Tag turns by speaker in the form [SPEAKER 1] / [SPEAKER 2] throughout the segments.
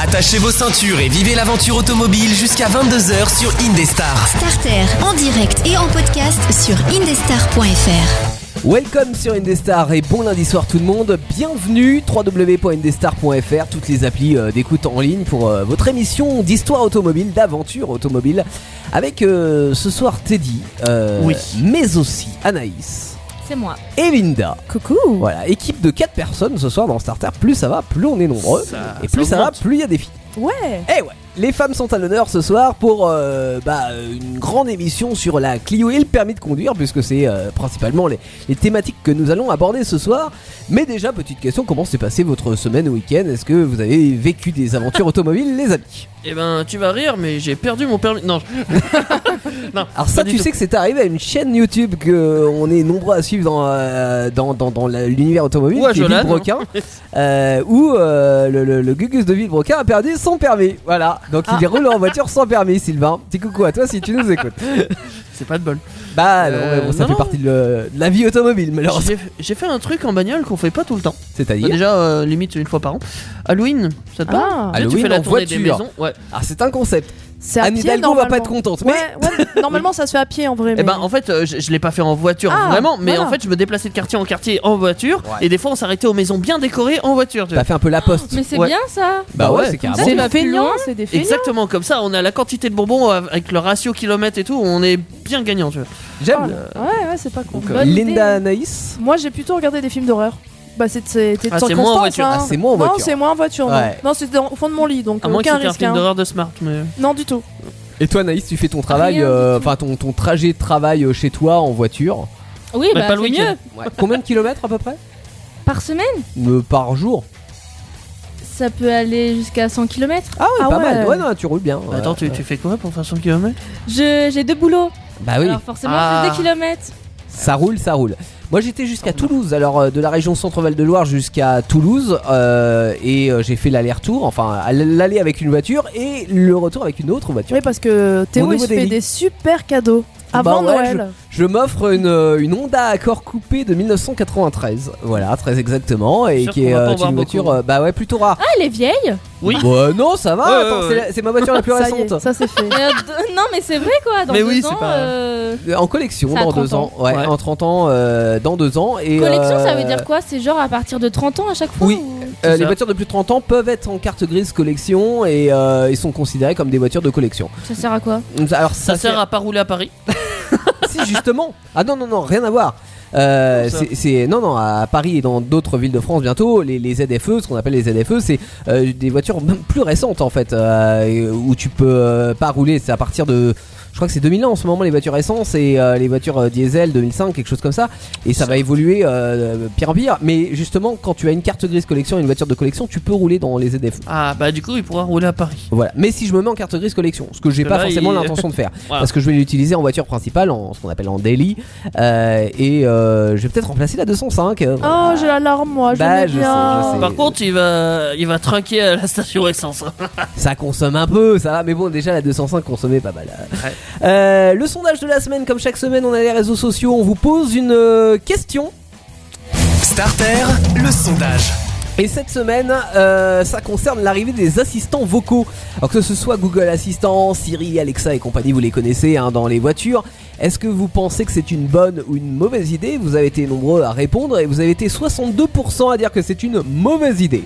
[SPEAKER 1] Attachez vos ceintures et vivez l'aventure automobile jusqu'à 22h sur Indestar.
[SPEAKER 2] Starter en direct et en podcast sur indestar.fr.
[SPEAKER 3] Welcome sur Indestar et bon lundi soir tout le monde. Bienvenue www.indestar.fr, toutes les applis euh, d'écoute en ligne pour euh, votre émission d'histoire automobile, d'aventure automobile. Avec euh, ce soir Teddy, euh,
[SPEAKER 4] Oui.
[SPEAKER 3] mais aussi Anaïs
[SPEAKER 5] C'est moi.
[SPEAKER 3] et Linda.
[SPEAKER 5] Coucou.
[SPEAKER 3] Voilà, équipe de 4 personnes ce soir dans Starter. Plus ça va, plus on est nombreux.
[SPEAKER 4] Ça-
[SPEAKER 3] et plus ça,
[SPEAKER 4] ça
[SPEAKER 3] va,
[SPEAKER 4] augmente.
[SPEAKER 3] plus il y a des filles.
[SPEAKER 5] Ouais.
[SPEAKER 3] Eh ouais, les femmes sont à l'honneur ce soir pour euh, bah, une grande émission sur la Clio et le permis de conduire, puisque c'est euh, principalement les, les thématiques que nous allons aborder ce soir. Mais déjà, petite question, comment s'est passée votre semaine ou week-end Est-ce que vous avez vécu des aventures automobiles, les amis
[SPEAKER 4] Eh ben, tu vas rire, mais j'ai perdu mon permis. Non. non.
[SPEAKER 3] Alors ça,
[SPEAKER 4] pas
[SPEAKER 3] tu
[SPEAKER 4] du
[SPEAKER 3] sais que c'est arrivé à une chaîne YouTube que euh, on est nombreux à suivre dans euh, dans, dans, dans la- l'univers automobile,
[SPEAKER 4] Ou à
[SPEAKER 3] qui est
[SPEAKER 4] Jolan, hein.
[SPEAKER 3] Villebrequin, euh, où euh, le, le, le Gugus de Villebrequin a perdu son permis. Voilà, donc
[SPEAKER 4] Ah.
[SPEAKER 3] il roule en voiture sans permis, Sylvain. Petit coucou à toi si tu nous écoutes.
[SPEAKER 4] tout. C'est pas de bol.
[SPEAKER 3] Bah non,
[SPEAKER 4] Euh,
[SPEAKER 3] mais bon, ça
[SPEAKER 4] non,
[SPEAKER 3] fait
[SPEAKER 4] non.
[SPEAKER 3] partie de, le- de la vie automobile, malheureusement.
[SPEAKER 4] J'ai- J'ai fait un truc en bagnole qu'on fait pas tout le temps. Bah,
[SPEAKER 3] C'est-à-dire
[SPEAKER 4] déjà, euh, limite une fois par an. Halloween, ça te parle
[SPEAKER 5] Ah.
[SPEAKER 4] Tu sais,
[SPEAKER 3] Halloween
[SPEAKER 4] tu fais la
[SPEAKER 3] en
[SPEAKER 4] tournée des
[SPEAKER 3] voiture.
[SPEAKER 4] maisons. Ouais.
[SPEAKER 3] Ah, c'est un concept.
[SPEAKER 5] C'est à
[SPEAKER 3] Anne
[SPEAKER 5] pied
[SPEAKER 3] Hidalgo va
[SPEAKER 5] normalement.
[SPEAKER 3] pas être contente. Mais
[SPEAKER 5] Ouais, ouais, normalement ça se fait à pied en vrai.
[SPEAKER 4] Eh
[SPEAKER 5] mais-
[SPEAKER 4] ben, en fait, euh, je, je l'ai pas fait en voiture
[SPEAKER 5] Ah,
[SPEAKER 4] vraiment, mais
[SPEAKER 5] voilà.
[SPEAKER 4] en fait, je me déplaçais de quartier en quartier en voiture.
[SPEAKER 3] Ouais.
[SPEAKER 4] Et des fois, on s'arrêtait aux maisons bien décorées en voiture. tu
[SPEAKER 3] t'as fait un peu la poste.
[SPEAKER 6] Mais c'est
[SPEAKER 4] Ouais.
[SPEAKER 6] bien ça.
[SPEAKER 3] Bah
[SPEAKER 4] Bah
[SPEAKER 3] ouais,
[SPEAKER 4] ouais.
[SPEAKER 3] c'est
[SPEAKER 6] Comme
[SPEAKER 3] carrément.
[SPEAKER 6] ça, tu
[SPEAKER 5] bon
[SPEAKER 6] vas
[SPEAKER 5] C'est
[SPEAKER 6] plus
[SPEAKER 5] feignant.
[SPEAKER 6] loin, c'est des feignants.
[SPEAKER 4] Exactement comme ça, on a la quantité de bonbons euh, avec le ratio kilomètre et tout, on est bien gagnant, tu vois.
[SPEAKER 3] J'aime.
[SPEAKER 6] Oh
[SPEAKER 5] Ouais, ouais, c'est pas con.
[SPEAKER 3] Donc, euh,
[SPEAKER 5] Bonne idée.
[SPEAKER 3] Linda Anaïs.
[SPEAKER 5] Moi j'ai plutôt regardé des films d'horreur. Bah c'est c'était de
[SPEAKER 4] Ah, c'est
[SPEAKER 5] circonstance,
[SPEAKER 4] moi en voiture.
[SPEAKER 5] hein.
[SPEAKER 3] Ah, c'est moi en
[SPEAKER 5] Non,
[SPEAKER 3] voiture.
[SPEAKER 5] c'est moi en voiture. non.
[SPEAKER 3] Ouais.
[SPEAKER 5] Non, c'était au fond de mon lit donc
[SPEAKER 4] À moins que
[SPEAKER 5] aucun
[SPEAKER 4] c'était un
[SPEAKER 5] risque.
[SPEAKER 4] film
[SPEAKER 5] hein.
[SPEAKER 4] d'horreur de Smart, mais.
[SPEAKER 5] Non, du tout.
[SPEAKER 3] Et toi, Anaïs, tu fais ton travail,
[SPEAKER 6] Rien du
[SPEAKER 3] euh,
[SPEAKER 6] tout.
[SPEAKER 3] enfin ton, ton trajet de travail euh, chez toi en voiture.
[SPEAKER 6] Oui,
[SPEAKER 4] Mais
[SPEAKER 6] bah,
[SPEAKER 4] pas le
[SPEAKER 6] c'est
[SPEAKER 4] week-end.
[SPEAKER 6] mieux.
[SPEAKER 3] Combien de kilomètres à peu près
[SPEAKER 6] Par semaine,
[SPEAKER 3] Euh, Par jour.
[SPEAKER 6] ça peut aller jusqu'à 100 km.
[SPEAKER 3] Ah ouais,
[SPEAKER 5] Ah
[SPEAKER 3] pas
[SPEAKER 5] ouais.
[SPEAKER 3] mal. Ouais, non, tu roules bien.
[SPEAKER 4] Bah, Attends,
[SPEAKER 3] Ouais.
[SPEAKER 4] tu, tu fais quoi pour faire 100 km
[SPEAKER 6] Je, j'ai deux boulots.
[SPEAKER 3] Bah oui,
[SPEAKER 6] Alors forcément,
[SPEAKER 4] Ah.
[SPEAKER 6] c'est 2 km.
[SPEAKER 3] ça roule, ça roule. Moi j'étais jusqu'à Toulouse, alors euh, de la région Centre-Val de Loire jusqu'à Toulouse, euh, et euh, j'ai fait l'aller-retour, enfin à l'aller avec une voiture et le retour avec une autre voiture.
[SPEAKER 5] Oui, parce que Théo
[SPEAKER 3] Mon
[SPEAKER 5] il se
[SPEAKER 3] nouveau
[SPEAKER 5] fait
[SPEAKER 3] délit.
[SPEAKER 5] des super cadeaux avant
[SPEAKER 3] Bah ouais,
[SPEAKER 5] Noël.
[SPEAKER 3] Je m'offre une, euh, une Honda Accord coupée de 1993, voilà, très exactement,
[SPEAKER 4] Je
[SPEAKER 3] et
[SPEAKER 4] suis sûr
[SPEAKER 3] qui est
[SPEAKER 4] qu'on va pas
[SPEAKER 3] euh,
[SPEAKER 4] en voir
[SPEAKER 3] une voiture,
[SPEAKER 4] beaucoup.
[SPEAKER 3] euh, bah ouais, plutôt rare.
[SPEAKER 6] Ah, elle est vieille.
[SPEAKER 4] Oui.
[SPEAKER 3] Bah, non, ça va,
[SPEAKER 4] Ouais,
[SPEAKER 3] attends,
[SPEAKER 4] ouais,
[SPEAKER 3] c'est
[SPEAKER 4] ouais.
[SPEAKER 3] la- c'est ma voiture la plus
[SPEAKER 5] ça y est,
[SPEAKER 3] récente.
[SPEAKER 5] ça c'est fait.
[SPEAKER 6] Euh, d- non, mais c'est vrai quoi. Dans
[SPEAKER 4] Mais
[SPEAKER 6] deux
[SPEAKER 4] oui,
[SPEAKER 6] ans,
[SPEAKER 4] c'est pas-
[SPEAKER 6] euh,
[SPEAKER 3] En collection
[SPEAKER 6] Ça a
[SPEAKER 3] dans
[SPEAKER 6] 30
[SPEAKER 3] deux
[SPEAKER 6] ans.
[SPEAKER 3] ans, ouais,
[SPEAKER 4] Ouais.
[SPEAKER 3] en 30 ans, euh, dans deux ans. Et,
[SPEAKER 6] collection,
[SPEAKER 3] euh,
[SPEAKER 6] ça veut dire quoi C'est genre à partir de 30 ans à chaque fois
[SPEAKER 3] Oui.
[SPEAKER 6] ou-
[SPEAKER 3] Euh, les
[SPEAKER 4] C'est ça.
[SPEAKER 3] voitures de plus de 30 ans peuvent être en carte grise collection et euh, ils sont considérés comme des voitures de collection.
[SPEAKER 6] Ça sert à quoi
[SPEAKER 3] Alors
[SPEAKER 4] Ça, sert à pas rouler à Paris.
[SPEAKER 3] si justement. Ah non non non, rien à voir. Euh,
[SPEAKER 4] Comme ça.
[SPEAKER 3] c'est- c'est non non à Paris et dans d'autres villes de France bientôt les, les ZFE ce qu'on appelle les ZFE c'est euh, des voitures même plus récentes en fait euh, et où tu peux euh, pas rouler c'est à partir de je crois que c'est 2000 ans en ce moment les voitures essence et euh, les voitures euh, diesel 2005 quelque chose comme ça et ça va évoluer euh, pire en pire mais justement quand tu as une carte grise collection et une voiture de collection tu peux rouler dans les ZFE
[SPEAKER 4] Ah bah du coup il pourra rouler à Paris.
[SPEAKER 3] Voilà. Mais si je me mets en carte grise collection, ce que j'ai
[SPEAKER 4] Parce
[SPEAKER 3] pas
[SPEAKER 4] que là,
[SPEAKER 3] forcément
[SPEAKER 4] il-
[SPEAKER 3] l'intention de faire,
[SPEAKER 4] Voilà.
[SPEAKER 3] parce que je vais l'utiliser en voiture principale, en ce qu'on appelle en daily, euh, et euh, je vais peut-être remplacer la 205. euh,
[SPEAKER 5] Oh, j'ai la larme moi, je
[SPEAKER 3] Bah,
[SPEAKER 5] l'aimais
[SPEAKER 3] je sais,
[SPEAKER 5] bien.
[SPEAKER 3] je sais.
[SPEAKER 4] Par contre il va il va trinquer à la station essence. hein.
[SPEAKER 3] Ça consomme un peu, ça va, mais bon, déjà la 205 consommait pas mal. euh.
[SPEAKER 4] Ouais.
[SPEAKER 3] Euh, le sondage de la semaine, comme chaque semaine, on a les réseaux sociaux, on vous pose une euh, question.
[SPEAKER 1] Starter, le sondage.
[SPEAKER 3] Et cette semaine, euh, ça concerne l'arrivée des assistants vocaux. Alors que ce soit Google Assistant, Siri, Alexa et compagnie, vous les connaissez hein, dans les voitures. Est-ce que vous pensez que c'est une bonne ou une mauvaise idée Vous avez été nombreux à répondre et vous avez été 62% à dire que c'est une mauvaise idée.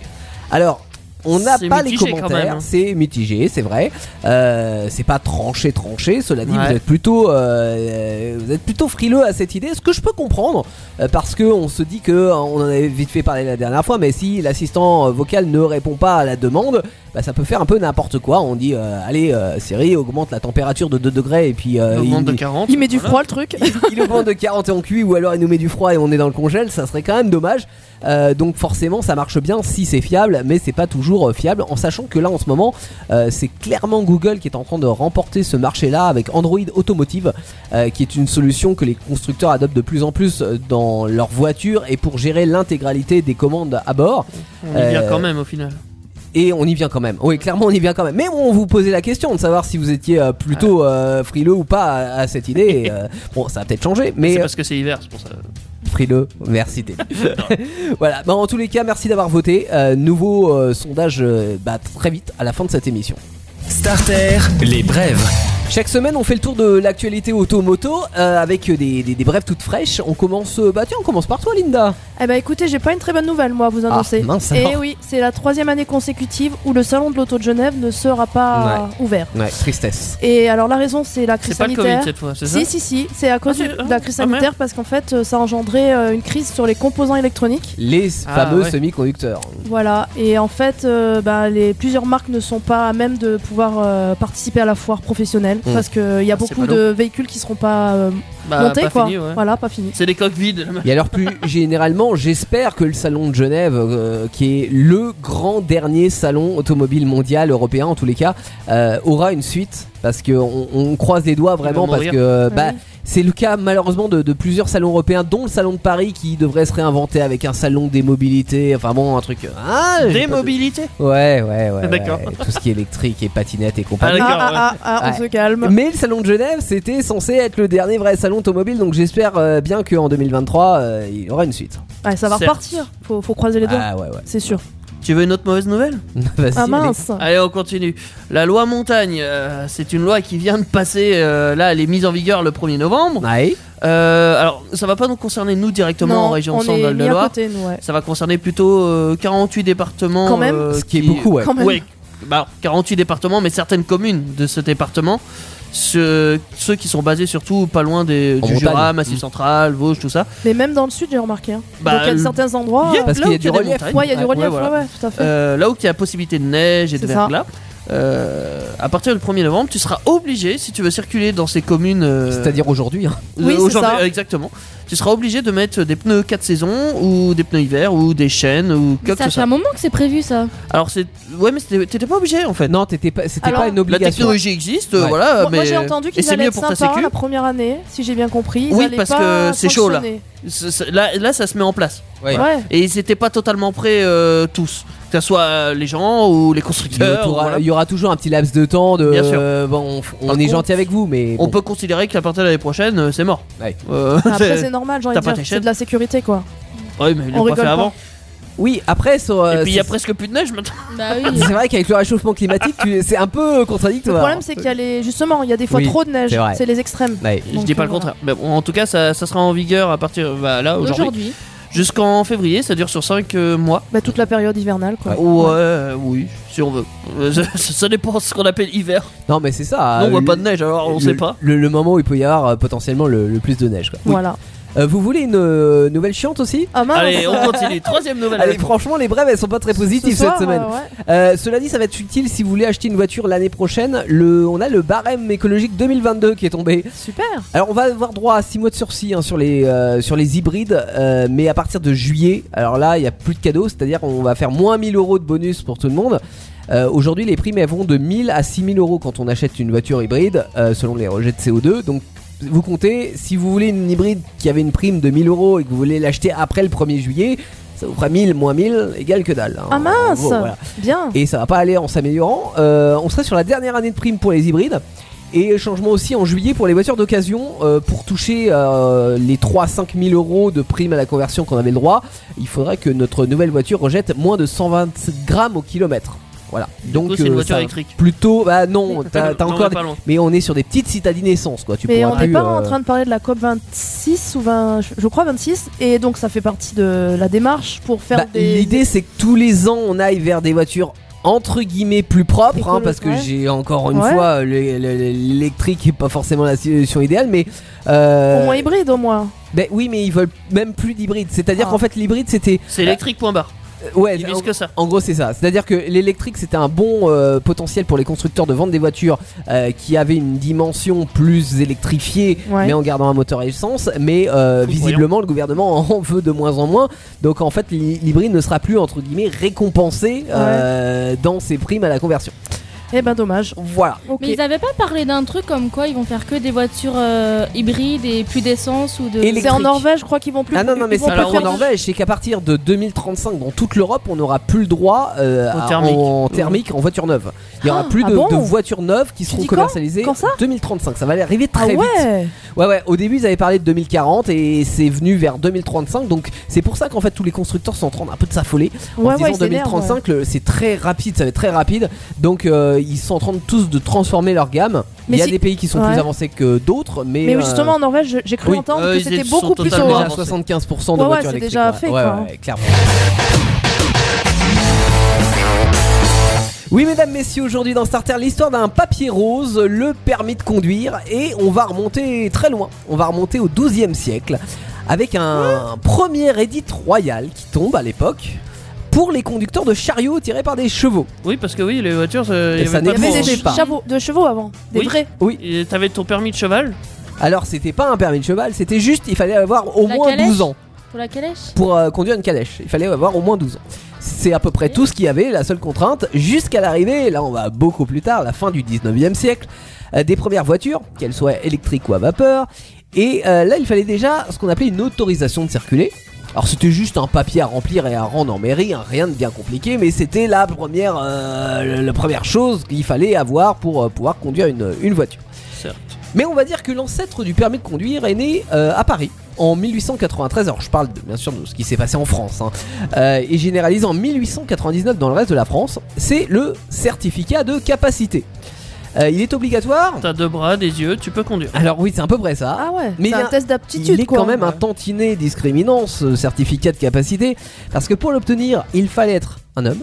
[SPEAKER 3] Alors, on n'a
[SPEAKER 4] C'est
[SPEAKER 3] pas
[SPEAKER 4] mitigé
[SPEAKER 3] les
[SPEAKER 4] quand
[SPEAKER 3] commentaires,
[SPEAKER 4] même. hein.
[SPEAKER 3] c'est mitigé, c'est vrai. Euh, c'est pas tranché, tranché. Cela dit,
[SPEAKER 4] Ouais.
[SPEAKER 3] vous êtes plutôt, euh, vous êtes plutôt frileux à cette idée. Ce que je peux comprendre, euh, parce que on se dit que euh, on en avait vite fait parler la dernière fois, mais si l'assistant euh, vocal ne répond pas à la demande, bah, ça peut faire un peu n'importe quoi. On dit euh, allez euh, Siri augmente la température de 2 degrés et puis euh,
[SPEAKER 4] Au
[SPEAKER 3] il,
[SPEAKER 4] monde de 40.
[SPEAKER 5] Il met du
[SPEAKER 4] voilà.
[SPEAKER 5] froid le truc.
[SPEAKER 3] il augmente de 40 et on cuit ou alors il nous met du froid et on est dans le congèle, ça serait quand même dommage. Euh, donc forcément ça marche bien si c'est fiable, mais c'est pas toujours euh, fiable en sachant que là en ce moment euh, c'est clairement Google qui est en train de remporter ce marché là avec Android Automotive euh, qui est une solution que les constructeurs adoptent de plus en plus euh, dans leurs voitures et pour gérer l'intégralité des commandes à bord
[SPEAKER 4] On y vient
[SPEAKER 3] Euh,
[SPEAKER 4] quand même au final.
[SPEAKER 3] et on y vient quand même. Oui, clairement on y vient quand même. Mais on vous posait la question de savoir si vous étiez euh, plutôt euh, frileux ou pas à, à cette idée. Et, euh, bon, ça a peut-être changé, mais
[SPEAKER 4] C'est parce que c'est hiver, c'est pour ça.
[SPEAKER 3] frileux. Merci Teddy. voilà, Bah, en tous les cas, merci d'avoir voté. Euh, nouveau euh, sondage euh, bah, très vite à la fin de cette émission.
[SPEAKER 1] Starter, les brèves.
[SPEAKER 3] Chaque semaine, on fait le tour de l'actualité automoto euh, avec des, des, des brèves toutes fraîches. On commence, euh, bah tiens, on commence par toi, Linda.
[SPEAKER 5] Eh bah écoutez, j'ai pas une très bonne nouvelle moi à vous annoncer.
[SPEAKER 3] Ah, mince alors.
[SPEAKER 5] Et oui, c'est la troisième année consécutive où le salon de l'auto de Genève ne sera pas euh, ouvert.
[SPEAKER 3] Ouais, tristesse.
[SPEAKER 5] Et alors la raison, c'est la crise
[SPEAKER 4] C'est pas le Covid
[SPEAKER 5] sanitaire.
[SPEAKER 4] cette fois, c'est ça
[SPEAKER 5] Si, si, si, c'est à cause
[SPEAKER 4] Ah,
[SPEAKER 5] du-
[SPEAKER 4] c'est-
[SPEAKER 5] de la crise
[SPEAKER 4] ah, merde.
[SPEAKER 5] sanitaire parce qu'en fait, euh, ça a engendré euh, une crise sur les composants électroniques.
[SPEAKER 3] Les
[SPEAKER 4] Ah,
[SPEAKER 3] fameux
[SPEAKER 4] ouais.
[SPEAKER 3] semi-conducteurs.
[SPEAKER 5] Voilà, et en fait, euh, bah, les, plusieurs marques ne sont pas à même de pouvoir euh, participer à la foire professionnelle
[SPEAKER 3] Mm.
[SPEAKER 5] parce qu'il y a
[SPEAKER 4] Ah, c'est
[SPEAKER 5] beaucoup
[SPEAKER 4] pas
[SPEAKER 5] de véhicules qui seront pas euh,
[SPEAKER 4] Bah,
[SPEAKER 5] montés,
[SPEAKER 4] pas
[SPEAKER 5] quoi.
[SPEAKER 4] fini, ouais.
[SPEAKER 5] Voilà, pas finis.
[SPEAKER 4] C'est des coques vides.
[SPEAKER 3] Et alors plus généralement, j'espère que le salon de Genève, euh, qui est le grand dernier salon automobile mondial européen en tous les cas, euh, aura une suite parce que on, on croise les doigts vraiment
[SPEAKER 4] Il va
[SPEAKER 3] parce
[SPEAKER 4] mourir.
[SPEAKER 3] que bah,
[SPEAKER 5] oui.
[SPEAKER 3] c'est le cas malheureusement de, de plusieurs salons européens, dont le salon de Paris qui devrait se réinventer avec un salon des mobilités, enfin bon un truc. euh, Ah, j'ai
[SPEAKER 4] Des
[SPEAKER 3] pas de-
[SPEAKER 4] mobilités
[SPEAKER 3] Ouais ouais ouais.
[SPEAKER 4] D'accord.
[SPEAKER 3] ouais. Tout ce qui est électrique et patinette et compagnie.
[SPEAKER 4] Ah, d'accord,
[SPEAKER 5] Ah, ah, ah, ah, on se calme.
[SPEAKER 3] Mais le salon de Genève, c'était censé être le dernier vrai salon automobile, donc j'espère euh, bien qu'en 2023, euh, il y aura une suite.
[SPEAKER 5] Ouais, ça va
[SPEAKER 4] Certes.
[SPEAKER 5] repartir, faut, faut croiser les doigts.
[SPEAKER 3] Ah ouais ouais.
[SPEAKER 5] C'est sûr.
[SPEAKER 4] Tu veux une autre mauvaise nouvelle
[SPEAKER 3] Vas-y,
[SPEAKER 5] Ah
[SPEAKER 3] allez.
[SPEAKER 5] mince
[SPEAKER 4] Allez, on continue. La loi montagne, euh, c'est une loi qui vient de passer. euh, là, elle est mise en vigueur le 1er novembre.
[SPEAKER 3] Ouais.
[SPEAKER 4] Euh, alors, ça va pas nous concerner nous directement
[SPEAKER 5] Non,
[SPEAKER 4] en région
[SPEAKER 5] on est
[SPEAKER 4] Centre de
[SPEAKER 5] mis à
[SPEAKER 4] Loire.
[SPEAKER 5] côté, nous, ouais.
[SPEAKER 4] Ça va concerner plutôt euh, 48 départements.
[SPEAKER 5] Quand même.
[SPEAKER 4] euh,
[SPEAKER 3] Ce qui est beaucoup, ouais.
[SPEAKER 5] Quand même.
[SPEAKER 4] Ouais, bah, alors, 48 départements, mais certaines communes de ce département. Ce- ceux qui sont basés surtout pas loin des,
[SPEAKER 3] En
[SPEAKER 4] du
[SPEAKER 3] montagne.
[SPEAKER 4] Jura, Massif
[SPEAKER 3] Mm.
[SPEAKER 4] Central, Vosges, tout ça.
[SPEAKER 5] Mais même dans le sud, j'ai remarqué. hein.
[SPEAKER 4] Bah,
[SPEAKER 5] Donc, il y a de
[SPEAKER 4] le-
[SPEAKER 5] certains endroits.
[SPEAKER 4] Yeah,
[SPEAKER 5] euh,
[SPEAKER 3] Parce
[SPEAKER 4] là
[SPEAKER 3] qu'il y
[SPEAKER 4] où
[SPEAKER 3] a du
[SPEAKER 4] des
[SPEAKER 3] relief.
[SPEAKER 4] montagnes.
[SPEAKER 5] Ouais, il y a du
[SPEAKER 4] Ouais,
[SPEAKER 5] relief,
[SPEAKER 4] voilà.
[SPEAKER 5] ouais, ouais, tout à fait.
[SPEAKER 4] Euh, là où il y a la possibilité de neige et de
[SPEAKER 5] C'est ça.
[SPEAKER 4] verglas, euh, à partir du 1er novembre, tu seras obligé, si tu veux circuler dans ces communes. euh,
[SPEAKER 3] C'est-à-dire aujourd'hui. hein.
[SPEAKER 4] euh,
[SPEAKER 5] Oui, c'est
[SPEAKER 4] aujourd'hui,
[SPEAKER 5] ça.
[SPEAKER 4] euh, exactement, tu seras obligé de mettre des pneus 4 saisons ou des pneus hiver ou des chaînes ou quoi
[SPEAKER 6] Mais
[SPEAKER 4] que
[SPEAKER 6] ça
[SPEAKER 4] ce
[SPEAKER 6] fait un
[SPEAKER 4] soit.
[SPEAKER 6] moment que c'est prévu ça.
[SPEAKER 4] Alors, c'est. Ouais, mais c'était- t'étais pas obligé en fait.
[SPEAKER 3] Non, t'étais pas, c'était
[SPEAKER 5] Alors,
[SPEAKER 3] pas une
[SPEAKER 4] La
[SPEAKER 3] obligation.
[SPEAKER 4] technologie existe, euh,
[SPEAKER 3] Ouais.
[SPEAKER 4] voilà.
[SPEAKER 5] Moi,
[SPEAKER 4] mais...
[SPEAKER 5] moi, j'ai entendu
[SPEAKER 4] Et
[SPEAKER 5] qu'ils
[SPEAKER 4] c'est
[SPEAKER 5] allaient
[SPEAKER 4] mieux
[SPEAKER 5] être
[SPEAKER 4] pour ta
[SPEAKER 5] sympas
[SPEAKER 4] sécu.
[SPEAKER 5] la première année, si j'ai bien compris. Ils
[SPEAKER 4] Oui,
[SPEAKER 5] allaient
[SPEAKER 4] parce
[SPEAKER 5] pas
[SPEAKER 4] que c'est chaud, là.
[SPEAKER 5] sanctionner.
[SPEAKER 4] C'est- c'est- Là, là, ça se met en place.
[SPEAKER 3] Ouais.
[SPEAKER 5] Ouais.
[SPEAKER 4] Et ils n'étaient pas totalement prêts euh, tous, que ce soit euh, les gens ou les
[SPEAKER 3] Il y, aura,
[SPEAKER 4] constructeurs. ou voilà.
[SPEAKER 3] il y aura toujours un petit laps de temps de.
[SPEAKER 4] Bien sûr.
[SPEAKER 3] euh, bon, on f- on
[SPEAKER 4] Par
[SPEAKER 3] est
[SPEAKER 4] contre,
[SPEAKER 3] gentil avec vous, mais.
[SPEAKER 4] On
[SPEAKER 3] bon.
[SPEAKER 4] peut considérer qu'à partir de l'année prochaine, euh, c'est mort.
[SPEAKER 3] Ouais.
[SPEAKER 4] Euh,
[SPEAKER 5] Ah, Après,
[SPEAKER 4] c'est-
[SPEAKER 5] c'est normal, j'ai envie
[SPEAKER 4] T'as
[SPEAKER 5] de
[SPEAKER 4] pas
[SPEAKER 5] dire.
[SPEAKER 4] tes
[SPEAKER 5] C'est
[SPEAKER 4] chaînes
[SPEAKER 5] de la sécurité, quoi.
[SPEAKER 4] Ouais, mais ils
[SPEAKER 5] On
[SPEAKER 4] l'ont pas
[SPEAKER 5] rigole
[SPEAKER 4] fait
[SPEAKER 5] pas.
[SPEAKER 4] avant.
[SPEAKER 3] Oui, après, sur, euh,
[SPEAKER 4] Et puis il y a
[SPEAKER 3] c'est-
[SPEAKER 4] presque plus de neige maintenant.
[SPEAKER 6] Bah oui.
[SPEAKER 3] c'est vrai qu'avec le réchauffement climatique, tu- c'est un peu
[SPEAKER 5] Le
[SPEAKER 3] contradictoire.
[SPEAKER 5] problème, c'est qu'il y a les. Justement, il y a des fois
[SPEAKER 3] Oui,
[SPEAKER 5] trop de
[SPEAKER 3] c'est
[SPEAKER 5] neige.
[SPEAKER 3] vrai.
[SPEAKER 5] C'est les extrêmes.
[SPEAKER 3] Ouais.
[SPEAKER 4] Je
[SPEAKER 5] Donc,
[SPEAKER 4] dis pas
[SPEAKER 5] euh,
[SPEAKER 4] le contraire. Mais bon, en tout cas, ça, ça sera en vigueur à partir bah, là aujourd'hui.
[SPEAKER 6] Aujourd'hui.
[SPEAKER 4] Jusqu'en février, ça dure sur 5 mois.
[SPEAKER 5] Bah, toute la période hivernale, quoi.
[SPEAKER 4] Ouais, euh, oui, si on veut. Euh, ça, ça dépend ce qu'on appelle hiver.
[SPEAKER 3] Non, mais c'est ça.
[SPEAKER 4] non,
[SPEAKER 3] euh,
[SPEAKER 4] on voit
[SPEAKER 3] le-
[SPEAKER 4] pas de neige, alors on
[SPEAKER 3] le-
[SPEAKER 4] sait pas.
[SPEAKER 3] Le, le moment où il peut y avoir euh, potentiellement le, le plus de neige. quoi.
[SPEAKER 5] Voilà.
[SPEAKER 3] Euh, vous voulez une euh, nouvelle chiante aussi
[SPEAKER 5] Ah mince
[SPEAKER 4] Allez, on continue. Troisième nouvelle.
[SPEAKER 3] Allez, franchement, les brèves, elles sont pas très positives
[SPEAKER 5] Ce soir,
[SPEAKER 3] cette semaine.
[SPEAKER 5] euh, ouais.
[SPEAKER 3] Euh, cela dit, ça va être utile si vous voulez acheter une voiture l'année prochaine. Le, on a le barème écologique 2022 qui est tombé.
[SPEAKER 5] Super.
[SPEAKER 3] Alors, on va avoir droit à 6 mois de sursis hein, sur, les, euh, sur les hybrides, euh, mais à partir de juillet, alors là, il n'y a plus de cadeaux, c'est-à-dire on va faire moins 1000 euros de bonus pour tout le monde. Euh, Aujourd'hui, les primes elles vont de 1000 à 6000 euros quand on achète une voiture hybride, euh, selon les rejets de CO2. Donc, vous comptez, si vous voulez une hybride qui avait une prime de 1000 euros et que vous voulez l'acheter après le 1er juillet, ça vous fera 1000 moins 1000 égale que dalle. hein.
[SPEAKER 5] Ah mince
[SPEAKER 3] Bon, voilà
[SPEAKER 5] Bien.
[SPEAKER 3] et ça va pas aller en s'améliorant. Euh, on sera sur la dernière année de prime pour les hybrides. Et changement aussi en juillet pour les voitures d'occasion. euh, pour toucher euh, les 3 à 5 000 euros de prime à la conversion qu'on avait le droit, il faudrait que notre nouvelle voiture rejette moins de 120 grammes au kilomètre. Voilà. Donc
[SPEAKER 4] coup, c'est une
[SPEAKER 3] euh,
[SPEAKER 4] voiture
[SPEAKER 3] ça-
[SPEAKER 4] électrique.
[SPEAKER 3] Plutôt, bah non, t'as t'as
[SPEAKER 4] Non,
[SPEAKER 3] encore.
[SPEAKER 4] on est pas loin.
[SPEAKER 3] Mais on est sur des petites citadines essence quoi. Tu
[SPEAKER 5] Mais
[SPEAKER 3] pourras
[SPEAKER 5] on n'est
[SPEAKER 3] plus,
[SPEAKER 5] pas
[SPEAKER 3] euh,
[SPEAKER 5] en train de parler de la COP 26 ou 20, je- je crois 26, et donc ça fait partie de la démarche pour faire
[SPEAKER 3] Bah,
[SPEAKER 5] des.
[SPEAKER 3] L'idée c'est que tous les ans on aille vers des voitures entre guillemets plus propres hein,
[SPEAKER 5] Écolo,
[SPEAKER 3] parce que
[SPEAKER 5] ouais.
[SPEAKER 3] j'ai encore une
[SPEAKER 5] Ouais.
[SPEAKER 3] fois le- le- l'électrique est pas forcément la solution idéale mais euh,
[SPEAKER 5] Au moins hybride, au moins.
[SPEAKER 3] ben oui mais ils veulent même plus d'hybride c'est-à-dire
[SPEAKER 5] Ah.
[SPEAKER 3] qu'en fait l'hybride c'était
[SPEAKER 4] C'est électrique, point barre.
[SPEAKER 3] euh, ouais
[SPEAKER 4] Ils
[SPEAKER 3] en-
[SPEAKER 4] disent que ça.
[SPEAKER 3] en gros, c'est ça. C'est-à-dire que l'électrique, c'était un bon euh, potentiel pour les constructeurs de vendre des voitures euh, qui avaient une dimension plus électrifiée,
[SPEAKER 5] Ouais.
[SPEAKER 3] mais en gardant un moteur à essence. Mais euh,
[SPEAKER 4] Fou,
[SPEAKER 3] visiblement, le gouvernement en veut de moins en moins. Donc, en fait, l'hy- l'hybride ne sera plus entre guillemets récompensé euh, dans ses primes à la conversion.
[SPEAKER 5] Eh ben dommage.
[SPEAKER 3] Voilà.
[SPEAKER 5] Ok.
[SPEAKER 6] Mais ils avaient pas parlé d'un truc comme quoi ils vont faire que des voitures euh, hybrides et plus d'essence ou de.
[SPEAKER 3] Et les-
[SPEAKER 5] C'est en
[SPEAKER 3] électrique.
[SPEAKER 5] Norvège, je crois qu'ils vont plus.
[SPEAKER 3] Ah non, non, mais
[SPEAKER 5] ils vont
[SPEAKER 3] c'est
[SPEAKER 5] plus
[SPEAKER 3] pas
[SPEAKER 4] Alors,
[SPEAKER 3] qu'en
[SPEAKER 5] faire-
[SPEAKER 4] on en-
[SPEAKER 3] Norvège, c'est qu'à partir de 2035, dans toute l'Europe, on n'aura plus le droit euh,
[SPEAKER 4] Au
[SPEAKER 3] à-
[SPEAKER 4] thermique.
[SPEAKER 3] en thermique, en voiture neuve. Il y aura
[SPEAKER 5] Ah,
[SPEAKER 3] plus
[SPEAKER 5] ah
[SPEAKER 3] de,
[SPEAKER 5] bon
[SPEAKER 3] de voitures neuves qui seront
[SPEAKER 5] dis quand
[SPEAKER 3] commercialisées
[SPEAKER 5] Quand ça
[SPEAKER 3] en 2035. Ça va arriver
[SPEAKER 5] Ah
[SPEAKER 3] très vite.
[SPEAKER 5] ouais.
[SPEAKER 3] Ouais, ouais. Au début, ils avaient parlé de 2040 et c'est venu vers 2035. Donc, c'est pour ça qu'en fait, tous les constructeurs sont en train un peu de s'affoler.
[SPEAKER 5] Ouais,
[SPEAKER 3] en se
[SPEAKER 5] ouais,
[SPEAKER 3] disant
[SPEAKER 5] ils s'énervent,
[SPEAKER 3] 2035, le- c'est très rapide, ça va être très rapide. Donc, euh, ils sont en train de tous de transformer leur gamme.
[SPEAKER 5] Mais
[SPEAKER 3] Il y a
[SPEAKER 5] si-
[SPEAKER 3] des pays qui sont
[SPEAKER 5] Ouais.
[SPEAKER 3] plus avancés que d'autres, mais.
[SPEAKER 5] Mais oui,
[SPEAKER 3] euh,
[SPEAKER 5] justement, en Norvège, je- j'ai cru
[SPEAKER 3] oui.
[SPEAKER 5] entendre
[SPEAKER 4] Euh,
[SPEAKER 5] que
[SPEAKER 4] ils
[SPEAKER 5] c'était
[SPEAKER 4] sont
[SPEAKER 5] beaucoup plus
[SPEAKER 3] Ils sont
[SPEAKER 4] totalement
[SPEAKER 3] déjà
[SPEAKER 5] haut.
[SPEAKER 3] à
[SPEAKER 4] avancés.
[SPEAKER 3] 75% de
[SPEAKER 5] Ouais, ouais,
[SPEAKER 3] voitures
[SPEAKER 5] c'est
[SPEAKER 3] électriques.
[SPEAKER 5] déjà
[SPEAKER 3] ouais.
[SPEAKER 5] fait,
[SPEAKER 3] Ouais,
[SPEAKER 5] quoi.
[SPEAKER 3] ouais, clairement. Oui, mesdames, messieurs, aujourd'hui dans Starter, l'histoire d'un papier rose, le permis de conduire, et on va remonter très loin. On va remonter au 12e siècle avec un premier édit royal qui tombe à l'époque pour les conducteurs de chariots tirés par des chevaux.
[SPEAKER 4] Oui, parce que oui, les voitures, euh,
[SPEAKER 3] Et
[SPEAKER 4] il y
[SPEAKER 3] ça
[SPEAKER 4] avait
[SPEAKER 5] Il y avait
[SPEAKER 4] pas
[SPEAKER 3] n'existe
[SPEAKER 5] des
[SPEAKER 3] Je sais pas.
[SPEAKER 5] chevaux, de chevaux avant, des
[SPEAKER 4] Oui.
[SPEAKER 5] vrais.
[SPEAKER 4] de- Et T'avais ton permis de cheval
[SPEAKER 3] Alors, c'était pas un permis de cheval, c'était juste, il fallait avoir au
[SPEAKER 6] La
[SPEAKER 3] moins
[SPEAKER 6] calèche
[SPEAKER 3] 12 ans.
[SPEAKER 6] Pour la calèche
[SPEAKER 3] pour euh, conduire une calèche. Il fallait avoir au moins 12 ans. C'est à peu près tout ce qu'il y avait, la seule contrainte, jusqu'à l'arrivée, là on va beaucoup plus tard, la fin du 19e siècle, euh, des premières voitures, qu'elles soient électriques ou à vapeur. Et euh, là il fallait déjà ce qu'on appelait une autorisation de circuler. Alors c'était juste un papier à remplir et à rendre en mairie, hein, rien de bien compliqué, mais c'était la première, euh, la première chose qu'il fallait avoir pour euh, pouvoir conduire une, une voiture.
[SPEAKER 4] Certes.
[SPEAKER 3] Mais on va dire que l'ancêtre du permis de conduire est né euh, à Paris en 1893. Alors je parle de- bien sûr de ce qui s'est passé en France hein. Euh, et généralisé en 1899 dans le reste de la France. C'est le certificat de capacité. Euh, il est obligatoire.
[SPEAKER 4] T'as deux bras, des yeux, tu peux conduire.
[SPEAKER 3] Alors oui, c'est à peu près ça.
[SPEAKER 5] Ah ouais.
[SPEAKER 3] Mais il
[SPEAKER 5] c'est
[SPEAKER 3] y
[SPEAKER 5] un
[SPEAKER 3] a-
[SPEAKER 5] test d'aptitude.
[SPEAKER 3] Il est
[SPEAKER 5] quoi.
[SPEAKER 3] quand même un tantinet discriminant ce certificat de capacité parce que pour l'obtenir, il fallait être un homme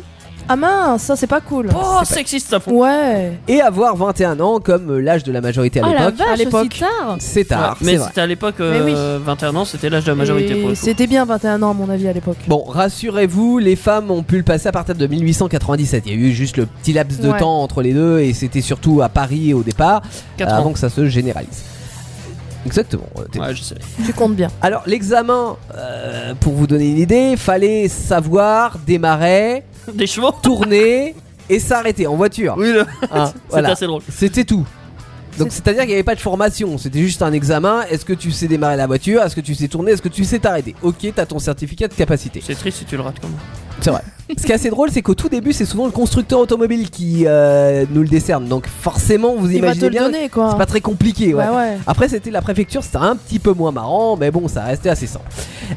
[SPEAKER 5] Ah mince, ça c'est pas cool.
[SPEAKER 4] Oh, sexiste à fond.
[SPEAKER 5] Ouais.
[SPEAKER 3] et avoir 21 ans comme l'âge de la majorité à
[SPEAKER 6] Oh la
[SPEAKER 3] l'époque. Ah,
[SPEAKER 6] vache, aussi
[SPEAKER 5] l'époque.
[SPEAKER 6] tard
[SPEAKER 3] C'est tard,
[SPEAKER 4] Ouais, mais
[SPEAKER 3] c'est vrai.
[SPEAKER 4] c'était à l'époque
[SPEAKER 5] Mais oui.
[SPEAKER 4] euh, 21 ans, c'était l'âge de la majorité
[SPEAKER 5] Et
[SPEAKER 4] pour le coup.
[SPEAKER 5] C'était bien 21 ans à mon avis à l'époque.
[SPEAKER 3] Bon, rassurez-vous, les femmes ont pu le passer à partir de 1897. Il y a eu juste le petit laps de
[SPEAKER 5] Ouais.
[SPEAKER 3] temps entre les deux et c'était surtout à Paris au départ, euh,
[SPEAKER 4] 4
[SPEAKER 3] avant
[SPEAKER 4] ans.
[SPEAKER 3] que ça se généralise. Exactement. euh, t'es-
[SPEAKER 4] Ouais, je sais.
[SPEAKER 5] Tu comptes bien.
[SPEAKER 3] Alors, l'examen, euh, pour vous donner une idée, fallait savoir démarrer,
[SPEAKER 4] Des chevaux
[SPEAKER 3] tourner et s'arrêter en voiture.
[SPEAKER 4] Oui, là,
[SPEAKER 3] Hein,
[SPEAKER 4] c'est
[SPEAKER 3] voilà.
[SPEAKER 4] assez drôle.
[SPEAKER 3] C'était tout. Donc c'est-à-dire qu'il n'y avait pas de formation, c'était juste un examen. Est-ce que tu sais démarrer la voiture Est-ce que tu sais tourner Est-ce que tu sais t'arrêter Ok, t'as ton certificat de capacité.
[SPEAKER 4] C'est triste si tu le rates quand même.
[SPEAKER 3] C'est vrai. Ce qui est assez drôle, c'est qu'au tout début, c'est souvent le constructeur automobile qui euh, nous le décerne. Donc forcément, vous
[SPEAKER 5] Il va te
[SPEAKER 3] imaginez
[SPEAKER 5] le
[SPEAKER 3] bien,
[SPEAKER 5] donner quoi.
[SPEAKER 3] c'est pas très compliqué. Ouais.
[SPEAKER 5] Ouais, ouais.
[SPEAKER 3] Après, c'était la préfecture, c'était un petit peu moins marrant, mais bon, ça restait assez simple.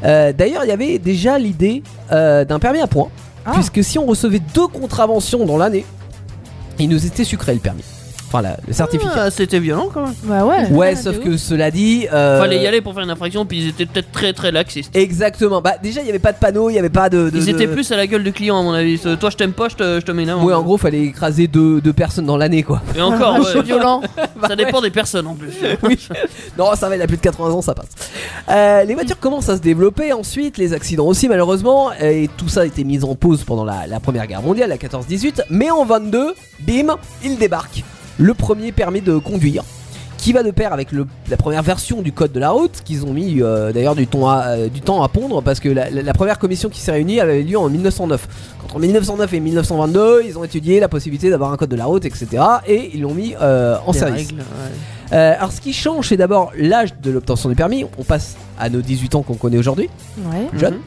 [SPEAKER 3] Euh, D'ailleurs, il y avait déjà l'idée euh, d'un permis à points,
[SPEAKER 5] Ah.
[SPEAKER 3] puisque si on recevait deux contraventions dans l'année, il nous était sucré le permis. Enfin, la- le certificat.
[SPEAKER 4] Ah, c'était violent quand même.
[SPEAKER 5] Bah ouais.
[SPEAKER 3] ouais,
[SPEAKER 6] Ah,
[SPEAKER 3] sauf
[SPEAKER 6] de
[SPEAKER 3] que cela dit. euh,
[SPEAKER 4] Fallait y aller pour faire une infraction, puis ils étaient peut-être très très laxistes.
[SPEAKER 3] Exactement. Bah, déjà, il n'y avait pas de panneau, il n'y avait pas de. de-
[SPEAKER 4] Ils
[SPEAKER 3] de-
[SPEAKER 4] étaient plus à la gueule du client, à mon avis. Euh, Toi, je t'aime pas, je te, je te mets une amende.
[SPEAKER 3] Ouais, en gros, fallait écraser deux, deux personnes dans l'année, quoi.
[SPEAKER 4] Et encore,
[SPEAKER 5] Ah,
[SPEAKER 4] ouais,
[SPEAKER 5] c'est violent. Bah,
[SPEAKER 4] ça dépend des personnes en plus.
[SPEAKER 3] Oui. Non, ça va, il a plus de 80 ans, ça passe. Euh, les voitures commencent à se développer ensuite, les accidents aussi, malheureusement. Et tout ça a été mis en pause pendant la, la Première Guerre mondiale, la 14-18. Mais en 22, bim, il débarque. Le premier permis de conduire. Qui va de pair avec le- la première version du code de la route, qu'ils ont mis euh, d'ailleurs du, temps à- euh, du temps à pondre, parce que la, la- la première commission qui s'est réunie avait lieu en 1909. Entre 1909 et 1922, ils ont étudié la possibilité d'avoir un code de la route, etc. Et ils l'ont mis euh, en
[SPEAKER 4] Des
[SPEAKER 3] service.
[SPEAKER 4] règles, ouais.
[SPEAKER 3] Euh, alors ce qui change, c'est d'abord l'âge de l'obtention du permis. On passe à nos 18 ans qu'on connaît aujourd'hui.
[SPEAKER 5] Ouais.
[SPEAKER 3] Jeune.
[SPEAKER 4] Mhm.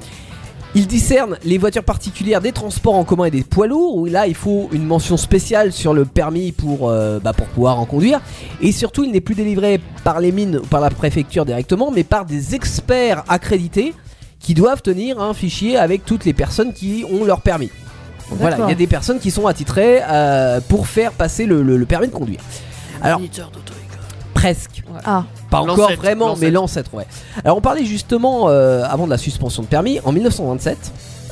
[SPEAKER 3] Il discerne les voitures particulières des transports en commun et des poids lourds, où là il faut une mention spéciale sur le permis pour, euh, bah, pour pouvoir en conduire. Et surtout, il n'est plus délivré par les mines ou par la préfecture directement, mais par des experts accrédités qui doivent tenir un fichier avec toutes les personnes qui ont leur permis. Donc voilà, il
[SPEAKER 5] D'accord.
[SPEAKER 3] y a des personnes qui sont attitrées euh, pour faire passer le, le- le permis de conduire. Alors-
[SPEAKER 4] Moniteur d'auto-école.
[SPEAKER 3] Presque.
[SPEAKER 5] Ah.
[SPEAKER 3] Pas encore
[SPEAKER 4] L'ancêtre,
[SPEAKER 3] vraiment, mais l'ancêtre, ouais. Alors on parlait justement euh, avant de la suspension de permis. En 1927,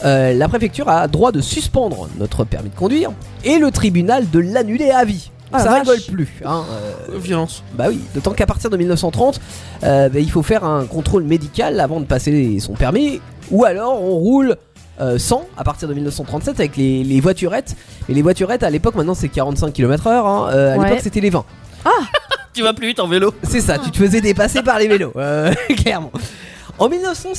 [SPEAKER 3] euh, la préfecture a droit de suspendre notre permis de conduire et le tribunal de l'annuler à vie.
[SPEAKER 5] Ah,
[SPEAKER 3] Ça
[SPEAKER 5] la
[SPEAKER 3] rigole
[SPEAKER 5] vache.
[SPEAKER 3] plus. Hein, euh,
[SPEAKER 4] Violence.
[SPEAKER 3] bah oui, d'autant qu'à partir de 1930, euh, bah, il faut faire un contrôle médical avant de passer son permis, ou alors on roule euh, 100 à partir de 1937 avec les, les voiturettes. Et les voiturettes à l'époque, maintenant c'est 45 km/h, hein, euh, à
[SPEAKER 5] Ouais.
[SPEAKER 3] l'époque c'était les 20.
[SPEAKER 4] Tu vas plus vite en vélo.
[SPEAKER 3] C'est ça, tu te faisais dépasser par les vélos, euh, clairement. En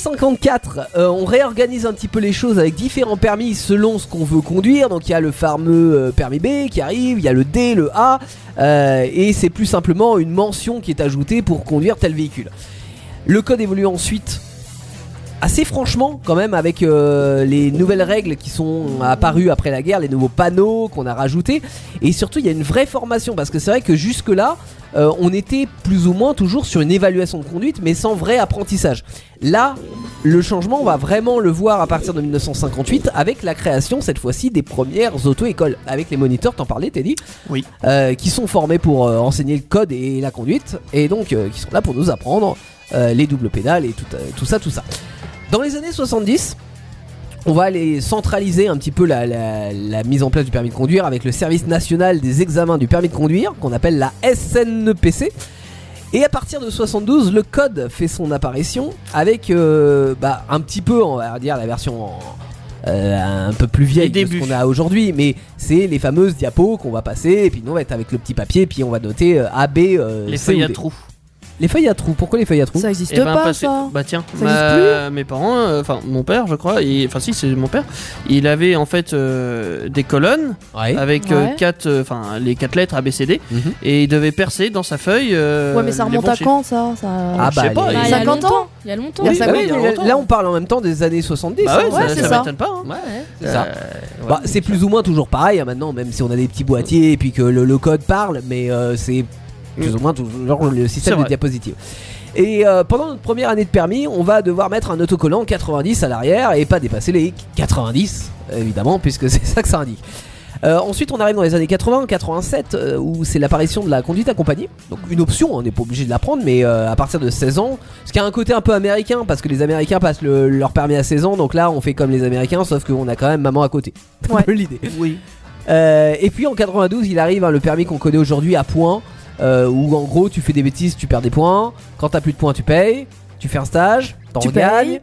[SPEAKER 3] 1954, euh, on réorganise un petit peu les choses avec différents permis selon ce qu'on veut conduire. Donc il y a le fameux euh, permis B qui arrive, il y a le D, le A, euh, et c'est plus simplement une mention qui est ajoutée pour conduire tel véhicule. Le code évolue ensuite assez franchement quand même avec euh, les nouvelles règles qui sont apparues après la guerre, les nouveaux panneaux qu'on a rajoutés et surtout il y a une vraie formation parce que c'est vrai que jusque là Euh, on était plus ou moins toujours sur une évaluation de conduite mais sans vrai apprentissage. Là le changement on va vraiment le voir à partir de 1958 avec la création cette fois-ci des premières auto-écoles avec les moniteurs, t'en parlais Teddy
[SPEAKER 4] Oui.
[SPEAKER 3] euh, qui sont formés pour euh, enseigner le code et la conduite, et donc euh, qui sont là pour nous apprendre euh, les doubles pédales et tout, euh, tout ça, tout ça. Dans les années 70, on va aller centraliser un petit peu la, la- la mise en place du permis de conduire avec le service national des examens du permis de conduire, qu'on appelle la SNPC. Et à partir de 72, le code fait son apparition avec euh, bah, un petit peu, on va dire, la version en- euh, un peu plus vieille
[SPEAKER 4] Les
[SPEAKER 3] que ce
[SPEAKER 4] débuts.
[SPEAKER 3] qu'on a aujourd'hui, mais c'est les fameuses diapos qu'on va passer, et puis nous on va être avec le petit papier, puis on va noter euh, A, B, euh,
[SPEAKER 4] Les
[SPEAKER 3] C
[SPEAKER 4] feuilles
[SPEAKER 3] ou
[SPEAKER 4] à
[SPEAKER 3] D.
[SPEAKER 4] trous.
[SPEAKER 3] Les feuilles à trous, pourquoi les feuilles à trous
[SPEAKER 5] Ça existe
[SPEAKER 4] Eh ben,
[SPEAKER 5] pas,
[SPEAKER 4] parce que-
[SPEAKER 5] ça.
[SPEAKER 4] Bah tiens,
[SPEAKER 5] Ça
[SPEAKER 4] ma-
[SPEAKER 5] existe
[SPEAKER 4] mes parents, euh, enfin mon père, je crois, et- enfin si, c'est mon père, il avait en fait euh, des colonnes
[SPEAKER 3] Ouais.
[SPEAKER 4] avec euh,
[SPEAKER 5] Ouais.
[SPEAKER 4] quatre, euh, enfin les quatre lettres ABCD,
[SPEAKER 3] Mhm.
[SPEAKER 4] et il devait percer dans sa feuille. euh,
[SPEAKER 5] ouais, mais ça
[SPEAKER 4] les
[SPEAKER 5] remonte
[SPEAKER 4] bons
[SPEAKER 5] à
[SPEAKER 4] chiffres.
[SPEAKER 5] quand ça, ça...
[SPEAKER 3] Ah
[SPEAKER 4] Je
[SPEAKER 3] bah,
[SPEAKER 4] sais pas,
[SPEAKER 3] les-
[SPEAKER 6] Bah, il y a
[SPEAKER 5] 50
[SPEAKER 6] longtemps.
[SPEAKER 5] ans
[SPEAKER 6] Il y a longtemps.
[SPEAKER 5] Il y a
[SPEAKER 3] Oui,
[SPEAKER 5] ça
[SPEAKER 3] bah
[SPEAKER 5] coûte
[SPEAKER 3] oui,
[SPEAKER 4] il y a
[SPEAKER 3] là-
[SPEAKER 4] longtemps.
[SPEAKER 3] là on parle en même temps des années 70.
[SPEAKER 4] Bah ouais,
[SPEAKER 3] hein,
[SPEAKER 5] ouais,
[SPEAKER 4] ça,
[SPEAKER 5] c'est
[SPEAKER 4] ça
[SPEAKER 5] ça.
[SPEAKER 4] m'étonne pas. hein.
[SPEAKER 6] Ouais.
[SPEAKER 3] C'est ça.
[SPEAKER 4] Euh, ouais.
[SPEAKER 3] Bah, c'est plus ou moins toujours pareil hein, maintenant, même si on a des petits boîtiers et puis que le, le code parle, mais euh, c'est plus ou moins toujours le
[SPEAKER 4] Mm. C'est
[SPEAKER 3] système de
[SPEAKER 4] vrai.
[SPEAKER 3] diapositive. Et euh, pendant notre première année de permis, on va devoir mettre un autocollant 90 à l'arrière et pas dépasser les 90, évidemment, puisque c'est ça que ça indique. Euh, ensuite, on arrive dans les années 80, 87, euh, où c'est l'apparition de la conduite accompagnée. Donc, une option, on n'est pas obligé de la prendre, mais euh, à partir de 16 ans, ce qui a un côté un peu américain, parce que les Américains passent le- leur permis à 16 ans, donc là, on fait comme les Américains, sauf qu'on a quand même maman à côté. C'est un
[SPEAKER 5] Ouais.
[SPEAKER 3] peu l'idée.
[SPEAKER 4] Oui.
[SPEAKER 3] Euh, et puis en 92, il arrive hein, le permis qu'on connaît aujourd'hui à points, euh, où en gros tu fais des bêtises, tu perds des points. Quand t'as plus de points, tu payes. Tu fais un stage, t'en
[SPEAKER 5] Tu
[SPEAKER 3] gagnes,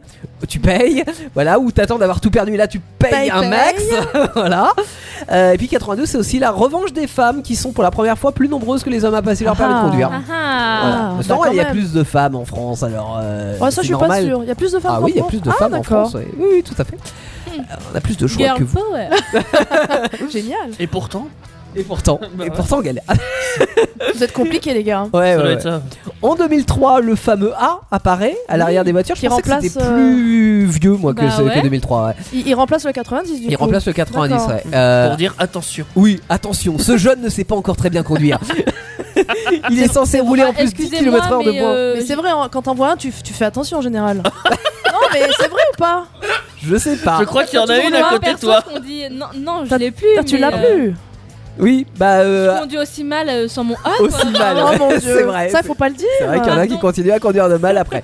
[SPEAKER 3] tu payes. Voilà, ou t'attends d'avoir tout perdu. Là, tu payes
[SPEAKER 5] Paye,
[SPEAKER 3] un
[SPEAKER 5] paye.
[SPEAKER 3] max. voilà. Euh, et puis 82, c'est aussi la revanche des femmes qui sont pour la première fois plus nombreuses que les hommes à passer leur permis de
[SPEAKER 5] Ah.
[SPEAKER 3] conduire.
[SPEAKER 6] Ah ah.
[SPEAKER 3] Voilà. Parce
[SPEAKER 5] Ah,
[SPEAKER 3] que
[SPEAKER 5] bah,
[SPEAKER 3] normalement, il y a
[SPEAKER 5] quand
[SPEAKER 3] plus de femmes en France, alors. euh,
[SPEAKER 5] Ouais, ça,
[SPEAKER 3] c'est
[SPEAKER 5] je suis pas
[SPEAKER 3] normal.
[SPEAKER 5] sûr. Il y a plus de femmes
[SPEAKER 3] Ah
[SPEAKER 5] en
[SPEAKER 3] oui, il y a
[SPEAKER 5] France
[SPEAKER 3] plus de
[SPEAKER 5] Ah,
[SPEAKER 3] femmes en
[SPEAKER 5] d'accord. Hmm.
[SPEAKER 3] France. ouais. Oui, oui, tout à fait. Euh, on a plus de choix que
[SPEAKER 6] Girl
[SPEAKER 3] vous.
[SPEAKER 6] power.
[SPEAKER 5] Génial.
[SPEAKER 4] Et pourtant,
[SPEAKER 3] Et pourtant,
[SPEAKER 4] Bah
[SPEAKER 3] et
[SPEAKER 4] ouais.
[SPEAKER 3] pourtant, on galère.
[SPEAKER 5] Vous êtes compliqués, les gars. hein.
[SPEAKER 3] Eh Ouais,
[SPEAKER 4] ça
[SPEAKER 3] ouais,
[SPEAKER 4] doit
[SPEAKER 3] ouais.
[SPEAKER 4] être ça.
[SPEAKER 3] En 2003, le fameux A apparaît à l'arrière des voitures. Je
[SPEAKER 5] qui
[SPEAKER 3] pensais que
[SPEAKER 5] remplace,
[SPEAKER 3] c'était plus vieux, moi, que,
[SPEAKER 6] Bah
[SPEAKER 3] ce- que
[SPEAKER 6] ouais.
[SPEAKER 3] 2003. ouais.
[SPEAKER 5] Il, il remplace le 90 du
[SPEAKER 3] Il
[SPEAKER 5] coup.
[SPEAKER 3] remplace le 90,
[SPEAKER 5] D'accord.
[SPEAKER 3] ouais. Euh,
[SPEAKER 4] Pour dire attention.
[SPEAKER 3] Oui, attention, ce jeune ne sait pas encore très bien conduire. Il est censé rouler en plus 10
[SPEAKER 6] Excusez-moi,
[SPEAKER 3] km/h de
[SPEAKER 6] mais,
[SPEAKER 3] moins.
[SPEAKER 6] euh,
[SPEAKER 5] Mais c'est vrai, en- quand t'en vois un, tu, f- tu fais attention en général. non, mais c'est vrai ou pas
[SPEAKER 3] Je sais pas.
[SPEAKER 4] Je crois qu'il y en a
[SPEAKER 6] toujours
[SPEAKER 4] une
[SPEAKER 6] le
[SPEAKER 4] à
[SPEAKER 6] un
[SPEAKER 4] côté de
[SPEAKER 6] perso
[SPEAKER 4] toi.
[SPEAKER 6] qu'on dit non, non, je
[SPEAKER 5] T'as-
[SPEAKER 6] l'ai plus.
[SPEAKER 5] Ah, Tu
[SPEAKER 6] mais,
[SPEAKER 5] l'as
[SPEAKER 6] euh,
[SPEAKER 5] plus.
[SPEAKER 3] Oui, bah. euh,
[SPEAKER 6] Je conduis aussi mal euh, sans mon A.
[SPEAKER 3] aussi mal.
[SPEAKER 5] Oh mon
[SPEAKER 3] ouais.
[SPEAKER 5] dieu.
[SPEAKER 3] bah, C'est vrai.
[SPEAKER 5] Ça, faut pas le dire.
[SPEAKER 3] C'est vrai qu'il y en a qui
[SPEAKER 6] Pardon.
[SPEAKER 3] continuent à conduire de mal après.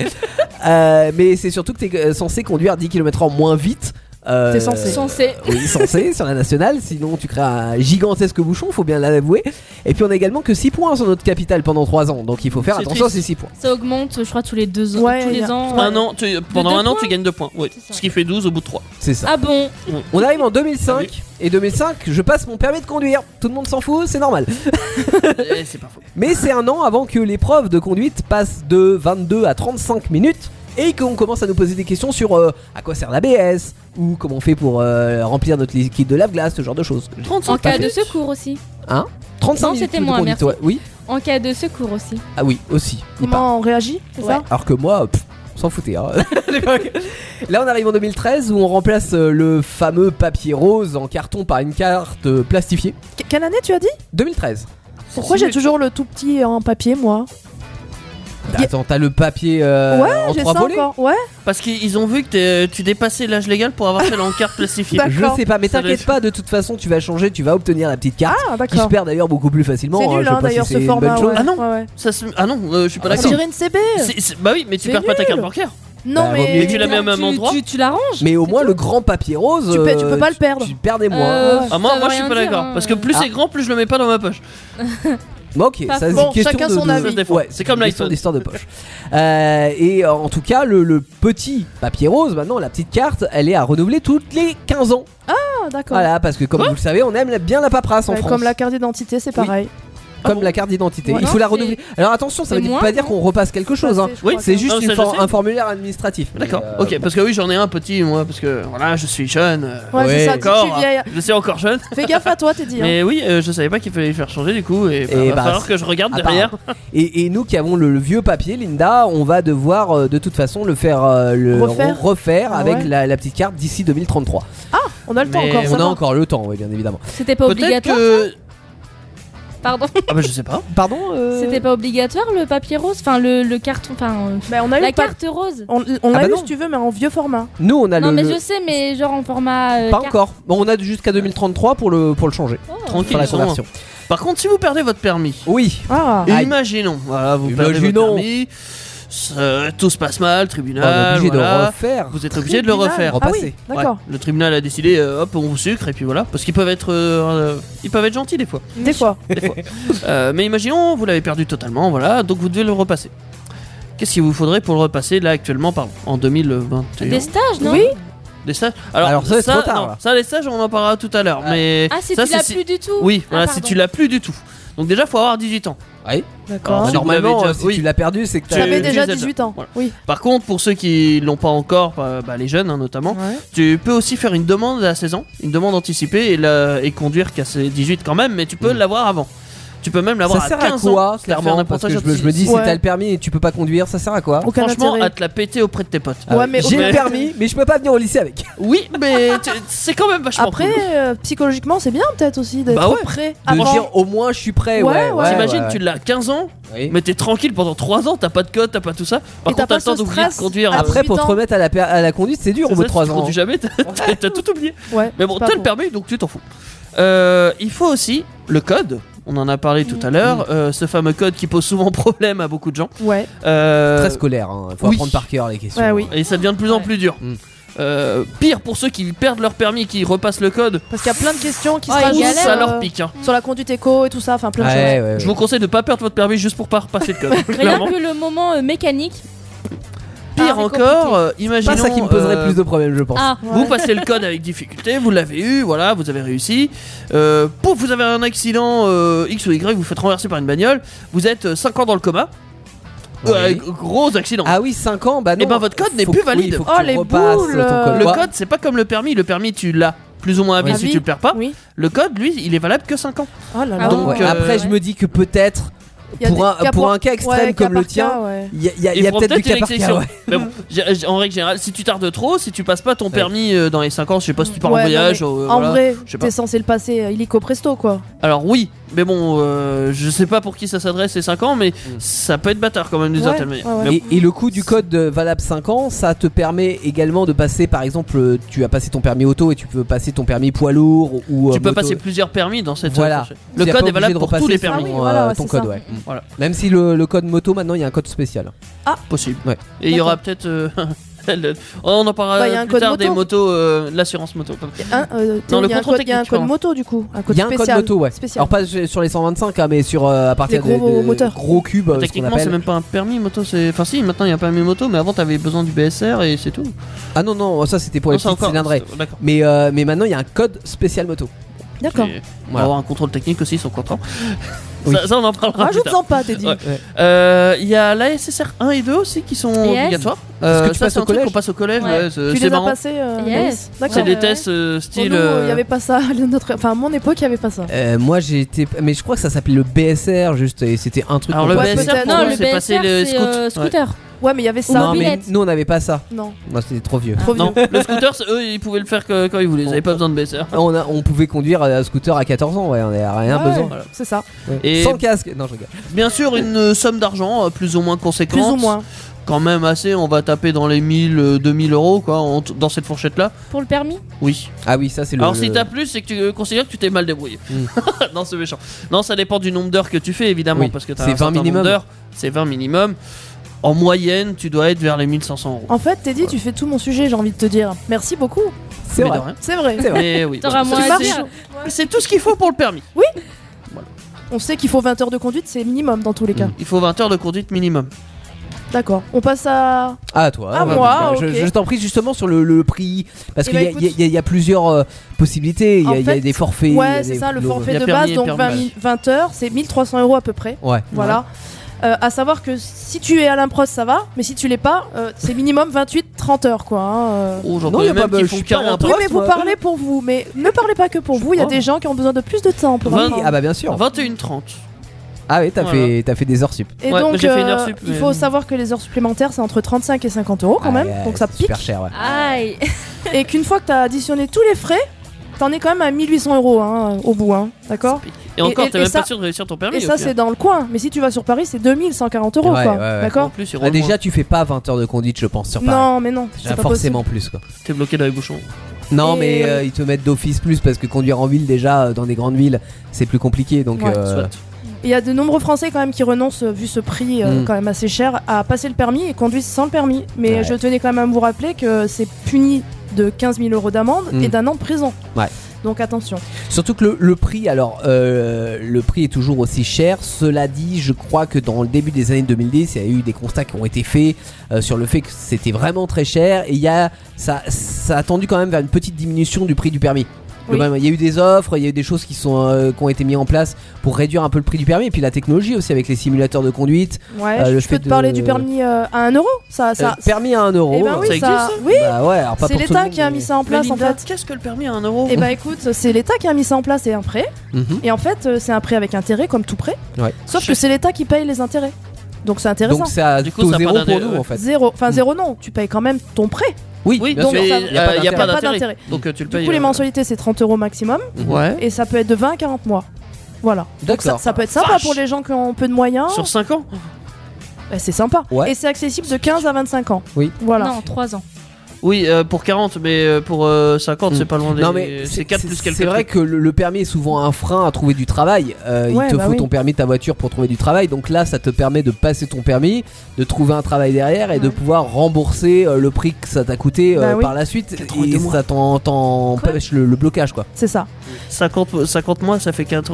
[SPEAKER 3] Euh, mais c'est surtout que t'es euh, censé conduire 10 km/h moins vite. Euh,
[SPEAKER 5] T'es censé.
[SPEAKER 6] Censé.
[SPEAKER 3] Oui, censé sur la nationale, sinon tu crées un gigantesque bouchon, faut bien l'avouer. Et puis on a également que 6 points sur notre capitale pendant 3 ans, donc il faut faire
[SPEAKER 4] C'est
[SPEAKER 3] attention à
[SPEAKER 4] triste.
[SPEAKER 3] ces 6 points.
[SPEAKER 6] Ça augmente, je crois, tous les deux ans.
[SPEAKER 5] Ouais,
[SPEAKER 6] tous
[SPEAKER 5] il y
[SPEAKER 6] les
[SPEAKER 5] a-
[SPEAKER 6] ans.
[SPEAKER 4] Un an, tu- pendant
[SPEAKER 6] deux
[SPEAKER 4] un an,
[SPEAKER 6] points
[SPEAKER 4] tu gagnes deux points. Ouais.
[SPEAKER 6] C'est ça.
[SPEAKER 4] Ce qui fait 12 au bout de 3.
[SPEAKER 3] C'est ça.
[SPEAKER 6] Ah bon
[SPEAKER 3] On arrive en
[SPEAKER 4] Salut.
[SPEAKER 3] 2005, et 2005, je passe mon permis de conduire. Tout le monde s'en fout, c'est normal.
[SPEAKER 4] Eh, c'est pas faux.
[SPEAKER 3] Mais c'est un an avant que l'épreuve de conduite passe de 22 à 35 minutes et qu'on commence à nous poser des questions sur euh, à quoi sert l'ABS ou comment on fait pour euh, remplir notre liquide de lave-glace, ce genre de choses.
[SPEAKER 6] En cas de
[SPEAKER 3] minutes.
[SPEAKER 6] secours aussi.
[SPEAKER 3] 35
[SPEAKER 6] Non,
[SPEAKER 3] minutes
[SPEAKER 6] c'était
[SPEAKER 3] de
[SPEAKER 6] moi,
[SPEAKER 3] conduite,
[SPEAKER 6] merci.
[SPEAKER 3] ouais. Oui
[SPEAKER 6] En cas de secours aussi.
[SPEAKER 3] Ah oui, aussi. ou pas.
[SPEAKER 5] Comment on réagit C'est
[SPEAKER 6] Ouais.
[SPEAKER 5] ça
[SPEAKER 3] Alors que moi, pff, on s'en foutait. hein, à l'époque. Là, on arrive en 2013 où on remplace euh, le fameux papier rose en carton par une carte euh, plastifiée.
[SPEAKER 5] Que- Quelle année tu as dit
[SPEAKER 3] 2013.
[SPEAKER 5] Pourquoi j'ai toujours le tout petit en papier, moi
[SPEAKER 3] T'as-
[SPEAKER 5] Y-
[SPEAKER 3] Bah, Attends, t'as le papier euh, en
[SPEAKER 5] Ouais, j'ai
[SPEAKER 3] trois
[SPEAKER 5] ça
[SPEAKER 3] volets
[SPEAKER 5] encore. Ouais,
[SPEAKER 4] Parce qu'ils ont vu que t'es- euh, tu dépassais l'âge légal pour avoir fait l'encarte plastifiée.
[SPEAKER 5] D'accord.
[SPEAKER 3] Je sais pas, mais
[SPEAKER 4] Ça doit
[SPEAKER 3] t'inquiète
[SPEAKER 4] être-
[SPEAKER 3] pas, de toute façon, tu vas changer, tu vas obtenir la petite carte.
[SPEAKER 5] ah
[SPEAKER 3] qui se
[SPEAKER 5] d'accord.
[SPEAKER 3] perd d'ailleurs beaucoup plus facilement.
[SPEAKER 5] C'est
[SPEAKER 3] hein, je
[SPEAKER 5] nul
[SPEAKER 3] sais
[SPEAKER 5] hein,
[SPEAKER 3] pas si
[SPEAKER 5] d'ailleurs
[SPEAKER 3] c'est
[SPEAKER 5] ce
[SPEAKER 3] une
[SPEAKER 5] format.
[SPEAKER 3] bonne chose.
[SPEAKER 5] ouais.
[SPEAKER 4] Ah non.
[SPEAKER 5] Ouais, ouais.
[SPEAKER 4] Ça se- Ah non, euh, je suis pas
[SPEAKER 5] On
[SPEAKER 4] d'accord.
[SPEAKER 5] dirait une CB.
[SPEAKER 4] C'est- c'est- Bah oui, mais tu
[SPEAKER 5] C'est
[SPEAKER 4] perds pas ta carte
[SPEAKER 5] nul.
[SPEAKER 4] bancaire.
[SPEAKER 5] Non
[SPEAKER 3] Bah, vaut
[SPEAKER 5] mais
[SPEAKER 3] mieux
[SPEAKER 4] Et tu la mets au même endroit
[SPEAKER 6] Tu, tu la ranges
[SPEAKER 3] Mais au moins le grand papier rose.
[SPEAKER 5] Tu peux- tu
[SPEAKER 3] euh,
[SPEAKER 5] peux pas le perdre.
[SPEAKER 3] Tu perdais moins.
[SPEAKER 6] Euh,
[SPEAKER 5] ouais.
[SPEAKER 4] Ah, moi,
[SPEAKER 6] ça
[SPEAKER 4] moi
[SPEAKER 6] veut
[SPEAKER 4] je suis
[SPEAKER 6] rien
[SPEAKER 4] pas
[SPEAKER 6] dire,
[SPEAKER 4] d'accord.
[SPEAKER 6] hein.
[SPEAKER 4] Parce que plus
[SPEAKER 3] Ah.
[SPEAKER 4] c'est grand, plus je le mets pas dans ma poche.
[SPEAKER 3] Bon, ok,
[SPEAKER 6] Pas
[SPEAKER 3] ça c'est
[SPEAKER 5] faux.
[SPEAKER 3] une question
[SPEAKER 5] Chacun
[SPEAKER 3] de-
[SPEAKER 5] son
[SPEAKER 3] de-
[SPEAKER 5] avis.
[SPEAKER 4] Ça se défend.
[SPEAKER 3] ouais,
[SPEAKER 4] C'est comme
[SPEAKER 3] une question
[SPEAKER 4] l'iPhone.
[SPEAKER 3] d'histoire de poche. Euh, et euh, en tout cas, le, le petit papier rose, maintenant la petite carte, elle est à renouveler toutes les 15 ans.
[SPEAKER 5] Ah, d'accord.
[SPEAKER 3] Voilà, parce que comme vous le savez, on aime la- bien la paperasse en
[SPEAKER 5] Ouais,
[SPEAKER 3] France.
[SPEAKER 5] Comme la carte d'identité, c'est pareil.
[SPEAKER 3] comme la carte d'identité.
[SPEAKER 5] Ouais.
[SPEAKER 3] Il faut
[SPEAKER 6] Non,
[SPEAKER 3] la
[SPEAKER 6] c'est-
[SPEAKER 3] renouveler. Alors attention, ça
[SPEAKER 6] c'est
[SPEAKER 3] veut
[SPEAKER 6] moins,
[SPEAKER 3] pas dire
[SPEAKER 6] non
[SPEAKER 3] qu'on repasse quelque chose. hein.
[SPEAKER 5] Passer, je
[SPEAKER 4] Oui,
[SPEAKER 5] crois,
[SPEAKER 3] C'est
[SPEAKER 5] comme-
[SPEAKER 3] juste
[SPEAKER 4] Non,
[SPEAKER 3] une
[SPEAKER 4] ça, je
[SPEAKER 3] for-
[SPEAKER 4] sais.
[SPEAKER 3] un formulaire administratif. Mais,
[SPEAKER 4] D'accord,
[SPEAKER 3] euh,
[SPEAKER 4] ok, parce que oui, j'en ai un petit, moi, parce que voilà, je suis jeune. euh,
[SPEAKER 5] Ouais,
[SPEAKER 3] Ouais.
[SPEAKER 5] c'est ça, tu
[SPEAKER 4] encore,
[SPEAKER 5] es vieille.
[SPEAKER 4] je suis encore jeune.
[SPEAKER 5] Fais gaffe à toi, t'es dit. hein.
[SPEAKER 4] Mais oui, euh, je savais pas qu'il fallait le faire changer du coup, et, bah,
[SPEAKER 3] Et
[SPEAKER 4] va
[SPEAKER 3] bah,
[SPEAKER 4] falloir que je regarde
[SPEAKER 3] à part-
[SPEAKER 4] derrière.
[SPEAKER 3] Et, et nous qui avons le, le vieux papier, Linda, on va devoir euh, de toute façon le faire euh, le
[SPEAKER 5] Refaire
[SPEAKER 3] re- refaire
[SPEAKER 5] Ah
[SPEAKER 3] avec
[SPEAKER 5] ouais.
[SPEAKER 3] la, la petite carte d'ici 2033.
[SPEAKER 5] On a le temps
[SPEAKER 4] Mais
[SPEAKER 5] encore,
[SPEAKER 4] on
[SPEAKER 5] ça
[SPEAKER 3] on a
[SPEAKER 5] va.
[SPEAKER 3] encore le temps, oui, bien évidemment.
[SPEAKER 6] C'était pas
[SPEAKER 4] Peut-être
[SPEAKER 6] obligatoire
[SPEAKER 4] que.
[SPEAKER 6] Pardon.
[SPEAKER 4] Ah bah je sais pas.
[SPEAKER 3] Pardon euh,
[SPEAKER 6] C'était pas obligatoire le papier rose Enfin, le, le carton. Enfin, euh,
[SPEAKER 5] Mais on a eu
[SPEAKER 6] la
[SPEAKER 5] pas-
[SPEAKER 6] carte rose
[SPEAKER 5] On, on
[SPEAKER 3] Ah
[SPEAKER 5] l'a
[SPEAKER 3] bah
[SPEAKER 5] eu,
[SPEAKER 3] non.
[SPEAKER 5] si tu veux, mais en vieux format.
[SPEAKER 3] Nous, on a
[SPEAKER 6] Non,
[SPEAKER 3] le.
[SPEAKER 6] mais
[SPEAKER 3] le-
[SPEAKER 6] je sais, mais genre en format. euh,
[SPEAKER 3] Pas
[SPEAKER 6] carte-
[SPEAKER 3] encore. Bon, on a jusqu'à 2033 pour le pour le changer,
[SPEAKER 6] Oh.
[SPEAKER 4] Tranquille,
[SPEAKER 3] pour la
[SPEAKER 4] ils sont loin.
[SPEAKER 3] conversion.
[SPEAKER 4] Par contre, si vous perdez votre permis,
[SPEAKER 3] Oui.
[SPEAKER 5] Ah,
[SPEAKER 3] Aïe.
[SPEAKER 4] imaginons, voilà, vous perdez votre
[SPEAKER 3] Imaginons.
[SPEAKER 4] permis, ça- tout se passe mal,
[SPEAKER 3] on est
[SPEAKER 4] tribunal,
[SPEAKER 3] obligé de
[SPEAKER 4] Ah, voilà.
[SPEAKER 3] refaire.
[SPEAKER 4] vous êtes obligé de le
[SPEAKER 5] Tribunal.
[SPEAKER 4] refaire.
[SPEAKER 5] Ah
[SPEAKER 3] Repasser.
[SPEAKER 5] oui, d'accord.
[SPEAKER 4] Ouais, le tribunal a décidé, euh, hop, on vous sucre et puis voilà, parce qu'ils peuvent être, euh, euh, ils peuvent être gentils des fois.
[SPEAKER 5] Des fois.
[SPEAKER 4] Euh, mais imaginons, vous l'avez perdu totalement, voilà, donc vous devez le repasser. Qu'est-ce qu'il vous faudrait pour le repasser là actuellement, pardon, en 2021
[SPEAKER 6] Des stages, non
[SPEAKER 5] Oui.
[SPEAKER 4] Des stages Alors,
[SPEAKER 3] Alors, ça, c'est trop tard,
[SPEAKER 4] non,
[SPEAKER 3] là.
[SPEAKER 4] ça, les stages, on en parlera tout à l'heure.
[SPEAKER 3] Ouais.
[SPEAKER 4] Mais
[SPEAKER 6] Ah, si
[SPEAKER 4] ça,
[SPEAKER 6] tu l'as
[SPEAKER 4] c'est
[SPEAKER 6] plus du tout
[SPEAKER 4] Oui,
[SPEAKER 6] Ah,
[SPEAKER 4] voilà, si
[SPEAKER 6] pardon.
[SPEAKER 4] tu l'as plus du tout. Donc déjà, faut avoir 18 ans.
[SPEAKER 5] D'accord.
[SPEAKER 4] Alors, si vous
[SPEAKER 3] Normalement,
[SPEAKER 4] l'avez déjà-
[SPEAKER 3] euh, si
[SPEAKER 4] oui.
[SPEAKER 3] tu l'as perdu, c'est que
[SPEAKER 4] Tu-
[SPEAKER 3] t'as-
[SPEAKER 5] J'avais
[SPEAKER 4] tu
[SPEAKER 5] déjà
[SPEAKER 4] les as
[SPEAKER 5] 18 ans.
[SPEAKER 4] Voilà.
[SPEAKER 5] Oui.
[SPEAKER 4] Par contre, pour ceux qui l'ont pas encore, bah, bah, les jeunes hein, notamment,
[SPEAKER 5] Ouais.
[SPEAKER 4] tu peux aussi faire une demande à 16 ans, une demande anticipée et, la, et conduire qu'à ses 18 quand même, mais tu peux
[SPEAKER 3] Mm.
[SPEAKER 4] l'avoir avant. Tu peux même l'avoir
[SPEAKER 3] Ça
[SPEAKER 4] à
[SPEAKER 3] sert
[SPEAKER 4] 15
[SPEAKER 3] à
[SPEAKER 4] ans.
[SPEAKER 3] quoi,
[SPEAKER 4] faire un
[SPEAKER 3] clairement Parce que
[SPEAKER 4] apprentissage
[SPEAKER 3] je me, je me dis,
[SPEAKER 4] anticipé.
[SPEAKER 3] si
[SPEAKER 5] Ouais.
[SPEAKER 3] t'as le permis et tu peux pas conduire, ça sert à quoi Euh,
[SPEAKER 5] Aucun
[SPEAKER 4] Franchement,
[SPEAKER 5] intérêt.
[SPEAKER 4] à te la péter auprès de tes potes. Euh,
[SPEAKER 5] Ouais, mais
[SPEAKER 3] J'ai
[SPEAKER 5] aucun-
[SPEAKER 3] le permis, mais je peux pas venir au lycée avec.
[SPEAKER 4] Oui, mais tu- c'est quand même vachement
[SPEAKER 5] Après,
[SPEAKER 4] cool.
[SPEAKER 5] euh, psychologiquement, c'est bien peut-être aussi d'être
[SPEAKER 4] Bah ouais.
[SPEAKER 5] prêt
[SPEAKER 3] De
[SPEAKER 5] avant.
[SPEAKER 3] dire, au moins, je suis prêt.
[SPEAKER 5] Ah,
[SPEAKER 3] Ouais,
[SPEAKER 5] Ouais, ouais.
[SPEAKER 4] T'imagines, tu l'as à 15 ans,
[SPEAKER 3] Oui.
[SPEAKER 4] mais t'es tranquille pendant 3 ans, t'as pas de code, t'as pas tout ça. Par
[SPEAKER 5] Et t'as
[SPEAKER 4] contre, t'as
[SPEAKER 5] pas
[SPEAKER 4] le temps
[SPEAKER 5] ce
[SPEAKER 4] d'oublier de
[SPEAKER 5] stress
[SPEAKER 4] conduire.
[SPEAKER 5] à
[SPEAKER 4] euh,
[SPEAKER 3] Après, pour te
[SPEAKER 5] ans.
[SPEAKER 3] remettre à la, per- à la conduite, c'est dur au
[SPEAKER 4] C'est
[SPEAKER 3] bout
[SPEAKER 4] ça,
[SPEAKER 3] de 3
[SPEAKER 4] tu
[SPEAKER 3] ans.
[SPEAKER 4] conduis jamais, t'as t'as- t'as tout oublié.
[SPEAKER 5] Ouais,
[SPEAKER 4] Mais bon,
[SPEAKER 5] c'est pas
[SPEAKER 4] t'as le
[SPEAKER 5] bon.
[SPEAKER 4] permis, donc tu t'en fous. Euh, il faut aussi le code. On en a parlé tout à l'heure, euh, ce fameux code qui pose souvent problème à beaucoup de gens.
[SPEAKER 5] Ouais.
[SPEAKER 4] Euh,
[SPEAKER 3] Très scolaire, hein. faut
[SPEAKER 4] oui.
[SPEAKER 3] apprendre par cœur les questions. hein.
[SPEAKER 5] Ouais, oui.
[SPEAKER 4] et ça devient de plus en
[SPEAKER 5] Ouais.
[SPEAKER 4] plus dur.
[SPEAKER 3] Mm.
[SPEAKER 4] Euh, pire pour ceux qui perdent leur permis et qui repassent le code,
[SPEAKER 5] Parce qu'il y a plein de questions qui
[SPEAKER 6] Oh,
[SPEAKER 5] se
[SPEAKER 6] il
[SPEAKER 5] rajoutent
[SPEAKER 6] galère.
[SPEAKER 4] ça
[SPEAKER 5] euh,
[SPEAKER 4] leur pique. hein.
[SPEAKER 5] sur la conduite éco et tout ça, enfin plein de
[SPEAKER 3] Ouais,
[SPEAKER 5] choses.
[SPEAKER 3] ouais, ouais.
[SPEAKER 4] Je vous conseille de pas perdre votre permis juste pour pas repasser le code.
[SPEAKER 6] Rien
[SPEAKER 4] clairement.
[SPEAKER 6] que le moment euh, mécanique.
[SPEAKER 4] Pire
[SPEAKER 6] Ah, c'est
[SPEAKER 4] encore,
[SPEAKER 6] compliqué.
[SPEAKER 4] euh, imaginons.
[SPEAKER 3] Pas ça qui me poserait
[SPEAKER 4] euh,
[SPEAKER 3] plus de problèmes, je pense.
[SPEAKER 6] Ah,
[SPEAKER 5] Ouais.
[SPEAKER 4] Vous passez le code avec difficulté, vous l'avez eu, voilà, vous avez réussi. Euh, pouf, vous avez un accident euh, X ou Y, vous faites renverser par une bagnole, vous êtes 5 ans dans le coma.
[SPEAKER 3] Oui.
[SPEAKER 4] Ouais, gros accident.
[SPEAKER 3] Ah oui, 5 ans, bah non.
[SPEAKER 4] Eh ben, votre code n'est
[SPEAKER 3] Faut
[SPEAKER 4] plus
[SPEAKER 3] que- oui,
[SPEAKER 4] valide.
[SPEAKER 3] faut que
[SPEAKER 5] Oh,
[SPEAKER 3] tu
[SPEAKER 5] les
[SPEAKER 3] repasses
[SPEAKER 5] boules.
[SPEAKER 3] ton code.
[SPEAKER 4] euh,
[SPEAKER 3] Bah,
[SPEAKER 4] le
[SPEAKER 3] Ouais.
[SPEAKER 4] code, c'est pas comme le permis. Le permis, tu l'as plus ou moins à vie
[SPEAKER 5] Ah Oui.
[SPEAKER 4] si
[SPEAKER 5] À
[SPEAKER 4] tu
[SPEAKER 5] vie.
[SPEAKER 4] le perds pas.
[SPEAKER 5] Oui.
[SPEAKER 4] Le code, lui, il est valable que 5 ans.
[SPEAKER 5] Oh là là.
[SPEAKER 6] Ah
[SPEAKER 4] Donc,
[SPEAKER 3] Ouais.
[SPEAKER 4] euh,
[SPEAKER 3] Après, je me dis que peut-être,
[SPEAKER 5] Il y a
[SPEAKER 3] pour
[SPEAKER 5] des
[SPEAKER 3] un-
[SPEAKER 5] cas
[SPEAKER 3] pour
[SPEAKER 5] par-
[SPEAKER 3] un cas extrême
[SPEAKER 5] ouais,
[SPEAKER 3] comme
[SPEAKER 5] cas
[SPEAKER 3] le
[SPEAKER 5] par
[SPEAKER 3] tien,
[SPEAKER 5] cas, ouais.
[SPEAKER 3] il y a, il y a- il
[SPEAKER 4] Il
[SPEAKER 3] y a
[SPEAKER 4] prend
[SPEAKER 3] peut-être du cas
[SPEAKER 4] une
[SPEAKER 3] par cas.
[SPEAKER 4] exception.
[SPEAKER 3] ouais.
[SPEAKER 4] Mais bon, j'ai- en règle générale, si tu tardes trop, si tu passes pas ton permis euh, dans les 5 ans, je sais pas si tu pars
[SPEAKER 5] Ouais,
[SPEAKER 4] en
[SPEAKER 5] non,
[SPEAKER 4] voyage.
[SPEAKER 5] mais
[SPEAKER 4] euh,
[SPEAKER 5] en
[SPEAKER 4] voilà.
[SPEAKER 5] vrai,
[SPEAKER 4] je sais pas.
[SPEAKER 5] t'es censé le passer euh, illico presto quoi.
[SPEAKER 4] Alors oui, mais bon, euh, je sais pas pour qui ça s'adresse les 5 ans, mais ça peut être bâtard quand même d'une
[SPEAKER 5] Ouais,
[SPEAKER 4] certaine manière.
[SPEAKER 5] ouais, ouais.
[SPEAKER 4] Mais bon,
[SPEAKER 3] Et, et le coût du code euh, valable 5 ans, ça te permet également de passer, par exemple, euh, tu as passé ton permis auto et tu peux passer ton permis poids lourd ou. euh,
[SPEAKER 4] tu peux
[SPEAKER 3] moto.
[SPEAKER 4] passer plusieurs permis dans cette.
[SPEAKER 3] Voilà.
[SPEAKER 4] Le
[SPEAKER 3] Tu n'es pas
[SPEAKER 4] code est
[SPEAKER 3] obligé
[SPEAKER 4] valable
[SPEAKER 3] de
[SPEAKER 4] pour
[SPEAKER 3] repasser
[SPEAKER 4] tous les
[SPEAKER 3] ton,
[SPEAKER 5] Ah
[SPEAKER 4] permis.
[SPEAKER 5] oui, voilà,
[SPEAKER 3] euh,
[SPEAKER 5] ouais,
[SPEAKER 3] ton
[SPEAKER 5] c'est
[SPEAKER 3] code,
[SPEAKER 5] ça.
[SPEAKER 3] ouais.
[SPEAKER 4] Mm. Voilà.
[SPEAKER 3] Même si le, le code moto, maintenant, il y a un code spécial.
[SPEAKER 4] Possible.
[SPEAKER 3] Ouais.
[SPEAKER 4] Et il y aura peut-être. euh, le- On en parlera
[SPEAKER 5] Bah, il y a un
[SPEAKER 4] plus
[SPEAKER 5] code
[SPEAKER 4] tard des
[SPEAKER 5] moto.
[SPEAKER 4] motos, euh, l'assurance moto. pardon.
[SPEAKER 5] Hein, euh, Théo,
[SPEAKER 4] le
[SPEAKER 5] il y a un
[SPEAKER 4] contrôle
[SPEAKER 5] code- il y a un
[SPEAKER 4] technique, je
[SPEAKER 5] code
[SPEAKER 4] crois.
[SPEAKER 5] moto du coup, un code
[SPEAKER 3] Il y a un
[SPEAKER 5] spécial.
[SPEAKER 3] code moto, ouais.
[SPEAKER 5] Spécial.
[SPEAKER 3] Alors pas sur sur les 125, hein, mais sur euh, à partir
[SPEAKER 5] Les gros
[SPEAKER 3] de, de
[SPEAKER 5] moteurs.
[SPEAKER 3] gros cubes, euh, ce qu'on
[SPEAKER 4] Techniquement, c'est
[SPEAKER 3] appelle.
[SPEAKER 4] même pas un permis moto. c'est Enfin, si, maintenant il y a un permis moto, mais avant t'avais besoin du BSR et c'est tout.
[SPEAKER 3] Ah non non, ça c'était pour
[SPEAKER 4] Non,
[SPEAKER 3] les
[SPEAKER 4] c'est
[SPEAKER 3] petites
[SPEAKER 4] encore-
[SPEAKER 3] cylindrées.
[SPEAKER 4] c'est- D'accord.
[SPEAKER 3] Mais euh, mais maintenant il y a un code spécial moto.
[SPEAKER 5] D'accord.
[SPEAKER 4] Et On va
[SPEAKER 3] Voilà.
[SPEAKER 4] avoir un contrôle technique aussi, ils sont contents.
[SPEAKER 3] Oui.
[SPEAKER 4] ça, ça, on en parlera plus tard.
[SPEAKER 5] Rajoute-en pas, t'es dit.
[SPEAKER 4] hein. Ouais. Euh, Il y a la SSR 1 et 2 aussi qui sont
[SPEAKER 6] Yes.
[SPEAKER 4] obligatoires.
[SPEAKER 3] que
[SPEAKER 4] Euh,
[SPEAKER 3] tu
[SPEAKER 4] ça,
[SPEAKER 3] passes
[SPEAKER 4] c'est
[SPEAKER 3] au
[SPEAKER 4] un truc
[SPEAKER 3] collège
[SPEAKER 4] qu'on passe au collège.
[SPEAKER 6] Ouais.
[SPEAKER 4] ouais, c'est
[SPEAKER 5] Tu
[SPEAKER 4] c'est
[SPEAKER 5] les as
[SPEAKER 4] marrant.
[SPEAKER 5] passés euh,
[SPEAKER 6] Yes.
[SPEAKER 5] Anaïs
[SPEAKER 4] C'est
[SPEAKER 5] D'accord.
[SPEAKER 6] Ouais.
[SPEAKER 4] des tests euh,
[SPEAKER 5] Pour
[SPEAKER 4] style.
[SPEAKER 5] nous, euh, il
[SPEAKER 4] euh,
[SPEAKER 5] y avait pas ça, le- notre... enfin à mon époque, il y avait pas ça.
[SPEAKER 3] Euh, moi j'ai été mais je crois que ça s'appelait le BSR juste et c'était un truc
[SPEAKER 4] Alors
[SPEAKER 3] qu'on
[SPEAKER 4] le
[SPEAKER 5] Ouais,
[SPEAKER 3] passait.
[SPEAKER 5] peut-être.
[SPEAKER 4] BSR, pour
[SPEAKER 5] Non,
[SPEAKER 4] nous,
[SPEAKER 5] le
[SPEAKER 4] c'est passé le
[SPEAKER 6] BSR, c'est,
[SPEAKER 4] scout.
[SPEAKER 6] euh,
[SPEAKER 4] Ouais.
[SPEAKER 6] scooter.
[SPEAKER 5] Ouais, mais il y avait
[SPEAKER 6] Ou
[SPEAKER 5] ça.
[SPEAKER 3] non mais Ah.
[SPEAKER 6] mobilette.
[SPEAKER 3] nous on n'avait pas ça.
[SPEAKER 5] Non,
[SPEAKER 3] Moi c'était trop vieux.
[SPEAKER 5] trop vieux.
[SPEAKER 4] Non, le scooter, c'est- eux, ils pouvaient le faire que- quand ils voulaient. Ils avaient pas besoin de BSR.
[SPEAKER 3] On, a- on pouvait conduire euh, un scooter à 14 ans, ouais, on n'a rien
[SPEAKER 5] Ouais,
[SPEAKER 3] besoin.
[SPEAKER 4] voilà.
[SPEAKER 5] C'est ça,
[SPEAKER 3] Ouais.
[SPEAKER 4] Et-
[SPEAKER 3] Sans casque. Non, je rigole.
[SPEAKER 4] Bien sûr, une euh, somme d'argent euh, plus ou moins conséquente.
[SPEAKER 5] plus ou moins.
[SPEAKER 4] Quand même assez, on va taper dans les 1000, euh, 2000 euros, quoi, en t- dans cette fourchette-là.
[SPEAKER 6] Pour le permis
[SPEAKER 4] Oui.
[SPEAKER 3] Ah oui, ça c'est le
[SPEAKER 4] Alors
[SPEAKER 3] le-
[SPEAKER 4] si t'as plus, c'est que tu euh, considères que tu t'es mal débrouillé.
[SPEAKER 3] Mm.
[SPEAKER 4] non, c'est méchant. Non, ça dépend du nombre d'heures que tu fais, évidemment,
[SPEAKER 3] Oui,
[SPEAKER 4] parce que t'as
[SPEAKER 3] c'est
[SPEAKER 4] un certain
[SPEAKER 3] 20 minimum.
[SPEAKER 4] nombre d'heures. C'est 20 minimum. En moyenne, tu dois être vers les 1500 euros.
[SPEAKER 5] En fait, Teddy, tu fais tout mon sujet, j'ai envie de te dire. Merci beaucoup.
[SPEAKER 3] c'est
[SPEAKER 4] Mais de
[SPEAKER 3] vrai.
[SPEAKER 4] rien.
[SPEAKER 5] C'est vrai.
[SPEAKER 3] C'est vrai.
[SPEAKER 4] Mais oui.
[SPEAKER 6] T'auras
[SPEAKER 4] voilà.
[SPEAKER 6] moins à
[SPEAKER 4] C'est-
[SPEAKER 6] dire.
[SPEAKER 4] C'est tout ce qu'il faut pour le permis.
[SPEAKER 5] On sait qu'il faut 20 heures de conduite, c'est minimum dans tous les cas.
[SPEAKER 4] Il faut 20 heures de conduite minimum.
[SPEAKER 5] D'accord. On passe à.
[SPEAKER 3] Ah toi.
[SPEAKER 5] Ah,
[SPEAKER 3] ouais,
[SPEAKER 5] moi,
[SPEAKER 3] je-
[SPEAKER 5] ok.
[SPEAKER 3] Je, je t'en prie justement sur le, le prix parce
[SPEAKER 5] Eh
[SPEAKER 3] qu'il
[SPEAKER 5] ben,
[SPEAKER 3] y a-
[SPEAKER 5] écoute.
[SPEAKER 3] il y, a- il y a- il y a plusieurs euh, possibilités. Il y, a-
[SPEAKER 5] En
[SPEAKER 3] il y a
[SPEAKER 5] fait,
[SPEAKER 3] des forfaits. il y a
[SPEAKER 5] ouais,
[SPEAKER 3] des-
[SPEAKER 5] c'est ça, le
[SPEAKER 3] des-
[SPEAKER 5] forfait
[SPEAKER 4] Il y a
[SPEAKER 5] de
[SPEAKER 4] permis
[SPEAKER 5] base,
[SPEAKER 4] et
[SPEAKER 5] donc
[SPEAKER 4] permis.
[SPEAKER 5] 20, 000 20 heures, c'est 1300 euros à peu près.
[SPEAKER 3] Ouais.
[SPEAKER 5] Voilà. Euh, à savoir que si tu es à l'impros, ça va, mais si tu l'es pas, euh, c'est minimum 28-30 heures quoi. hein, euh.
[SPEAKER 4] Oh, j'en
[SPEAKER 3] Non, y
[SPEAKER 4] connais
[SPEAKER 3] a
[SPEAKER 4] même
[SPEAKER 3] pas-
[SPEAKER 4] qui
[SPEAKER 3] je
[SPEAKER 4] font
[SPEAKER 3] suis pas
[SPEAKER 4] 40
[SPEAKER 3] là
[SPEAKER 5] Oui,
[SPEAKER 3] Toi,
[SPEAKER 5] mais
[SPEAKER 3] toi,
[SPEAKER 5] vous parlez pour vous, mais ne parlez pas que pour vous, il y a
[SPEAKER 3] crois.
[SPEAKER 5] des gens qui ont besoin de plus de temps pour
[SPEAKER 4] Oui,
[SPEAKER 3] Oui,
[SPEAKER 5] apprendre.
[SPEAKER 3] Ah bah bien sûr.
[SPEAKER 4] 21h30.
[SPEAKER 3] Ah oui, t'as
[SPEAKER 4] Voilà.
[SPEAKER 3] fait t'as fait des heures sup.
[SPEAKER 5] Et
[SPEAKER 4] Ouais,
[SPEAKER 5] donc,
[SPEAKER 4] mais j'ai fait une heure
[SPEAKER 5] euh,
[SPEAKER 4] sup,
[SPEAKER 5] il
[SPEAKER 4] mais-
[SPEAKER 5] faut savoir que les heures supplémentaires, c'est entre 35 et 50 euros quand même,
[SPEAKER 3] Ah,
[SPEAKER 5] donc
[SPEAKER 3] c'est
[SPEAKER 5] ça pique.
[SPEAKER 3] Super cher. Ouais.
[SPEAKER 6] Aïe
[SPEAKER 5] Et qu'une fois que t'as additionné tous les frais, t'en es quand même à 1800 euros hein, au bout, hein, d'accord
[SPEAKER 4] Et encore,
[SPEAKER 5] et-
[SPEAKER 4] t'es
[SPEAKER 5] et
[SPEAKER 4] même
[SPEAKER 5] ça-
[SPEAKER 4] pas sûr de réussir ton
[SPEAKER 3] Ah,
[SPEAKER 4] permis.
[SPEAKER 5] Et
[SPEAKER 4] au
[SPEAKER 5] ça,
[SPEAKER 4] final.
[SPEAKER 5] c'est dans le coin, mais si tu vas sur Paris, c'est 2140 euros
[SPEAKER 3] hein. Ouais,
[SPEAKER 5] quoi,
[SPEAKER 3] ouais, ouais.
[SPEAKER 4] En
[SPEAKER 5] d'accord
[SPEAKER 4] plus, il
[SPEAKER 3] Ah,
[SPEAKER 4] roule
[SPEAKER 3] déjà tu fais pas 20 heures de conduite je pense sur Paris.
[SPEAKER 5] Non, mais non,
[SPEAKER 3] Ah,
[SPEAKER 5] c'est pas possible.
[SPEAKER 3] forcément plus quoi.
[SPEAKER 4] moins. T'es bloqué dans les bouchons.
[SPEAKER 3] Non
[SPEAKER 5] Et-
[SPEAKER 3] mais euh, ils te mettent d'office plus parce que conduire en ville déjà euh, dans des grandes villes c'est plus compliqué donc.
[SPEAKER 5] Ouais,
[SPEAKER 3] euh,
[SPEAKER 4] Soit.
[SPEAKER 5] Il y a de nombreux Français quand même qui renoncent, euh, vu ce prix euh,
[SPEAKER 3] Mm.
[SPEAKER 5] quand même assez cher, à passer le permis et conduisent sans le permis. Mais
[SPEAKER 3] Ouais.
[SPEAKER 5] je tenais quand même à vous rappeler que c'est puni de 15 000 euros d'amende
[SPEAKER 3] Mm.
[SPEAKER 5] et d'un an de prison.
[SPEAKER 3] Ouais.
[SPEAKER 5] Donc attention.
[SPEAKER 3] Surtout que le, le prix, alors euh, le prix est toujours aussi cher. Cela dit, je crois que dans le début des années 2010, il y a eu des constats qui ont été faits euh, sur le fait que c'était vraiment très cher. Et il y a ça, ça a tendu quand même vers une petite diminution du prix du permis.
[SPEAKER 5] Oui.
[SPEAKER 3] Globalement, Il y a eu des offres, il y a eu des choses qui sont euh, qui ont été mises en place pour réduire un peu le prix du permis. Et puis la technologie aussi avec les simulateurs de conduite.
[SPEAKER 5] Ouais,
[SPEAKER 3] Euh,
[SPEAKER 5] je-
[SPEAKER 3] le
[SPEAKER 5] je peux
[SPEAKER 3] fait
[SPEAKER 5] te parler
[SPEAKER 3] de-
[SPEAKER 5] du permis euh, à 1 euro Ça,
[SPEAKER 3] Euh,
[SPEAKER 5] ça.
[SPEAKER 3] permis à 1 euro.
[SPEAKER 5] Eh ben oui,
[SPEAKER 4] Ça existe, ça
[SPEAKER 5] oui,
[SPEAKER 3] Bah ouais, alors pas
[SPEAKER 5] c'est
[SPEAKER 3] pour tout le
[SPEAKER 5] l'État
[SPEAKER 3] monde,
[SPEAKER 5] qui a
[SPEAKER 3] mais-
[SPEAKER 5] mis ça en place en
[SPEAKER 4] Melinda,
[SPEAKER 5] fait.
[SPEAKER 4] qu'est-ce que le permis à 1€ euro
[SPEAKER 5] Et bah écoute, c'est l'État qui a mis ça en place, c'est un prêt.
[SPEAKER 3] Mhm.
[SPEAKER 5] Et en fait, euh, c'est un prêt avec intérêt, comme tout prêt.
[SPEAKER 3] Ouais.
[SPEAKER 5] Sauf que c'est l'État qui paye les intérêts. Donc c'est intéressant.
[SPEAKER 3] Donc c'est à
[SPEAKER 4] Du coup,
[SPEAKER 3] taux
[SPEAKER 4] ça a pas
[SPEAKER 3] zéro pour
[SPEAKER 4] d'intérêt,
[SPEAKER 3] nous
[SPEAKER 4] ouais.
[SPEAKER 3] en fait.
[SPEAKER 5] Zéro, enfin
[SPEAKER 3] Mm.
[SPEAKER 5] zéro non, tu payes quand même ton prêt.
[SPEAKER 3] Oui,
[SPEAKER 4] Oui,
[SPEAKER 3] bien
[SPEAKER 5] donc
[SPEAKER 3] sûr.
[SPEAKER 5] ça-
[SPEAKER 4] il
[SPEAKER 3] y a pas
[SPEAKER 4] n'y a pas
[SPEAKER 5] d'intérêt.
[SPEAKER 4] d'intérêt. Donc euh, tu le
[SPEAKER 5] Du
[SPEAKER 4] payes.
[SPEAKER 5] coup, les
[SPEAKER 4] euh,
[SPEAKER 5] mensualités, c'est 30 euros maximum.
[SPEAKER 4] Ouais.
[SPEAKER 5] Et ça peut être de 20 à 40 mois. Voilà. Donc ça,
[SPEAKER 3] D'accord.
[SPEAKER 5] ça peut être sympa
[SPEAKER 4] Vache.
[SPEAKER 5] pour les gens qui ont peu de moyens.
[SPEAKER 4] Sur 5 ans
[SPEAKER 5] Eh, c'est sympa.
[SPEAKER 3] Ouais.
[SPEAKER 5] Et c'est accessible de 15 à 25 ans.
[SPEAKER 3] Oui.
[SPEAKER 5] Voilà.
[SPEAKER 6] Non, 3 ans.
[SPEAKER 4] Oui, euh, pour 40, mais euh, pour euh, 50,
[SPEAKER 3] Mm.
[SPEAKER 4] c'est pas loin des.
[SPEAKER 3] Non mais
[SPEAKER 4] c'est 4 plus quelques
[SPEAKER 3] C'est vrai
[SPEAKER 4] trucs.
[SPEAKER 3] que le, le permis est souvent un frein à trouver du travail. Euh,
[SPEAKER 5] Ouais,
[SPEAKER 3] il te
[SPEAKER 5] bah
[SPEAKER 3] faut
[SPEAKER 5] oui.
[SPEAKER 3] ton permis de ta voiture pour trouver du travail. Donc là, ça te permet de passer ton permis, de trouver un travail derrière et de
[SPEAKER 5] Ouais.
[SPEAKER 3] pouvoir rembourser euh, le prix que ça t'a coûté euh,
[SPEAKER 5] Bah oui.
[SPEAKER 3] par la suite.
[SPEAKER 4] 82
[SPEAKER 3] Et
[SPEAKER 4] mois.
[SPEAKER 3] ça t'en- t'empêche le, le blocage quoi.
[SPEAKER 5] C'est ça.
[SPEAKER 4] 50, 50 mois, ça fait 4,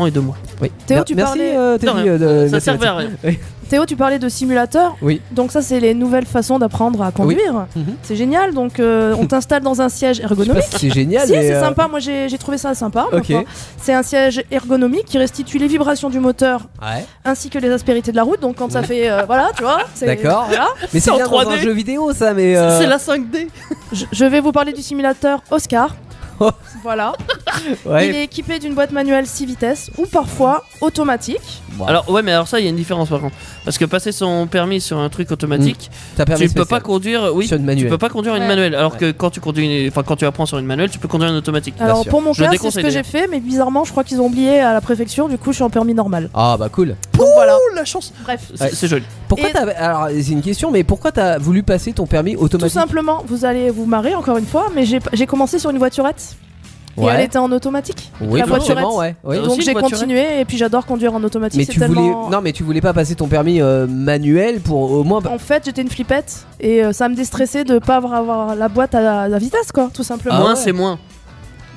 [SPEAKER 4] ans et 2 mois.
[SPEAKER 3] Oui.
[SPEAKER 5] Théo,
[SPEAKER 3] Mer-
[SPEAKER 5] tu
[SPEAKER 3] merci,
[SPEAKER 5] parlais-
[SPEAKER 3] euh, Teddy,
[SPEAKER 4] De rien.
[SPEAKER 3] euh, de-
[SPEAKER 4] Ça
[SPEAKER 3] merci,
[SPEAKER 4] servait à
[SPEAKER 3] merci.
[SPEAKER 4] rien.
[SPEAKER 5] Théo, tu parlais de simulateurs.
[SPEAKER 3] Oui.
[SPEAKER 5] Donc ça, c'est les nouvelles façons d'apprendre à conduire.
[SPEAKER 3] Mhm.
[SPEAKER 5] C'est génial. Donc euh, on t'installe dans un siège
[SPEAKER 3] Je sais pas
[SPEAKER 5] ergonomique.
[SPEAKER 3] si C'est génial.
[SPEAKER 5] Si,
[SPEAKER 3] mais,
[SPEAKER 5] c'est
[SPEAKER 3] euh,
[SPEAKER 5] sympa. Moi, j'ai j'ai trouvé ça sympa.
[SPEAKER 3] Ok.
[SPEAKER 5] Enfin, C'est un siège ergonomique qui restitue les vibrations du moteur
[SPEAKER 3] ouais.
[SPEAKER 5] ainsi que les aspérités de la route. Donc quand ça
[SPEAKER 3] Ouais.
[SPEAKER 5] fait, euh, voilà, tu vois. c'est-
[SPEAKER 3] D'accord.
[SPEAKER 5] Voilà.
[SPEAKER 3] Mais c'est
[SPEAKER 4] en
[SPEAKER 3] bien dans un
[SPEAKER 4] 3D.
[SPEAKER 3] jeu vidéo ça. Mais euh,
[SPEAKER 4] C'est la 5D
[SPEAKER 5] Je, je vais vous parler du simulateur Oscar. voilà.
[SPEAKER 3] Oh. ouais.
[SPEAKER 5] Il est équipé d'une boîte manuelle 6 vitesses ou parfois automatique.
[SPEAKER 3] Bon,
[SPEAKER 4] Alors, ouais, mais alors ça, il y a une différence par contre. Parce que passer son permis sur un truc automatique,
[SPEAKER 3] t'as Mm. permis
[SPEAKER 4] tu peux
[SPEAKER 3] spécial.
[SPEAKER 4] pas conduire. Oui,
[SPEAKER 3] Sur une
[SPEAKER 4] tu
[SPEAKER 3] manuelle.
[SPEAKER 4] peux pas conduire une
[SPEAKER 6] Ouais.
[SPEAKER 4] manuelle. Alors
[SPEAKER 3] Ouais.
[SPEAKER 4] que quand tu conduis, une- enfin quand tu apprends sur une manuelle, tu peux conduire une automatique.
[SPEAKER 3] Bien
[SPEAKER 5] Alors
[SPEAKER 3] sûr.
[SPEAKER 5] pour mon
[SPEAKER 4] Je
[SPEAKER 5] cas, c'est ce
[SPEAKER 4] déconseille
[SPEAKER 5] que j'ai fait, mais bizarrement, je crois qu'ils ont oublié à la préfecture. Du coup, je suis en permis normal.
[SPEAKER 3] Ah bah cool.
[SPEAKER 5] Donc voilà.
[SPEAKER 4] Oh, la chance
[SPEAKER 5] Bref.
[SPEAKER 4] C'est c'est joli.
[SPEAKER 3] Pourquoi
[SPEAKER 5] Et-
[SPEAKER 3] t'as alors c'est une question mais pourquoi t'as voulu passer ton permis
[SPEAKER 5] Tout
[SPEAKER 3] automatique
[SPEAKER 5] simplement, vous allez vous marrer encore une fois, mais j'ai j'ai commencé sur une voiturette et elle était en automatique.
[SPEAKER 3] Oui,
[SPEAKER 5] la voiturette.
[SPEAKER 3] forcément, ouais. oui.
[SPEAKER 4] T'as
[SPEAKER 5] Donc
[SPEAKER 4] aussi
[SPEAKER 5] j'ai
[SPEAKER 4] une voiturette
[SPEAKER 5] continué et puis j'adore conduire en automatique.
[SPEAKER 3] Mais
[SPEAKER 5] c'est
[SPEAKER 3] tu voulais
[SPEAKER 5] tellement...
[SPEAKER 3] non bah- mais tu voulais pas passer ton permis euh, manuel pour au moins
[SPEAKER 5] En fait, j'étais une flippette et euh, ça me déstressait de pas avoir- avoir la boîte à la vitesse, quoi, tout simplement.
[SPEAKER 3] Ah
[SPEAKER 4] moins,
[SPEAKER 3] ouais.
[SPEAKER 4] c'est moins.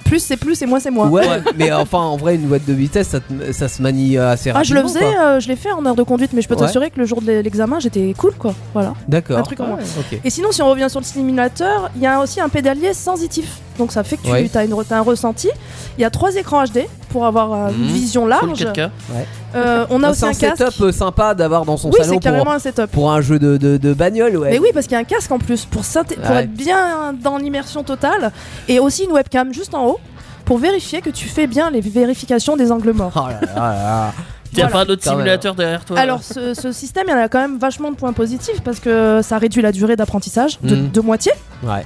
[SPEAKER 5] Plus c'est plus et moins c'est moins.
[SPEAKER 3] ouais, mais enfin en vrai une boîte de vitesse ça, te- ça se manie euh, assez
[SPEAKER 5] Ah, je
[SPEAKER 3] rapidement.
[SPEAKER 5] le faisais, euh, je l'ai fait en heure de conduite, mais je peux
[SPEAKER 3] Ouais.
[SPEAKER 5] t'assurer que le jour de l'e- l'examen, j'étais cool, quoi. Voilà.
[SPEAKER 3] quoi. D'accord. Ah
[SPEAKER 5] un truc en moins.
[SPEAKER 3] OK.
[SPEAKER 5] Et sinon, si on revient sur le simulateur, il y a aussi un pédalier sensitif. Donc ça fait que tu
[SPEAKER 3] Ouais.
[SPEAKER 5] as, une, re- t'as un ressenti. Il y a trois écrans HD pour avoir euh, une
[SPEAKER 3] Mhm.
[SPEAKER 5] vision
[SPEAKER 4] Full
[SPEAKER 5] large.
[SPEAKER 4] 4K.
[SPEAKER 5] Euh, on a
[SPEAKER 3] Ah,
[SPEAKER 5] aussi
[SPEAKER 3] c'est un
[SPEAKER 5] un casque.
[SPEAKER 3] setup euh, sympa d'avoir dans son
[SPEAKER 5] oui,
[SPEAKER 3] salon
[SPEAKER 5] c'est carrément
[SPEAKER 3] pour
[SPEAKER 5] un setup.
[SPEAKER 3] pour un jeu de, de, de bagnole ouais.
[SPEAKER 5] Mais oui, parce qu'il y a un casque en plus pour, synthé- pour
[SPEAKER 3] Ouais.
[SPEAKER 5] être bien dans l'immersion totale. Et aussi une webcam juste en haut pour vérifier que tu fais bien les vérifications des angles morts.
[SPEAKER 3] Oh là là là là.
[SPEAKER 4] T'as
[SPEAKER 3] Voilà.
[SPEAKER 4] pas d'autres
[SPEAKER 3] Quand même.
[SPEAKER 4] simulateurs derrière toi
[SPEAKER 5] Alors ce, ce système, il y en a quand même vachement de points positifs parce que ça réduit la durée d'apprentissage de,
[SPEAKER 3] Mhm.
[SPEAKER 5] de moitié,
[SPEAKER 3] Ouais,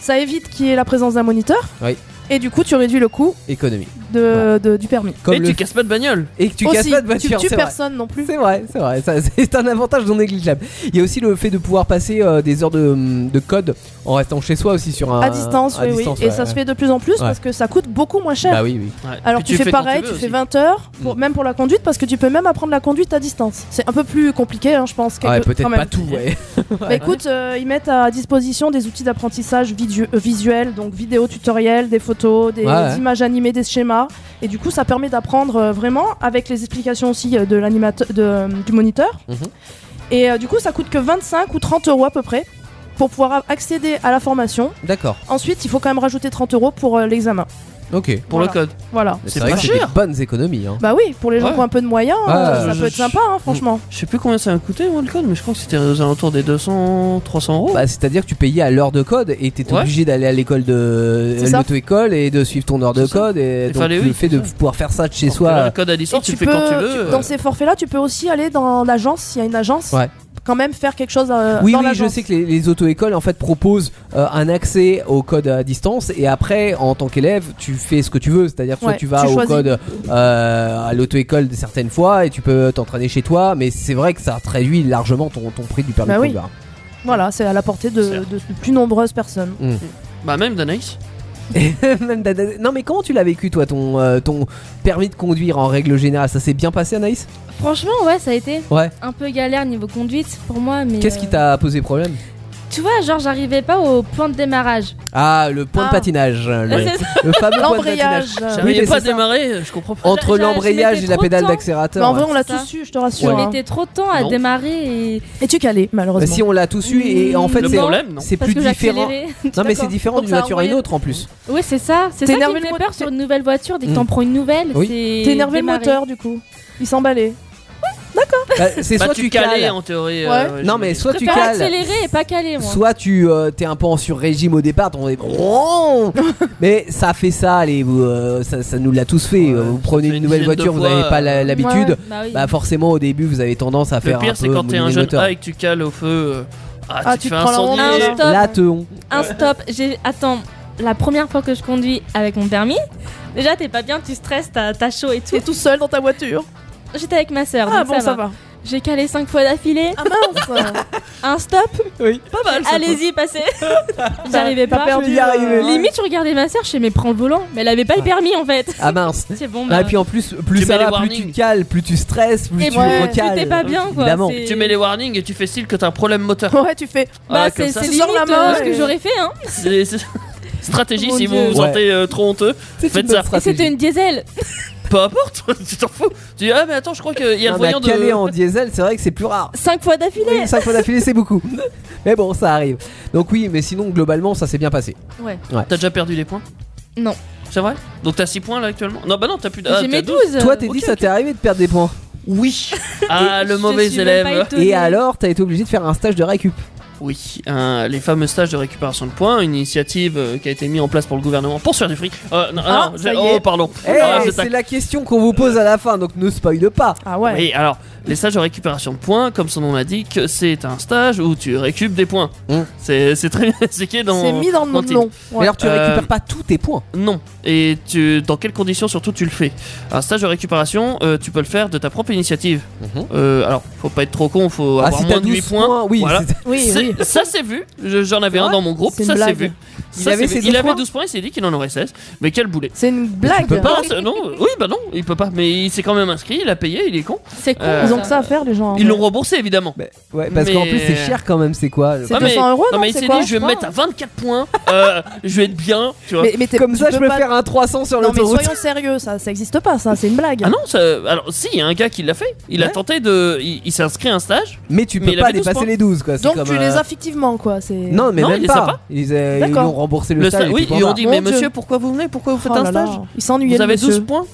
[SPEAKER 5] ça évite qu'il y ait la présence d'un moniteur
[SPEAKER 3] Oui.
[SPEAKER 5] et du coup tu réduis le coût
[SPEAKER 3] économie.
[SPEAKER 5] de, de- du permis.
[SPEAKER 3] Comme
[SPEAKER 4] Et
[SPEAKER 3] le-
[SPEAKER 4] tu casses pas de bagnole
[SPEAKER 3] et que tu
[SPEAKER 5] Aussi,
[SPEAKER 3] casses pas de
[SPEAKER 5] tu
[SPEAKER 3] voiture,
[SPEAKER 5] tues
[SPEAKER 3] c'est vrai.
[SPEAKER 5] personne non plus.
[SPEAKER 3] C'est vrai, c'est vrai, ça, c'est un avantage non négligeable. Il y a aussi le fait de pouvoir passer euh, des heures de, de code en restant chez soi aussi sur un
[SPEAKER 5] À distance,
[SPEAKER 3] Euh, à
[SPEAKER 5] oui, oui.
[SPEAKER 3] distance,
[SPEAKER 5] et
[SPEAKER 3] ouais,
[SPEAKER 5] ça
[SPEAKER 3] ouais.
[SPEAKER 5] se fait de plus en plus parce que ça coûte beaucoup moins cher.
[SPEAKER 3] Bah oui, oui.
[SPEAKER 4] Ouais.
[SPEAKER 5] Alors
[SPEAKER 4] Puis
[SPEAKER 5] tu, fais,
[SPEAKER 4] quand
[SPEAKER 5] pareil, tu,
[SPEAKER 4] veux
[SPEAKER 5] fais
[SPEAKER 4] aussi.
[SPEAKER 5] 20 heures, pour-
[SPEAKER 3] Mm.
[SPEAKER 5] même pour la conduite, parce que tu peux même apprendre la conduite à distance. C'est un peu plus compliqué, hein, je pense.
[SPEAKER 3] Ah Ouais,
[SPEAKER 5] quelque-
[SPEAKER 3] peut-être
[SPEAKER 5] quand même.
[SPEAKER 3] pas tout, ouais.
[SPEAKER 5] Bah écoute, euh, ils mettent à disposition des outils d'apprentissage vidu- euh, visuel, donc vidéo, tutoriel, des photos, des
[SPEAKER 3] Ouais, ouais.
[SPEAKER 5] images animées, des schémas. Et du coup, ça permet d'apprendre euh, vraiment avec les explications aussi euh, de l'animateur, de, euh, du moniteur.
[SPEAKER 3] Mhm.
[SPEAKER 5] Et euh, du coup, ça coûte que 25 ou 30 euros à peu près pour pouvoir a- accéder à la formation.
[SPEAKER 3] D'accord,
[SPEAKER 5] Ensuite, il faut quand même rajouter 30 euros pour euh, l'examen.
[SPEAKER 3] ok.
[SPEAKER 4] Pour
[SPEAKER 5] Voilà.
[SPEAKER 4] le code.
[SPEAKER 5] Voilà.
[SPEAKER 4] C'est
[SPEAKER 3] C'est vrai
[SPEAKER 4] pas
[SPEAKER 3] que c'est des
[SPEAKER 4] cher.
[SPEAKER 3] bonnes économies. hein.
[SPEAKER 5] Bah oui, pour les gens
[SPEAKER 4] Ouais.
[SPEAKER 5] qui ont un peu de moyens,
[SPEAKER 3] Ouais.
[SPEAKER 5] euh, ça
[SPEAKER 4] Je-
[SPEAKER 5] peut être sympa, hein, franchement.
[SPEAKER 4] Je sais plus combien ça a coûté, moi, le code, mais je crois que c'était aux alentours des 200, 300 euros.
[SPEAKER 3] Bah, c'est-à-dire que tu payais à l'heure de code et t'étais
[SPEAKER 4] Ouais.
[SPEAKER 3] obligé d'aller à l'école de
[SPEAKER 5] C'est ça.
[SPEAKER 3] l'auto-école et de suivre ton heure de
[SPEAKER 4] C'est ça.
[SPEAKER 3] code et
[SPEAKER 4] Il
[SPEAKER 3] donc
[SPEAKER 4] fallait,
[SPEAKER 3] le
[SPEAKER 4] oui,
[SPEAKER 3] fait
[SPEAKER 4] c'est
[SPEAKER 3] de
[SPEAKER 4] ça.
[SPEAKER 3] pouvoir faire ça de chez
[SPEAKER 4] Alors que là,
[SPEAKER 3] soi.
[SPEAKER 4] le code à
[SPEAKER 5] Et
[SPEAKER 4] distance, tu, le fais quand tu veux.
[SPEAKER 5] tu-
[SPEAKER 4] euh,
[SPEAKER 5] dans ces forfaits-là, tu peux aussi aller dans l'agence, s'il y a une agence,
[SPEAKER 3] Ouais.
[SPEAKER 5] quand même faire quelque chose euh,
[SPEAKER 3] Oui,
[SPEAKER 5] dans
[SPEAKER 3] oui, je
[SPEAKER 5] l'agence.
[SPEAKER 3] sais que les, les auto-écoles en fait proposent euh, un accès au code à distance et après, en tant qu'élève, tu fais ce que tu veux, c'est-à-dire soit
[SPEAKER 5] Ouais,
[SPEAKER 3] tu vas
[SPEAKER 5] tu
[SPEAKER 3] au
[SPEAKER 5] choisis.
[SPEAKER 3] code euh, à l'auto-école de certaines fois et tu peux t'entraîner chez toi, mais c'est vrai que ça te réduit largement ton, ton prix du permis
[SPEAKER 5] Bah
[SPEAKER 3] de
[SPEAKER 5] oui.
[SPEAKER 3] conduire.
[SPEAKER 5] Voilà, c'est à la portée de, de plus nombreuses personnes.
[SPEAKER 4] Bah, même d'Anaïs.
[SPEAKER 3] Même dada- non, mais comment tu l'as vécu toi, ton euh, ton permis de conduire en règle générale, ça s'est bien passé, Anaïs
[SPEAKER 5] Euh,
[SPEAKER 6] Franchement, ouais, ça a été
[SPEAKER 3] Ouais.
[SPEAKER 6] un peu galère niveau conduite pour moi. mais
[SPEAKER 3] Qu'est-ce
[SPEAKER 6] euh,
[SPEAKER 3] qui t'a posé problème
[SPEAKER 6] Tu vois, genre, j'arrivais pas au point de démarrage.
[SPEAKER 3] Ah, le point de
[SPEAKER 5] Ah.
[SPEAKER 3] patinage, le,
[SPEAKER 6] C'est ça.
[SPEAKER 3] le fameux point de patinage.
[SPEAKER 5] L'embrayage.
[SPEAKER 3] Oui, mais
[SPEAKER 4] J'arrivais pas à
[SPEAKER 3] c'est ça.
[SPEAKER 4] démarrer, je comprends pas.
[SPEAKER 3] Entre
[SPEAKER 6] J'a- j'a- je
[SPEAKER 3] l'embrayage
[SPEAKER 6] mettais
[SPEAKER 3] et la
[SPEAKER 6] trop de
[SPEAKER 3] pédale
[SPEAKER 6] temps.
[SPEAKER 5] Mais
[SPEAKER 3] d'accélérateur.
[SPEAKER 5] Bah, en vrai, on l'a
[SPEAKER 6] C'est ça.
[SPEAKER 5] tous su, je te rassure.
[SPEAKER 6] Je
[SPEAKER 5] hein.
[SPEAKER 6] mettais trop de temps à
[SPEAKER 4] Non.
[SPEAKER 6] démarrer et.
[SPEAKER 5] Et tu calais,
[SPEAKER 3] Bah,
[SPEAKER 5] malheureusement.
[SPEAKER 3] si on l'a tous eu et en fait
[SPEAKER 4] Le
[SPEAKER 3] c'est
[SPEAKER 4] problème, non.
[SPEAKER 3] c'est
[SPEAKER 6] parce
[SPEAKER 3] plus
[SPEAKER 6] que
[SPEAKER 3] différent.
[SPEAKER 6] j'accélérais.
[SPEAKER 3] Non mais
[SPEAKER 6] D'accord.
[SPEAKER 3] c'est différent
[SPEAKER 6] Donc
[SPEAKER 3] d'une
[SPEAKER 6] ça a
[SPEAKER 3] voiture à une
[SPEAKER 6] envoyé-
[SPEAKER 3] autre en plus.
[SPEAKER 6] Oui, c'est ça. C'est
[SPEAKER 5] T'as
[SPEAKER 6] ça qui
[SPEAKER 5] énervé
[SPEAKER 6] me
[SPEAKER 5] le
[SPEAKER 6] fait
[SPEAKER 5] mot-
[SPEAKER 6] peur sur une nouvelle voiture. Dès que t'en
[SPEAKER 3] Mm.
[SPEAKER 6] prends une nouvelle,
[SPEAKER 3] Oui.
[SPEAKER 6] c'est.
[SPEAKER 5] T'es énervé le
[SPEAKER 6] démarrer.
[SPEAKER 5] moteur, du coup. Il s'emballait.
[SPEAKER 3] Bah, c'est
[SPEAKER 4] Bah,
[SPEAKER 3] soit
[SPEAKER 4] tu
[SPEAKER 3] tu
[SPEAKER 4] calais
[SPEAKER 3] cales.
[SPEAKER 4] en théorie.
[SPEAKER 5] Ouais.
[SPEAKER 4] ouais,
[SPEAKER 3] Non
[SPEAKER 4] je
[SPEAKER 3] mais
[SPEAKER 4] me dis.
[SPEAKER 6] Je
[SPEAKER 3] soit tu
[SPEAKER 6] préfère
[SPEAKER 3] cales.
[SPEAKER 6] accélérer et pas caler, moi.
[SPEAKER 3] Soit tu euh, t'es un peu en sur régime au départ, on est mais ça fait ça, allez, vous, euh, ça, ça nous l'a tous fait.
[SPEAKER 4] Ouais,
[SPEAKER 3] vous
[SPEAKER 4] ça
[SPEAKER 3] prenez
[SPEAKER 4] fait
[SPEAKER 3] une
[SPEAKER 4] une
[SPEAKER 3] nouvelle
[SPEAKER 4] dizaine de
[SPEAKER 3] voiture, vous
[SPEAKER 4] fois,
[SPEAKER 3] n'avez pas la-
[SPEAKER 6] euh,
[SPEAKER 3] l'habitude.
[SPEAKER 6] Ouais, Bah oui.
[SPEAKER 3] Bah forcément au début vous avez tendance à faire
[SPEAKER 4] Le pire,
[SPEAKER 3] un
[SPEAKER 4] c'est
[SPEAKER 3] peu
[SPEAKER 4] quand t'es un
[SPEAKER 3] mouliner
[SPEAKER 4] jeune
[SPEAKER 3] moteur.
[SPEAKER 4] A et que tu cales au feu. euh, Ah,
[SPEAKER 5] Ah,
[SPEAKER 4] tu,
[SPEAKER 5] tu
[SPEAKER 4] te fais
[SPEAKER 5] te prends hein. la honte,
[SPEAKER 6] Un
[SPEAKER 4] incendier.
[SPEAKER 5] là.
[SPEAKER 6] stop.
[SPEAKER 3] Là te on.
[SPEAKER 6] Un stop. J'ai- Attends, la première fois que je conduis avec mon permis, déjà t'es pas bien, tu stresses, t'as t'as chaud et tout.
[SPEAKER 5] T'es tout seul dans ta voiture.
[SPEAKER 6] J'étais avec ma soeur,
[SPEAKER 5] Ah
[SPEAKER 6] donc
[SPEAKER 5] bon, ça va.
[SPEAKER 6] J'ai calé 5 fois d'affilée.
[SPEAKER 5] Ah mince
[SPEAKER 6] Un stop.
[SPEAKER 3] Oui.
[SPEAKER 6] Pas mal. Allez-y, passez. J'arrivais
[SPEAKER 5] T'as
[SPEAKER 4] Ah,
[SPEAKER 6] pas.
[SPEAKER 3] Bah,
[SPEAKER 5] perdu,
[SPEAKER 3] y
[SPEAKER 5] euh,
[SPEAKER 3] arriver.
[SPEAKER 6] Limite, je regardais ma soeur, je sais, mais prends le volant. Mais elle avait pas le
[SPEAKER 3] Ah.
[SPEAKER 6] permis en fait.
[SPEAKER 3] Ah mince.
[SPEAKER 6] C'est bon.
[SPEAKER 3] Ah,
[SPEAKER 6] Bah,
[SPEAKER 3] et puis en plus, plus
[SPEAKER 4] Tu
[SPEAKER 3] ça
[SPEAKER 4] mets les
[SPEAKER 3] va, plus
[SPEAKER 4] warnings.
[SPEAKER 3] tu cales, plus tu stresses, plus
[SPEAKER 6] Et
[SPEAKER 3] tu
[SPEAKER 5] ouais,
[SPEAKER 3] recales.
[SPEAKER 6] tu t'es pas bien, quoi.
[SPEAKER 3] Évidemment.
[SPEAKER 6] C'est-
[SPEAKER 4] Tu mets les warnings et tu fais style que t'as un problème moteur.
[SPEAKER 5] Ouais, tu fais.
[SPEAKER 6] Bah,
[SPEAKER 4] Ouais,
[SPEAKER 6] c'est
[SPEAKER 4] Ah, comme ça.
[SPEAKER 6] c'est
[SPEAKER 5] Tu sors
[SPEAKER 6] limite,
[SPEAKER 5] la main
[SPEAKER 6] euh, ce que
[SPEAKER 5] et-
[SPEAKER 6] j'aurais fait. Hein.
[SPEAKER 4] C'est- c'est- Stratégie
[SPEAKER 6] Mon
[SPEAKER 4] si vous
[SPEAKER 6] Dieu.
[SPEAKER 4] vous sentez euh, trop honteux,
[SPEAKER 3] C'est une
[SPEAKER 4] Faites
[SPEAKER 3] bonne
[SPEAKER 4] ça.
[SPEAKER 6] Et
[SPEAKER 3] stratégie.
[SPEAKER 6] C'était une diesel.
[SPEAKER 4] peu importe, tu t'en fous. Tu dis ah mais attends je crois qu'il y a le
[SPEAKER 3] Non, mais
[SPEAKER 4] voyant
[SPEAKER 3] caler
[SPEAKER 4] de.
[SPEAKER 3] en diesel, c'est vrai que c'est plus rare.
[SPEAKER 6] 5 fois d'affilée.
[SPEAKER 3] 5 fois d'affilée, c'est beaucoup. Mais bon, ça arrive. Donc oui, mais sinon globalement, ça s'est bien passé.
[SPEAKER 6] Ouais.
[SPEAKER 4] T'as déjà perdu les points
[SPEAKER 6] Non.
[SPEAKER 4] C'est vrai Donc t'as 6 points là actuellement Non bah non t'as plus de. ah,
[SPEAKER 6] J'ai
[SPEAKER 4] t'as
[SPEAKER 6] mes
[SPEAKER 4] douze.
[SPEAKER 6] 12.
[SPEAKER 3] Toi, t'es dit,
[SPEAKER 6] Ok,
[SPEAKER 3] ça
[SPEAKER 6] ok.
[SPEAKER 3] t'est arrivé de perdre des points.
[SPEAKER 4] Oui Ah le
[SPEAKER 6] Je
[SPEAKER 4] mauvais
[SPEAKER 6] suis même pas
[SPEAKER 4] élève
[SPEAKER 6] étonnée.
[SPEAKER 3] Et alors, t'as été obligé de faire un stage de récup.
[SPEAKER 4] Oui, un- les fameux stages de récupération de points, une initiative euh, qui a été mise en place pour le gouvernement pour se faire du fric. Euh, non,
[SPEAKER 5] Ah,
[SPEAKER 4] non,
[SPEAKER 5] ça
[SPEAKER 4] j'ai-
[SPEAKER 5] y est.
[SPEAKER 4] oh pardon.
[SPEAKER 3] Eh,
[SPEAKER 4] Ah, je
[SPEAKER 3] c'est
[SPEAKER 4] t'ac-
[SPEAKER 3] la question qu'on vous pose à la fin, donc ne spoil pas.
[SPEAKER 5] Ah ouais.
[SPEAKER 4] Oui, alors, les stages de récupération de points, comme son nom l'indique, c'est un stage où tu récupères des points.
[SPEAKER 3] Mm.
[SPEAKER 4] C'est c'est très bien expliqué dans.
[SPEAKER 5] C'est mis dans le
[SPEAKER 4] dans
[SPEAKER 5] nom
[SPEAKER 4] le
[SPEAKER 5] de nom.
[SPEAKER 3] Mais
[SPEAKER 5] Ouais.
[SPEAKER 3] alors, tu
[SPEAKER 4] Euh,
[SPEAKER 3] récupères pas tous tes points.
[SPEAKER 4] Non. Et tu, dans quelles conditions surtout tu le fais Un stage de récupération, euh, tu peux le faire de ta propre initiative.
[SPEAKER 3] Mhm.
[SPEAKER 4] Euh, alors, faut pas être trop con, faut
[SPEAKER 3] Ah,
[SPEAKER 4] avoir
[SPEAKER 3] si t'as
[SPEAKER 4] moins de 8
[SPEAKER 3] 12
[SPEAKER 4] points.
[SPEAKER 3] points, oui.
[SPEAKER 4] Voilà.
[SPEAKER 3] c'est-
[SPEAKER 5] Oui,
[SPEAKER 4] C'est-
[SPEAKER 5] oui.
[SPEAKER 4] Ça c'est vu, Je- j'en avais
[SPEAKER 5] C'est
[SPEAKER 4] un
[SPEAKER 5] vrai
[SPEAKER 4] dans mon groupe,
[SPEAKER 5] C'est une
[SPEAKER 4] ça c'est
[SPEAKER 5] blague.
[SPEAKER 4] vu.
[SPEAKER 3] Il
[SPEAKER 4] Ça,
[SPEAKER 3] avait ses
[SPEAKER 4] c'est vu.
[SPEAKER 3] douze
[SPEAKER 4] il avait
[SPEAKER 3] points
[SPEAKER 4] 12 points, il s'est dit qu'il en aurait 16. Mais quel boulet
[SPEAKER 5] C'est une blague.
[SPEAKER 3] peux
[SPEAKER 4] Pas, ça- non, oui, bah non, il peut pas. Mais il s'est quand même inscrit, il a payé, il est con.
[SPEAKER 6] C'est con.
[SPEAKER 4] Euh,
[SPEAKER 5] Ils ont que ça à faire, les gens.
[SPEAKER 4] Ils l'ont remboursé évidemment.
[SPEAKER 3] Mais- ouais, parce qu'en
[SPEAKER 4] Mais-
[SPEAKER 3] plus, c'est cher quand même, c'est quoi le-
[SPEAKER 5] C'est
[SPEAKER 4] Ouais, mais-
[SPEAKER 5] 200 euros,
[SPEAKER 4] non,
[SPEAKER 5] non,
[SPEAKER 4] mais il
[SPEAKER 5] c'est
[SPEAKER 4] s'est
[SPEAKER 5] quoi,
[SPEAKER 4] dit, je vais me
[SPEAKER 5] crois,
[SPEAKER 4] mettre à 24 points, euh, je vais être bien, tu vois.
[SPEAKER 5] Mais, mais t'es-
[SPEAKER 3] Comme
[SPEAKER 5] tu
[SPEAKER 3] ça, je
[SPEAKER 5] peux
[SPEAKER 3] peux
[SPEAKER 5] pas-
[SPEAKER 3] faire un 300 sur
[SPEAKER 5] Non, mais
[SPEAKER 3] l'autoroute.
[SPEAKER 5] soyons sérieux, ça, ça existe pas, ça, c'est une blague.
[SPEAKER 4] Ah non, ça- alors si, il y a un gars qui l'a fait. Il a
[SPEAKER 5] Ouais.
[SPEAKER 4] tenté de. Il, il s'est inscrit à un stage.
[SPEAKER 3] Mais tu
[SPEAKER 4] Mais
[SPEAKER 3] peux
[SPEAKER 4] il
[SPEAKER 3] pas
[SPEAKER 4] avait 12
[SPEAKER 3] dépasser
[SPEAKER 4] points.
[SPEAKER 3] les 12, quoi. c'est
[SPEAKER 5] Donc
[SPEAKER 3] comme,
[SPEAKER 5] tu les
[SPEAKER 3] euh,
[SPEAKER 5] as fictivement, quoi. c'est-
[SPEAKER 3] Non, mais
[SPEAKER 4] Non,
[SPEAKER 3] même
[SPEAKER 4] il est
[SPEAKER 3] pas.
[SPEAKER 4] sympa.
[SPEAKER 3] Ils, euh, ils
[SPEAKER 5] D'accord.
[SPEAKER 3] ont remboursé le,
[SPEAKER 4] Le
[SPEAKER 3] stage.
[SPEAKER 4] sta-
[SPEAKER 3] et
[SPEAKER 4] oui,
[SPEAKER 3] tu prends
[SPEAKER 4] ils ont
[SPEAKER 3] pas.
[SPEAKER 4] dit,
[SPEAKER 5] Mon
[SPEAKER 4] mais
[SPEAKER 5] Dieu.
[SPEAKER 4] monsieur, pourquoi vous venez Pourquoi vous faites
[SPEAKER 5] Oh
[SPEAKER 4] un
[SPEAKER 5] là
[SPEAKER 4] stage
[SPEAKER 5] là, Il s'ennuyait
[SPEAKER 4] Vous
[SPEAKER 5] le
[SPEAKER 4] avez 12
[SPEAKER 5] monsieur.
[SPEAKER 4] points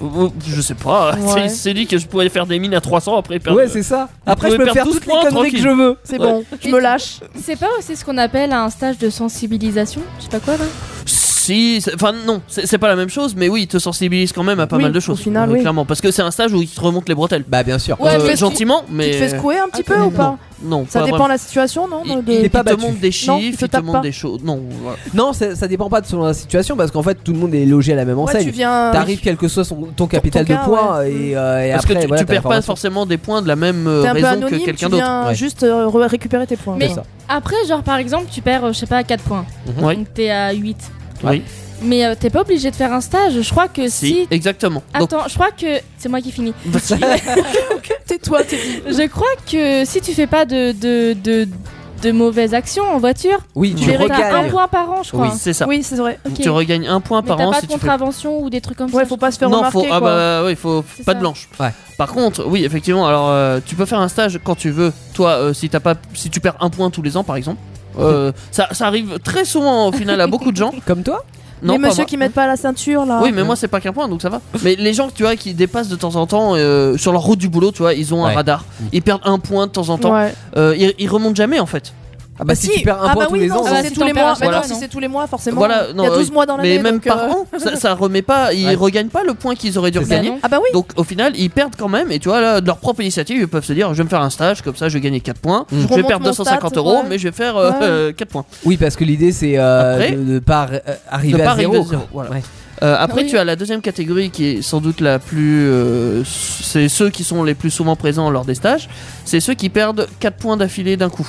[SPEAKER 4] Vous- Je sais pas. C'est-
[SPEAKER 5] Ouais.
[SPEAKER 4] C'est dit que je pouvais faire des mines à 300 après perdre.
[SPEAKER 3] Ouais, c'est ça. Après, je peux
[SPEAKER 4] pouvez
[SPEAKER 3] faire
[SPEAKER 4] perdre
[SPEAKER 3] toutes
[SPEAKER 4] 12
[SPEAKER 3] les
[SPEAKER 4] points,
[SPEAKER 3] conneries que je
[SPEAKER 4] tranquille.
[SPEAKER 3] veux.
[SPEAKER 5] C'est
[SPEAKER 4] Ouais.
[SPEAKER 5] bon, je me lâche.
[SPEAKER 6] C'est pas aussi ce qu'on appelle un stage de sensibilisation Je sais pas quoi là
[SPEAKER 4] Si, c'est- enfin non, c'est c'est pas la même chose, mais oui, il te sensibilise quand même à pas
[SPEAKER 5] Oui,
[SPEAKER 4] mal de
[SPEAKER 5] au
[SPEAKER 4] choses.
[SPEAKER 5] final, oui.
[SPEAKER 4] Clairement, parce que c'est un stage où il te remonte les bretelles. Euh,
[SPEAKER 3] Bah, bien sûr.
[SPEAKER 5] Ouais, mais-
[SPEAKER 4] gentiment, mais.
[SPEAKER 5] Tu te fais secouer un petit peu
[SPEAKER 4] non,
[SPEAKER 5] ou pas
[SPEAKER 4] Non,
[SPEAKER 5] Ça
[SPEAKER 4] pas
[SPEAKER 5] dépend
[SPEAKER 4] vraiment.
[SPEAKER 5] la situation, non
[SPEAKER 4] Il,
[SPEAKER 5] de-
[SPEAKER 4] il
[SPEAKER 3] T'es pas
[SPEAKER 4] te
[SPEAKER 3] battu.
[SPEAKER 4] montre des
[SPEAKER 5] Non,
[SPEAKER 4] chiffres,
[SPEAKER 5] il
[SPEAKER 4] il
[SPEAKER 5] te
[SPEAKER 4] te,
[SPEAKER 5] tape
[SPEAKER 4] montre
[SPEAKER 5] pas.
[SPEAKER 4] des choses. Non, voilà.
[SPEAKER 3] Non, ça, ça dépend pas de son situation parce qu'en fait tout le monde est logé à la même
[SPEAKER 5] Ouais, tu
[SPEAKER 3] enseigne.
[SPEAKER 5] viens.
[SPEAKER 3] T'arrives quel que soit son, ton capital
[SPEAKER 5] ton cas,
[SPEAKER 3] de points
[SPEAKER 5] ouais.
[SPEAKER 3] et, euh, et
[SPEAKER 4] Parce
[SPEAKER 3] après
[SPEAKER 4] que tu,
[SPEAKER 3] voilà,
[SPEAKER 4] tu
[SPEAKER 3] t'as
[SPEAKER 4] perds pas
[SPEAKER 3] l'information.
[SPEAKER 4] forcément des points de la même euh,
[SPEAKER 5] T'es un peu
[SPEAKER 4] raison que
[SPEAKER 5] anonyme, tu
[SPEAKER 4] quelqu'un d'autre.
[SPEAKER 5] viens
[SPEAKER 3] Ouais.
[SPEAKER 5] juste euh, re- récupérer tes points.
[SPEAKER 6] Mais
[SPEAKER 5] quoi.
[SPEAKER 3] ça.
[SPEAKER 6] après, genre par exemple, tu perds, euh, je sais pas, 4 points.
[SPEAKER 3] Mhm.
[SPEAKER 4] Oui.
[SPEAKER 6] Donc t'es à 8.
[SPEAKER 3] Mm-hmm.
[SPEAKER 4] Oui.
[SPEAKER 6] Mais euh, t'es pas obligé de faire un stage. Je crois que si.
[SPEAKER 4] Si, exactement. Donc,
[SPEAKER 6] Attends, je crois que. C'est moi qui finis.
[SPEAKER 5] Tais-toi, t'es
[SPEAKER 6] Je crois que si tu fais pas de, de, de, de mauvaises actions en voiture.
[SPEAKER 3] Oui,
[SPEAKER 6] Tu
[SPEAKER 3] tu
[SPEAKER 6] les t'as un
[SPEAKER 3] regagnes.
[SPEAKER 6] point par an, je crois.
[SPEAKER 3] Oui.
[SPEAKER 4] C'est ça.
[SPEAKER 5] Oui, c'est vrai.
[SPEAKER 6] Ok.
[SPEAKER 4] Tu regagnes un point
[SPEAKER 6] Mais
[SPEAKER 4] par
[SPEAKER 6] t'as
[SPEAKER 4] an
[SPEAKER 6] pas
[SPEAKER 4] si
[SPEAKER 6] de
[SPEAKER 4] tu fais.
[SPEAKER 6] contravention ou des trucs comme
[SPEAKER 5] Ouais,
[SPEAKER 6] ça.
[SPEAKER 5] faut pas se faire
[SPEAKER 4] non,
[SPEAKER 5] remarquer.
[SPEAKER 4] faut, ah
[SPEAKER 5] quoi.
[SPEAKER 4] bah ouais, il faut
[SPEAKER 6] C'est
[SPEAKER 4] pas
[SPEAKER 6] ça.
[SPEAKER 4] de blanche.
[SPEAKER 3] Ouais.
[SPEAKER 4] Par contre, oui, effectivement. Alors, euh, tu peux faire un stage quand tu veux. Toi, euh, si t'as pas, si tu perds un point tous les ans, par exemple,
[SPEAKER 3] Mm-hmm.
[SPEAKER 4] euh, ça, ça arrive très souvent au final à beaucoup de gens.
[SPEAKER 3] Comme toi
[SPEAKER 4] Non,
[SPEAKER 5] les
[SPEAKER 4] pas
[SPEAKER 5] messieurs
[SPEAKER 4] moi.
[SPEAKER 5] qui mettent pas la ceinture là.
[SPEAKER 4] Oui, mais moi c'est pas qu'un point, donc ça va. Mais les gens, tu vois, qui dépassent de temps en temps euh, sur leur route du boulot, tu vois, ils ont un
[SPEAKER 3] Ouais. Mm.
[SPEAKER 4] radar. Ils perdent un point de temps en temps.
[SPEAKER 5] Ouais.
[SPEAKER 4] Euh, ils, ils remontent jamais en fait.
[SPEAKER 3] Ah bah si, tu perds un
[SPEAKER 5] ah
[SPEAKER 3] point
[SPEAKER 5] bah
[SPEAKER 3] tous
[SPEAKER 5] oui,
[SPEAKER 3] les
[SPEAKER 5] non,
[SPEAKER 3] ans.
[SPEAKER 5] si
[SPEAKER 6] Ah bah,
[SPEAKER 5] c'est
[SPEAKER 6] si
[SPEAKER 5] tous les
[SPEAKER 6] t'en perds,
[SPEAKER 5] mois.
[SPEAKER 6] voilà,
[SPEAKER 5] Mais non,
[SPEAKER 6] non.
[SPEAKER 5] si c'est tous les mois, forcément.
[SPEAKER 4] Voilà, non,
[SPEAKER 5] il y a 12
[SPEAKER 4] euh,
[SPEAKER 5] mois dans l'année.
[SPEAKER 4] mais même
[SPEAKER 5] donc,
[SPEAKER 4] par
[SPEAKER 5] euh,
[SPEAKER 4] an, ça, ça remet pas, ils
[SPEAKER 3] Ouais.
[SPEAKER 4] regagnent pas le point qu'ils auraient dû
[SPEAKER 3] C'est ça.
[SPEAKER 4] regagner.
[SPEAKER 6] Bah non.
[SPEAKER 5] Ah bah oui.
[SPEAKER 4] Donc au final, ils perdent quand même, et tu vois, là, de leur propre initiative, ils peuvent se dire je vais me faire un stage, comme ça je vais gagner 4 points.
[SPEAKER 3] Je
[SPEAKER 4] Je vais
[SPEAKER 5] remonte
[SPEAKER 4] perdre
[SPEAKER 5] mon
[SPEAKER 4] 250
[SPEAKER 5] stat,
[SPEAKER 4] euros,
[SPEAKER 5] ouais.
[SPEAKER 4] mais je vais faire euh,
[SPEAKER 5] Ouais.
[SPEAKER 4] euh, 4 points.
[SPEAKER 3] Oui, parce que l'idée c'est euh,
[SPEAKER 4] Après,
[SPEAKER 3] de ne pas arri- euh, arriver
[SPEAKER 4] de pas
[SPEAKER 3] à
[SPEAKER 4] arriver
[SPEAKER 3] zéro.
[SPEAKER 4] à
[SPEAKER 3] quoi.
[SPEAKER 4] zéro, voilà.
[SPEAKER 3] Ouais.
[SPEAKER 4] Euh, après,
[SPEAKER 6] Oui.
[SPEAKER 4] tu as la deuxième catégorie qui est sans doute la plus. euh, c'est ceux qui sont les plus souvent présents lors des stages. C'est ceux qui perdent 4 points d'affilée d'un coup.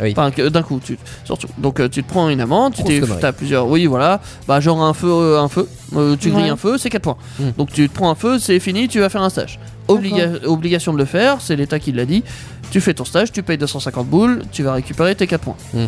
[SPEAKER 3] Oui.
[SPEAKER 4] Enfin, que- d'un coup, tu, surtout. Donc, euh, tu te prends une amende, tu
[SPEAKER 3] Grosse
[SPEAKER 4] t'es-
[SPEAKER 3] connerie.
[SPEAKER 4] t'as plusieurs. Oui, voilà. Bah, genre un feu, euh, un feu. Euh, tu grilles
[SPEAKER 6] Ouais.
[SPEAKER 4] un feu, c'est 4 points.
[SPEAKER 3] Mm.
[SPEAKER 4] Donc, tu te prends un feu, c'est fini, tu vas faire un stage. Obliga- obligation de le faire, c'est l'État qui l'a dit. Tu fais ton stage, tu payes 250 boules, tu vas récupérer tes 4 points.
[SPEAKER 3] Mm.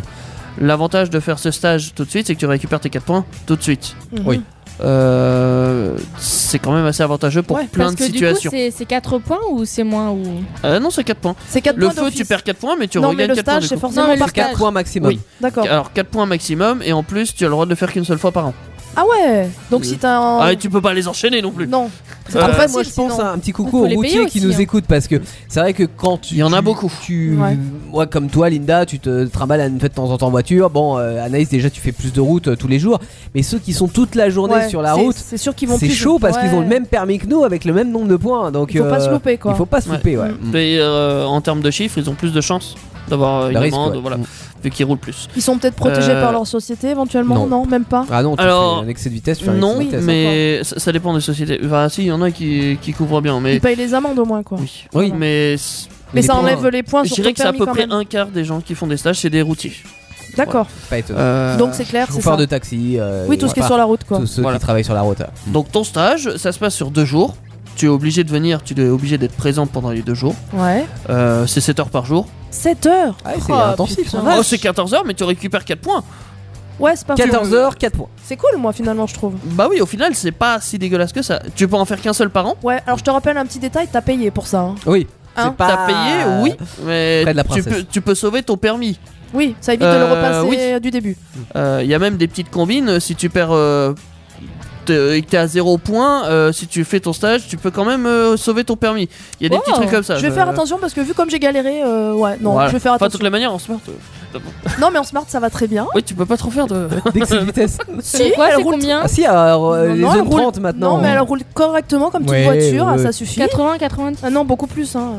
[SPEAKER 4] L'avantage de faire ce stage tout de suite, c'est que tu récupères tes 4 points tout de suite.
[SPEAKER 5] Mhm.
[SPEAKER 3] Oui.
[SPEAKER 4] Euh, c'est quand même assez avantageux pour
[SPEAKER 5] Ouais,
[SPEAKER 4] plein
[SPEAKER 6] Parce
[SPEAKER 4] de
[SPEAKER 6] que
[SPEAKER 4] situations.
[SPEAKER 6] du coup, c'est- c'est 4 points ou c'est moins ou...
[SPEAKER 4] Euh, non, c'est 4 points.
[SPEAKER 5] C'est 4
[SPEAKER 4] Le
[SPEAKER 5] points
[SPEAKER 4] feu, tu
[SPEAKER 5] d'office.
[SPEAKER 4] perds 4 points, mais tu
[SPEAKER 5] Non, mais
[SPEAKER 4] regagnes
[SPEAKER 5] le
[SPEAKER 4] 4 points
[SPEAKER 5] stage,
[SPEAKER 4] du
[SPEAKER 5] c'est
[SPEAKER 4] coup.
[SPEAKER 5] forcément
[SPEAKER 6] Non, mais le
[SPEAKER 5] par
[SPEAKER 6] stage.
[SPEAKER 3] 4
[SPEAKER 5] quatre.
[SPEAKER 3] points maximum.
[SPEAKER 4] Oui.
[SPEAKER 5] D'accord.
[SPEAKER 4] Alors 4 points maximum, et en plus, tu as le droit de le faire qu'une seule fois par an.
[SPEAKER 5] Ah ouais. Donc
[SPEAKER 4] Euh,
[SPEAKER 5] si t'as un.
[SPEAKER 4] Ah, et tu peux pas les enchaîner non plus.
[SPEAKER 5] Oh. Non. C'est
[SPEAKER 4] Euh,
[SPEAKER 5] trop
[SPEAKER 3] Après, moi,
[SPEAKER 5] facile.
[SPEAKER 3] je pense
[SPEAKER 5] sinon.
[SPEAKER 3] à un petit coucou
[SPEAKER 6] Faut
[SPEAKER 3] aux
[SPEAKER 6] les payer
[SPEAKER 3] routiers qui
[SPEAKER 6] aussi,
[SPEAKER 3] nous
[SPEAKER 6] hein.
[SPEAKER 3] écoutent parce que c'est vrai que quand tu.
[SPEAKER 4] Il y en a
[SPEAKER 3] tu-
[SPEAKER 4] beaucoup.
[SPEAKER 3] Tu,
[SPEAKER 5] Ouais.
[SPEAKER 3] Moi, comme toi, Linda, tu te trimbales à une fête de temps en temps en voiture. Bon, euh, Anaïs, déjà, tu fais plus de route euh, tous les jours. Mais ceux qui sont toute la journée
[SPEAKER 5] Ouais,
[SPEAKER 3] sur la
[SPEAKER 5] c'est-
[SPEAKER 3] route,
[SPEAKER 5] C'est sûr qu'ils vont
[SPEAKER 3] c'est
[SPEAKER 5] plus-
[SPEAKER 3] chaud parce qu'ils ont
[SPEAKER 5] ouais.
[SPEAKER 3] le même permis que nous avec le même nombre de points. Donc,
[SPEAKER 5] Il faut pas
[SPEAKER 3] euh,
[SPEAKER 5] se louper quoi.
[SPEAKER 3] Il faut pas se
[SPEAKER 4] Ouais.
[SPEAKER 3] louper, ouais. Mm.
[SPEAKER 4] Mais euh, en termes de chiffres, ils ont plus de chances d'avoir euh, une
[SPEAKER 3] Le risque,
[SPEAKER 4] amende,
[SPEAKER 3] ouais.
[SPEAKER 4] voilà,
[SPEAKER 3] Mm.
[SPEAKER 4] vu qu'ils roulent plus.
[SPEAKER 5] Ils sont peut-être protégés
[SPEAKER 4] Euh,
[SPEAKER 5] par leur société éventuellement.
[SPEAKER 3] non.
[SPEAKER 5] Non, même pas.
[SPEAKER 3] Ah non, tu
[SPEAKER 4] Alors,
[SPEAKER 3] fais un excès de vitesse, tu fais un
[SPEAKER 4] Non,
[SPEAKER 3] excès de vitesse.
[SPEAKER 4] mais ça, ça dépend des sociétés. Enfin, si, il y en a qui, qui couvrent bien, mais.
[SPEAKER 5] Ils payent les amendes au moins quoi.
[SPEAKER 4] Oui.
[SPEAKER 3] Oui.
[SPEAKER 4] Mais.
[SPEAKER 5] Mais
[SPEAKER 3] les
[SPEAKER 5] ça
[SPEAKER 3] points,
[SPEAKER 5] enlève les points
[SPEAKER 4] Je
[SPEAKER 5] sur
[SPEAKER 4] dirais
[SPEAKER 5] ton
[SPEAKER 4] que c'est à
[SPEAKER 5] permis
[SPEAKER 4] peu
[SPEAKER 5] quand
[SPEAKER 4] près
[SPEAKER 5] même.
[SPEAKER 4] un quart des gens qui font des stages, c'est des routiers.
[SPEAKER 5] D'accord.
[SPEAKER 3] Pas étonnant.
[SPEAKER 4] Euh,
[SPEAKER 5] Donc c'est clair, c'est
[SPEAKER 3] Chauffeur
[SPEAKER 5] ça.
[SPEAKER 3] de taxi. euh,
[SPEAKER 5] Oui, tout ce qui est
[SPEAKER 3] voilà.
[SPEAKER 5] sur la route quoi.
[SPEAKER 3] Tous ceux
[SPEAKER 4] Voilà.
[SPEAKER 3] qui travaillent sur la route.
[SPEAKER 4] Donc ton stage, ça se passe sur deux jours. Tu es obligé de venir, tu es obligé d'être présent pendant les deux jours.
[SPEAKER 5] Ouais.
[SPEAKER 4] Euh, c'est 7 heures par jour.
[SPEAKER 5] 7 heures.
[SPEAKER 3] Ah, c'est
[SPEAKER 5] Oh,
[SPEAKER 3] intensif.
[SPEAKER 5] putain.
[SPEAKER 3] ça.
[SPEAKER 4] Oh, c'est 14 heures, mais tu récupères 4 points.
[SPEAKER 5] Ouais, c'est pas
[SPEAKER 3] 14 heures, 4 points.
[SPEAKER 5] C'est cool, moi, finalement, je trouve.
[SPEAKER 4] Bah oui, au final, c'est pas si dégueulasse que ça. Tu peux en faire qu'un seul par an.
[SPEAKER 5] Ouais, alors je te rappelle un petit détail, t'as payé pour ça. hein.
[SPEAKER 3] Oui.
[SPEAKER 5] Hein
[SPEAKER 3] C'est pas.
[SPEAKER 4] T'as payé, oui, mais
[SPEAKER 3] Près de la
[SPEAKER 4] tu,
[SPEAKER 3] princesse.
[SPEAKER 4] peux, tu peux sauver ton permis.
[SPEAKER 5] Oui, ça évite de le
[SPEAKER 4] Euh,
[SPEAKER 5] repasser du début.
[SPEAKER 4] Il y a même des petites combines. Si tu perds euh, t'es- et que t'es à 0 point, euh, si tu fais ton stage, tu peux quand même euh, sauver ton permis. Il y a des
[SPEAKER 5] Oh,
[SPEAKER 4] petits trucs comme ça.
[SPEAKER 5] je vais faire
[SPEAKER 3] Euh,
[SPEAKER 5] attention parce que vu comme j'ai galéré, euh, ouais, non,
[SPEAKER 4] Voilà.
[SPEAKER 5] je vais faire
[SPEAKER 4] Enfin, de
[SPEAKER 5] attention.
[SPEAKER 4] toutes les manières, en smart. euh,
[SPEAKER 5] Non, mais en smart, ça va très bien.
[SPEAKER 4] Oui, tu peux pas trop faire de.
[SPEAKER 3] D'excès de vitesse.
[SPEAKER 5] Si,
[SPEAKER 6] Quoi,
[SPEAKER 5] elle
[SPEAKER 6] c'est
[SPEAKER 5] roule-
[SPEAKER 6] combien
[SPEAKER 3] Ah si, alors, euh,
[SPEAKER 5] Non,
[SPEAKER 3] les
[SPEAKER 5] non, elle
[SPEAKER 3] zones
[SPEAKER 5] roule-
[SPEAKER 3] 30 maintenant.
[SPEAKER 5] Non, mais elle roule correctement comme toute
[SPEAKER 3] Ouais,
[SPEAKER 5] voiture,
[SPEAKER 3] ouais,
[SPEAKER 5] ah, ça
[SPEAKER 3] ouais.
[SPEAKER 5] suffit.
[SPEAKER 6] 80, 90
[SPEAKER 5] Ah non, beaucoup plus. Hein.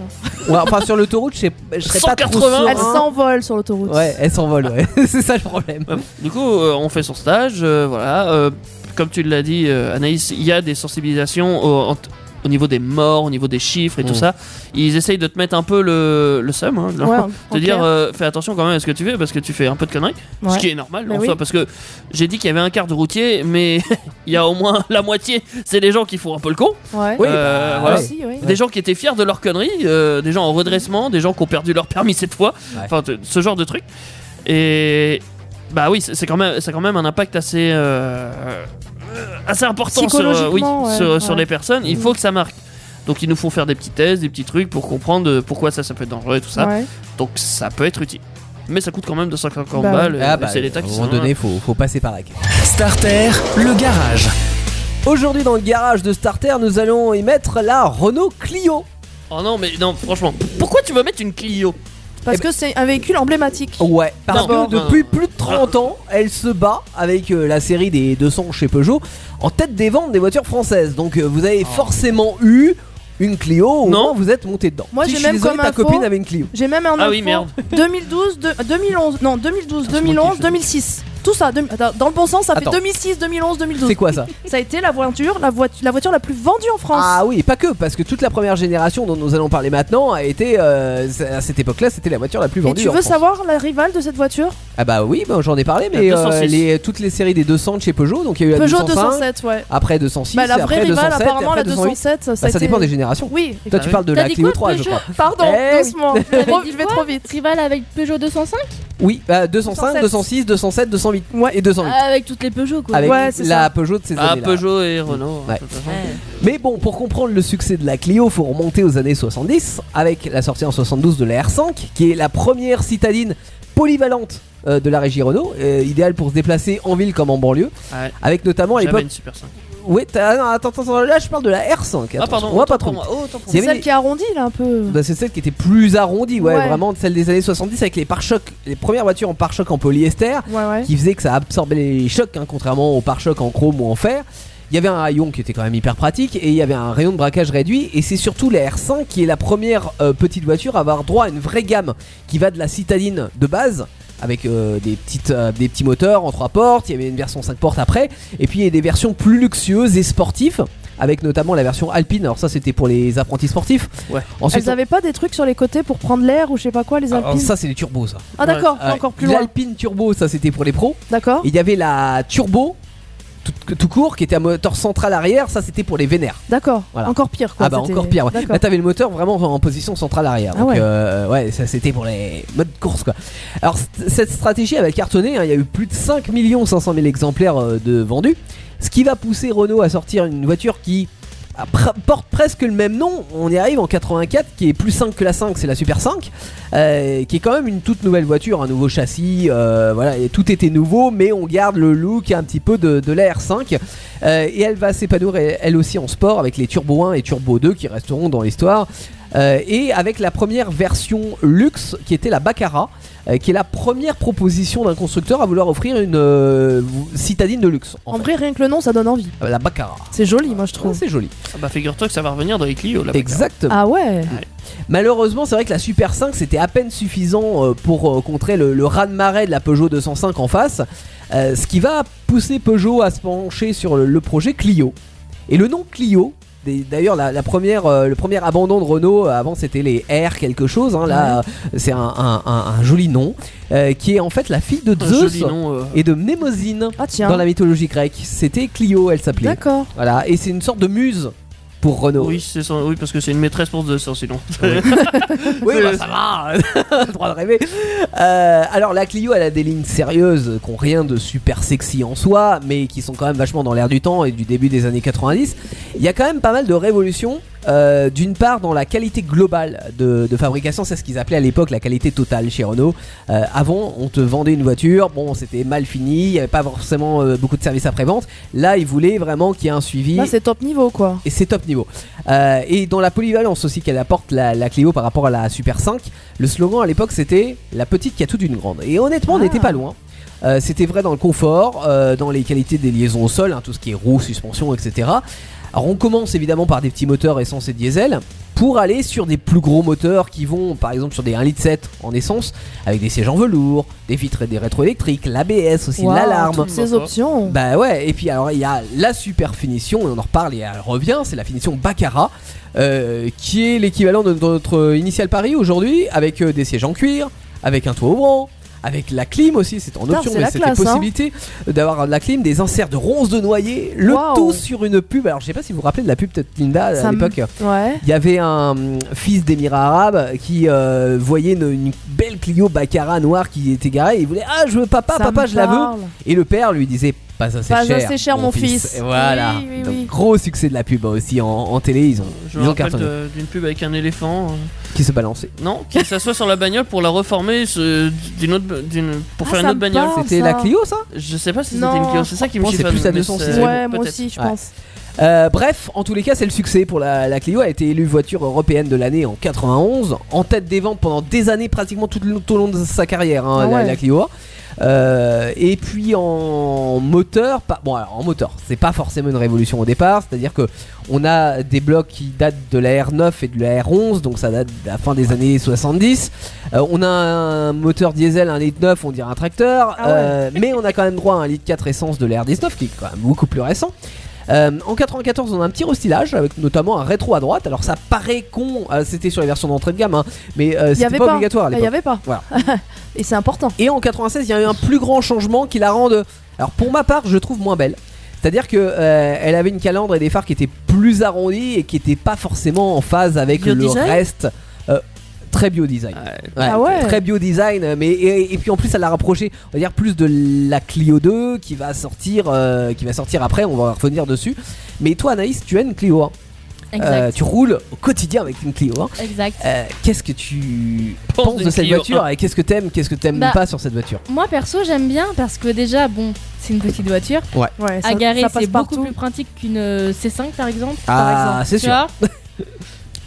[SPEAKER 3] Ouais, enfin, sur l'autoroute, je sais- je serais pas trop
[SPEAKER 4] 180.
[SPEAKER 3] sûr,
[SPEAKER 5] Elle
[SPEAKER 3] hein.
[SPEAKER 5] s'envole sur l'autoroute.
[SPEAKER 3] Ouais, elle s'envole, ouais. c'est ça le problème.
[SPEAKER 4] Du coup, euh, on fait son stage, euh, voilà. euh, comme tu l'as dit, euh, Anaïs, il y a des sensibilisations au, en t- au niveau des morts, au niveau des chiffres et
[SPEAKER 3] Mm.
[SPEAKER 4] tout ça. Ils essayent de te mettre un peu le, le seum, hein,
[SPEAKER 5] Ouais, en-
[SPEAKER 4] de
[SPEAKER 5] en
[SPEAKER 4] dire
[SPEAKER 5] clair.
[SPEAKER 4] euh, fais attention quand même à ce que tu fais parce que tu fais un peu de conneries,
[SPEAKER 5] Ouais.
[SPEAKER 4] ce qui est normal
[SPEAKER 5] Mais
[SPEAKER 4] en
[SPEAKER 5] oui.
[SPEAKER 4] soi parce que j'ai dit qu'il y avait un quart de routiers, mais il y a au moins la moitié, c'est des gens qui font un peu le con,
[SPEAKER 5] Ouais.
[SPEAKER 3] Oui,
[SPEAKER 4] Euh,
[SPEAKER 3] bah,
[SPEAKER 4] voilà.
[SPEAKER 3] ouais.
[SPEAKER 5] Aussi, oui.
[SPEAKER 4] des gens qui étaient fiers de leur connerie, euh, des gens en redressement, des gens qui ont perdu leur permis cette fois,
[SPEAKER 3] Ouais.
[SPEAKER 4] enfin t- ce genre de truc. Et bah oui, c'est c'est quand même, c'est quand même un impact assez, euh, assez important sur, euh, oui,
[SPEAKER 5] Psychologiquement, ouais,
[SPEAKER 4] sur, sur
[SPEAKER 5] ouais.
[SPEAKER 4] les personnes. Il
[SPEAKER 5] Mm.
[SPEAKER 4] faut que ça marque. Donc ils nous font faire des petits tests, des petits trucs pour comprendre euh, pourquoi ça, ça peut être dangereux et tout ça.
[SPEAKER 5] Ouais.
[SPEAKER 4] Donc ça peut être utile. Mais ça coûte quand même 250
[SPEAKER 5] Bah oui.
[SPEAKER 4] balles. euh, et
[SPEAKER 3] Ah bah,
[SPEAKER 4] c'est l'État
[SPEAKER 3] à un
[SPEAKER 4] qui
[SPEAKER 3] moment
[SPEAKER 4] s'en
[SPEAKER 3] donné, faut, faut passer par là.
[SPEAKER 1] Starter, le garage.
[SPEAKER 3] Aujourd'hui, dans le garage de Starter, nous allons y mettre la Renault Clio.
[SPEAKER 4] Oh non, mais non, franchement, pourquoi tu veux mettre une Clio
[SPEAKER 5] Parce
[SPEAKER 3] Eh Oh.
[SPEAKER 5] que c'est un véhicule emblématique.
[SPEAKER 3] Ouais, parce
[SPEAKER 4] Non.
[SPEAKER 3] que depuis plus de
[SPEAKER 4] Ah.
[SPEAKER 3] 30 ans, elle se bat avec euh, la série des 200 chez Peugeot en tête des ventes des voitures françaises. Donc euh, vous avez forcément eu une Clio ou
[SPEAKER 4] Ah. Non.
[SPEAKER 3] vous êtes monté dedans.
[SPEAKER 5] Moi,
[SPEAKER 3] Si,
[SPEAKER 5] j'ai
[SPEAKER 3] je suis
[SPEAKER 5] même
[SPEAKER 3] désolé,
[SPEAKER 5] comme
[SPEAKER 3] ta
[SPEAKER 5] info-
[SPEAKER 3] copine avait une Clio.
[SPEAKER 5] J'ai même un
[SPEAKER 4] Ah oui,
[SPEAKER 5] info.
[SPEAKER 4] merde.
[SPEAKER 5] 2012, de- 2011, non, 2012,
[SPEAKER 4] Ah, c'est moi qui
[SPEAKER 5] 2011,
[SPEAKER 4] fais.
[SPEAKER 5] 2006. Tout ça, deux- attends, dans le bon sens, ça
[SPEAKER 3] Attends.
[SPEAKER 5] fait 2006, 2011, 2012.
[SPEAKER 3] C'est quoi ça
[SPEAKER 5] Ça a été la voiture, la, voit- la voiture la plus vendue en France.
[SPEAKER 3] Ah oui, pas que, parce que toute la première génération dont nous allons parler maintenant a été euh, c- à cette époque-là, c'était la voiture la plus
[SPEAKER 5] Et
[SPEAKER 3] vendue.
[SPEAKER 5] tu
[SPEAKER 3] en
[SPEAKER 5] veux
[SPEAKER 3] France.
[SPEAKER 5] savoir la rivale de cette voiture
[SPEAKER 3] Ah bah oui, bah, j'en ai parlé,
[SPEAKER 4] La
[SPEAKER 3] mais euh,
[SPEAKER 4] 206.
[SPEAKER 3] les- toutes les séries des 200 de chez Peugeot, donc il y a eu la
[SPEAKER 5] Peugeot
[SPEAKER 3] 205,
[SPEAKER 5] 207, ouais.
[SPEAKER 3] après 206,
[SPEAKER 5] bah, la
[SPEAKER 3] et
[SPEAKER 5] vraie
[SPEAKER 3] après
[SPEAKER 5] rivale,
[SPEAKER 3] 207, et
[SPEAKER 5] apparemment,
[SPEAKER 3] après
[SPEAKER 5] la 207, ça,
[SPEAKER 3] Bah, ça
[SPEAKER 5] a été-
[SPEAKER 3] dépend des générations.
[SPEAKER 5] Oui,
[SPEAKER 3] Toi, tu
[SPEAKER 4] oui.
[SPEAKER 3] parles de
[SPEAKER 6] T'as
[SPEAKER 3] la
[SPEAKER 6] dit
[SPEAKER 3] Clio 3,
[SPEAKER 6] quoi,
[SPEAKER 3] je
[SPEAKER 6] Peugeot
[SPEAKER 3] crois.
[SPEAKER 5] pardon,
[SPEAKER 3] Eh oui.
[SPEAKER 5] doucement.
[SPEAKER 6] T'avais dit
[SPEAKER 5] je vais
[SPEAKER 6] quoi
[SPEAKER 5] trop vite.
[SPEAKER 6] Rival avec Peugeot 205
[SPEAKER 3] Oui, bah, 205,
[SPEAKER 5] 207,
[SPEAKER 3] 206, 207, 208
[SPEAKER 5] Ouais.
[SPEAKER 3] et 208.
[SPEAKER 6] Ah, Avec toutes les Peugeot, quoi.
[SPEAKER 3] avec
[SPEAKER 5] Ah, ouais, c'est
[SPEAKER 3] la
[SPEAKER 5] ça.
[SPEAKER 3] Peugeot de ces
[SPEAKER 4] Ah,
[SPEAKER 3] années-là.
[SPEAKER 4] Peugeot et Renault. hein,
[SPEAKER 3] Ouais.
[SPEAKER 4] de toute façon.
[SPEAKER 6] Ouais.
[SPEAKER 3] Mais bon, pour comprendre le succès de la Clio, faut remonter aux années 70 avec la sortie en 72 de la R5, qui est la première citadine polyvalente euh, de la régie Renault, euh, idéale pour se déplacer en ville comme en banlieue,
[SPEAKER 4] Ouais.
[SPEAKER 3] avec notamment à
[SPEAKER 4] J'avais
[SPEAKER 3] l'époque.
[SPEAKER 4] une Super 5.
[SPEAKER 3] Oui, t'as- ah non, attends, attends, attends, là je parle de la R5.
[SPEAKER 4] Ah,
[SPEAKER 3] attention,
[SPEAKER 4] pardon.
[SPEAKER 3] on va
[SPEAKER 4] autant
[SPEAKER 3] pas
[SPEAKER 4] pour
[SPEAKER 3] trop.
[SPEAKER 4] moi, oh, autant pour
[SPEAKER 3] Il y
[SPEAKER 5] C'est
[SPEAKER 3] avait
[SPEAKER 5] celle
[SPEAKER 3] des-
[SPEAKER 5] qui arrondit là un peu.
[SPEAKER 3] Bah, c'est celle qui était plus arrondie, ouais,
[SPEAKER 5] Ouais.
[SPEAKER 3] vraiment celle des années 70 avec les pare-chocs, les premières voitures en pare-choc en polyester
[SPEAKER 5] Ouais, ouais.
[SPEAKER 3] qui faisait que ça absorbait les chocs, hein, contrairement aux pare-chocs en chrome ou en fer. Il y avait un rayon qui était quand même hyper pratique et il y avait un rayon de braquage réduit et c'est surtout la R5 qui est la première euh, petite voiture à avoir droit à une vraie gamme qui va de la citadine de base avec euh, des, petites, euh, des petits moteurs en 3 portes, il y avait une version 5 portes après et puis il y a des versions plus luxueuses et sportives avec notamment la version Alpine, alors ça c'était pour les apprentis sportifs.
[SPEAKER 4] Ouais.
[SPEAKER 3] Ensuite,
[SPEAKER 5] Elles avaient pas des trucs sur les côtés pour prendre l'air ou je sais pas quoi, les
[SPEAKER 3] alors,
[SPEAKER 5] alpines
[SPEAKER 3] Ah, ça c'est les turbos ça.
[SPEAKER 5] Ah d'accord,
[SPEAKER 4] Ouais.
[SPEAKER 5] encore plus loin.
[SPEAKER 3] L'Alpine turbo ça c'était pour les pros.
[SPEAKER 5] D'accord.
[SPEAKER 3] Et Il y avait la turbo tout, tout court qui était à moteur central arrière, ça c'était pour les vénères.
[SPEAKER 5] D'accord.
[SPEAKER 3] Voilà.
[SPEAKER 5] Encore pire quoi.
[SPEAKER 3] ah bah
[SPEAKER 5] c'était-
[SPEAKER 3] encore pire. ouais.
[SPEAKER 5] D'accord.
[SPEAKER 3] Là t'avais le moteur vraiment en position centrale arrière.
[SPEAKER 5] Ah
[SPEAKER 3] donc
[SPEAKER 5] ouais.
[SPEAKER 3] euh, ouais, ça c'était pour les modes course quoi. Alors c- cette stratégie elle va cartonner, hein. il y a eu plus de 5 500 000 exemplaires euh, de vendus, ce qui va pousser Renault à sortir une voiture qui a pr- porte presque le même nom, on y arrive en 84 qui est plus 5 que la 5, c'est la Super 5, euh, qui est quand même une toute nouvelle voiture, un nouveau châssis, euh, voilà, et tout était nouveau, mais on garde le look un petit peu de, de la R5. Euh, et elle va s'épanouir elle elle aussi en sport avec les Turbo 1 et Turbo 2 qui resteront dans l'histoire. Euh, et avec la première version luxe qui était la Baccara, euh, qui est la première proposition d'un constructeur à vouloir offrir une euh, citadine de luxe. En
[SPEAKER 5] En
[SPEAKER 3] fait.
[SPEAKER 5] vrai, rien que le nom, ça donne envie.
[SPEAKER 3] Euh, La Baccara.
[SPEAKER 5] C'est joli, moi je
[SPEAKER 3] Ouais,
[SPEAKER 5] trouve.
[SPEAKER 3] C'est joli.
[SPEAKER 4] Ah bah figure-toi que ça va revenir dans les Clio là.
[SPEAKER 3] Exactement.
[SPEAKER 5] Ah ouais.
[SPEAKER 3] Malheureusement, c'est vrai que la Super 5 c'était à peine suffisant euh, pour euh, contrer le, le raz-de-marée de la Peugeot 205 en face, euh, ce qui va pousser Peugeot à se pencher sur le, le projet Clio. Et le nom Clio, des- d'ailleurs, la, la première, euh, le premier abandon de Renault, euh, avant c'était les R quelque chose, hein, là euh, c'est un, un- un- un joli nom, euh, qui est en fait la fille de
[SPEAKER 4] Un
[SPEAKER 3] Zeus
[SPEAKER 4] joli nom. euh,
[SPEAKER 3] et de Mnémosyne
[SPEAKER 5] Ah tiens.
[SPEAKER 3] dans la mythologie grecque. C'était Clio, elle s'appelait.
[SPEAKER 5] D'accord.
[SPEAKER 3] Voilà, et c'est une sorte de muse pour Renault.
[SPEAKER 4] Oui, c'est ça, oui, parce que c'est une maîtresse pour Zeus, hein, sinon.
[SPEAKER 3] Oui, bah, ça va, droit de rêver. Euh, alors la Clio, elle a des lignes sérieuses qui ont rien de super sexy en soi, mais qui sont quand même vachement dans l'air du temps et du début des années 90. Il y a quand même pas mal de révolutions. euh, D'une part dans la qualité globale de, de fabrication, c'est ce qu'ils appelaient à l'époque la qualité totale chez Renault. Euh, avant, on te vendait une voiture, bon, c'était mal fini, il n'y avait pas forcément euh, beaucoup de services après-vente. Là, ils voulaient vraiment qu'il y ait un suivi.
[SPEAKER 5] Là, c'est top niveau quoi.
[SPEAKER 3] Et c'est top niveau. Euh, et dans la polyvalence aussi qu'elle apporte la, la Clio par rapport à la Super 5, le slogan à l'époque c'était La petite qui a tout d'une grande. Et honnêtement, on
[SPEAKER 5] Ah.
[SPEAKER 3] n'était pas loin. Euh, c'était vrai dans le confort, euh, dans les qualités des liaisons au sol, hein, tout ce qui est roues, suspension, etc. Alors on commence évidemment par des petits moteurs essence et diesel pour aller sur des plus gros moteurs qui vont par exemple sur des 1,7 litre en essence avec des sièges en velours, des vitres et des rétroélectriques, l'ABS aussi,
[SPEAKER 5] Waouh,
[SPEAKER 3] l'alarme.
[SPEAKER 5] Toutes ces options.
[SPEAKER 3] Bah ouais, et puis alors il y a la super finition, et on en reparle et elle revient, c'est la finition Baccara, euh, qui est l'équivalent de notre initial Paris aujourd'hui, avec euh, des sièges en cuir, avec un toit ouvrant. Avec la clim aussi, c'est en
[SPEAKER 5] Putain,
[SPEAKER 3] option,
[SPEAKER 5] c'est
[SPEAKER 3] mais
[SPEAKER 5] la
[SPEAKER 3] c'était
[SPEAKER 5] classe, hein.
[SPEAKER 3] possibilité d'avoir de la clim, des inserts de ronces de noyer, le
[SPEAKER 5] Waouh.
[SPEAKER 3] tout sur une pub. Alors je sais pas si vous vous rappelez de la pub, peut-être Linda,
[SPEAKER 5] Ça
[SPEAKER 3] à
[SPEAKER 5] me-
[SPEAKER 3] l'époque.
[SPEAKER 5] Ouais.
[SPEAKER 3] Il y avait un hum, fils d'émirat arabe qui euh, voyait une, une belle Clio Baccara noire qui était garée et il voulait Ah, je veux papa,
[SPEAKER 5] Ça
[SPEAKER 3] papa,
[SPEAKER 5] me
[SPEAKER 3] je la veux.
[SPEAKER 5] parle.
[SPEAKER 3] Et le père lui disait pas assez
[SPEAKER 5] Pas
[SPEAKER 3] cher.
[SPEAKER 5] assez cher, mon fils.
[SPEAKER 3] Et voilà.
[SPEAKER 5] Oui, oui,
[SPEAKER 3] Donc,
[SPEAKER 5] oui.
[SPEAKER 3] gros succès de la pub aussi en, en télé. Ils ont,
[SPEAKER 4] Je
[SPEAKER 3] ils
[SPEAKER 4] me
[SPEAKER 3] ont
[SPEAKER 4] rappelle
[SPEAKER 3] cartonné.
[SPEAKER 4] de- d'une pub avec un éléphant. euh,
[SPEAKER 3] Qui se balançait.
[SPEAKER 4] Non, qui s'assoit sur la bagnole pour la reformer ce- d'une autre, d'une- pour
[SPEAKER 5] Ah,
[SPEAKER 4] faire une
[SPEAKER 5] ça
[SPEAKER 4] autre
[SPEAKER 5] me
[SPEAKER 4] bagnole.
[SPEAKER 5] parle.
[SPEAKER 3] C'était
[SPEAKER 5] ça.
[SPEAKER 3] la Clio, ça
[SPEAKER 4] Je sais pas si c'était
[SPEAKER 5] Non,
[SPEAKER 4] une Clio, c'est ça qui
[SPEAKER 3] je
[SPEAKER 4] me
[SPEAKER 3] pense
[SPEAKER 4] chiffonne.
[SPEAKER 3] que c'est plus la
[SPEAKER 4] mais
[SPEAKER 3] 206.
[SPEAKER 4] c'est-
[SPEAKER 5] Ouais, moi
[SPEAKER 4] peut-être.
[SPEAKER 5] aussi, je
[SPEAKER 3] Ouais.
[SPEAKER 5] pense.
[SPEAKER 3] Euh, Bref, en tous les cas, c'est le succès pour la, la Clio. Elle a été élue voiture européenne de l'année en 91, en tête des ventes pendant des années, pratiquement tout, le- tout au long de sa carrière, hein,
[SPEAKER 5] Ah
[SPEAKER 3] la,
[SPEAKER 5] ouais.
[SPEAKER 3] la Clio. Euh, et puis en moteur, pas, bon alors en moteur, c'est pas forcément une révolution au départ, c'est-à-dire que on a des blocs qui datent de la R9 et de la R11, donc ça date de la fin des années 70. Euh, on a un moteur diesel 1,9 litre, on dirait un tracteur,
[SPEAKER 5] Ah ouais.
[SPEAKER 3] euh, mais on a quand même droit à un litre 4 essence de la R19 qui est quand même beaucoup plus récent. Euh, en 94, on a un petit restylage avec notamment un rétro à droite. Alors ça paraît con, euh, c'était sur les versions d'entrée de gamme, hein, mais euh,
[SPEAKER 5] Il y
[SPEAKER 3] c'était
[SPEAKER 5] avait
[SPEAKER 3] pas, obligatoire à
[SPEAKER 5] Il Ah, y
[SPEAKER 3] l'époque.
[SPEAKER 5] avait pas.
[SPEAKER 3] Voilà.
[SPEAKER 5] Et c'est important.
[SPEAKER 3] Et en 96, il y a eu un plus grand changement qui la rende. Alors pour ma part, je trouve moins belle. C'est-à-dire que euh, elle avait une calandre et des phares qui étaient plus arrondis et qui n'étaient pas forcément en phase avec
[SPEAKER 5] Your
[SPEAKER 3] le
[SPEAKER 5] design
[SPEAKER 3] reste. Euh, très bio design.
[SPEAKER 5] Ah ouais
[SPEAKER 3] Très bio design, mais et, et puis en plus ça l'a rapproché, on va dire plus de la Clio 2 qui va sortir, euh, qui va sortir après. On va revenir dessus. Mais toi Anaïs, tu as une Clio 1.
[SPEAKER 6] Exact.
[SPEAKER 3] Euh, tu roules au quotidien avec une Clio 1.
[SPEAKER 6] exact.
[SPEAKER 3] Euh, qu'est-ce que tu
[SPEAKER 4] Pense
[SPEAKER 3] penses de
[SPEAKER 4] d'une
[SPEAKER 3] cette
[SPEAKER 4] Clio
[SPEAKER 3] voiture et qu'est-ce que t'aimes, qu'est-ce que t'aimes
[SPEAKER 6] Bah.
[SPEAKER 3] pas sur cette voiture
[SPEAKER 6] Moi perso j'aime bien parce que déjà bon c'est une petite voiture.
[SPEAKER 5] Ouais, ça-
[SPEAKER 6] à garer
[SPEAKER 5] ça passe
[SPEAKER 6] c'est beaucoup
[SPEAKER 5] partout.
[SPEAKER 6] plus pratique qu'une euh, C5 par exemple.
[SPEAKER 3] Ah,
[SPEAKER 6] par exemple,
[SPEAKER 3] c'est
[SPEAKER 6] tu
[SPEAKER 3] sûr.
[SPEAKER 6] vois.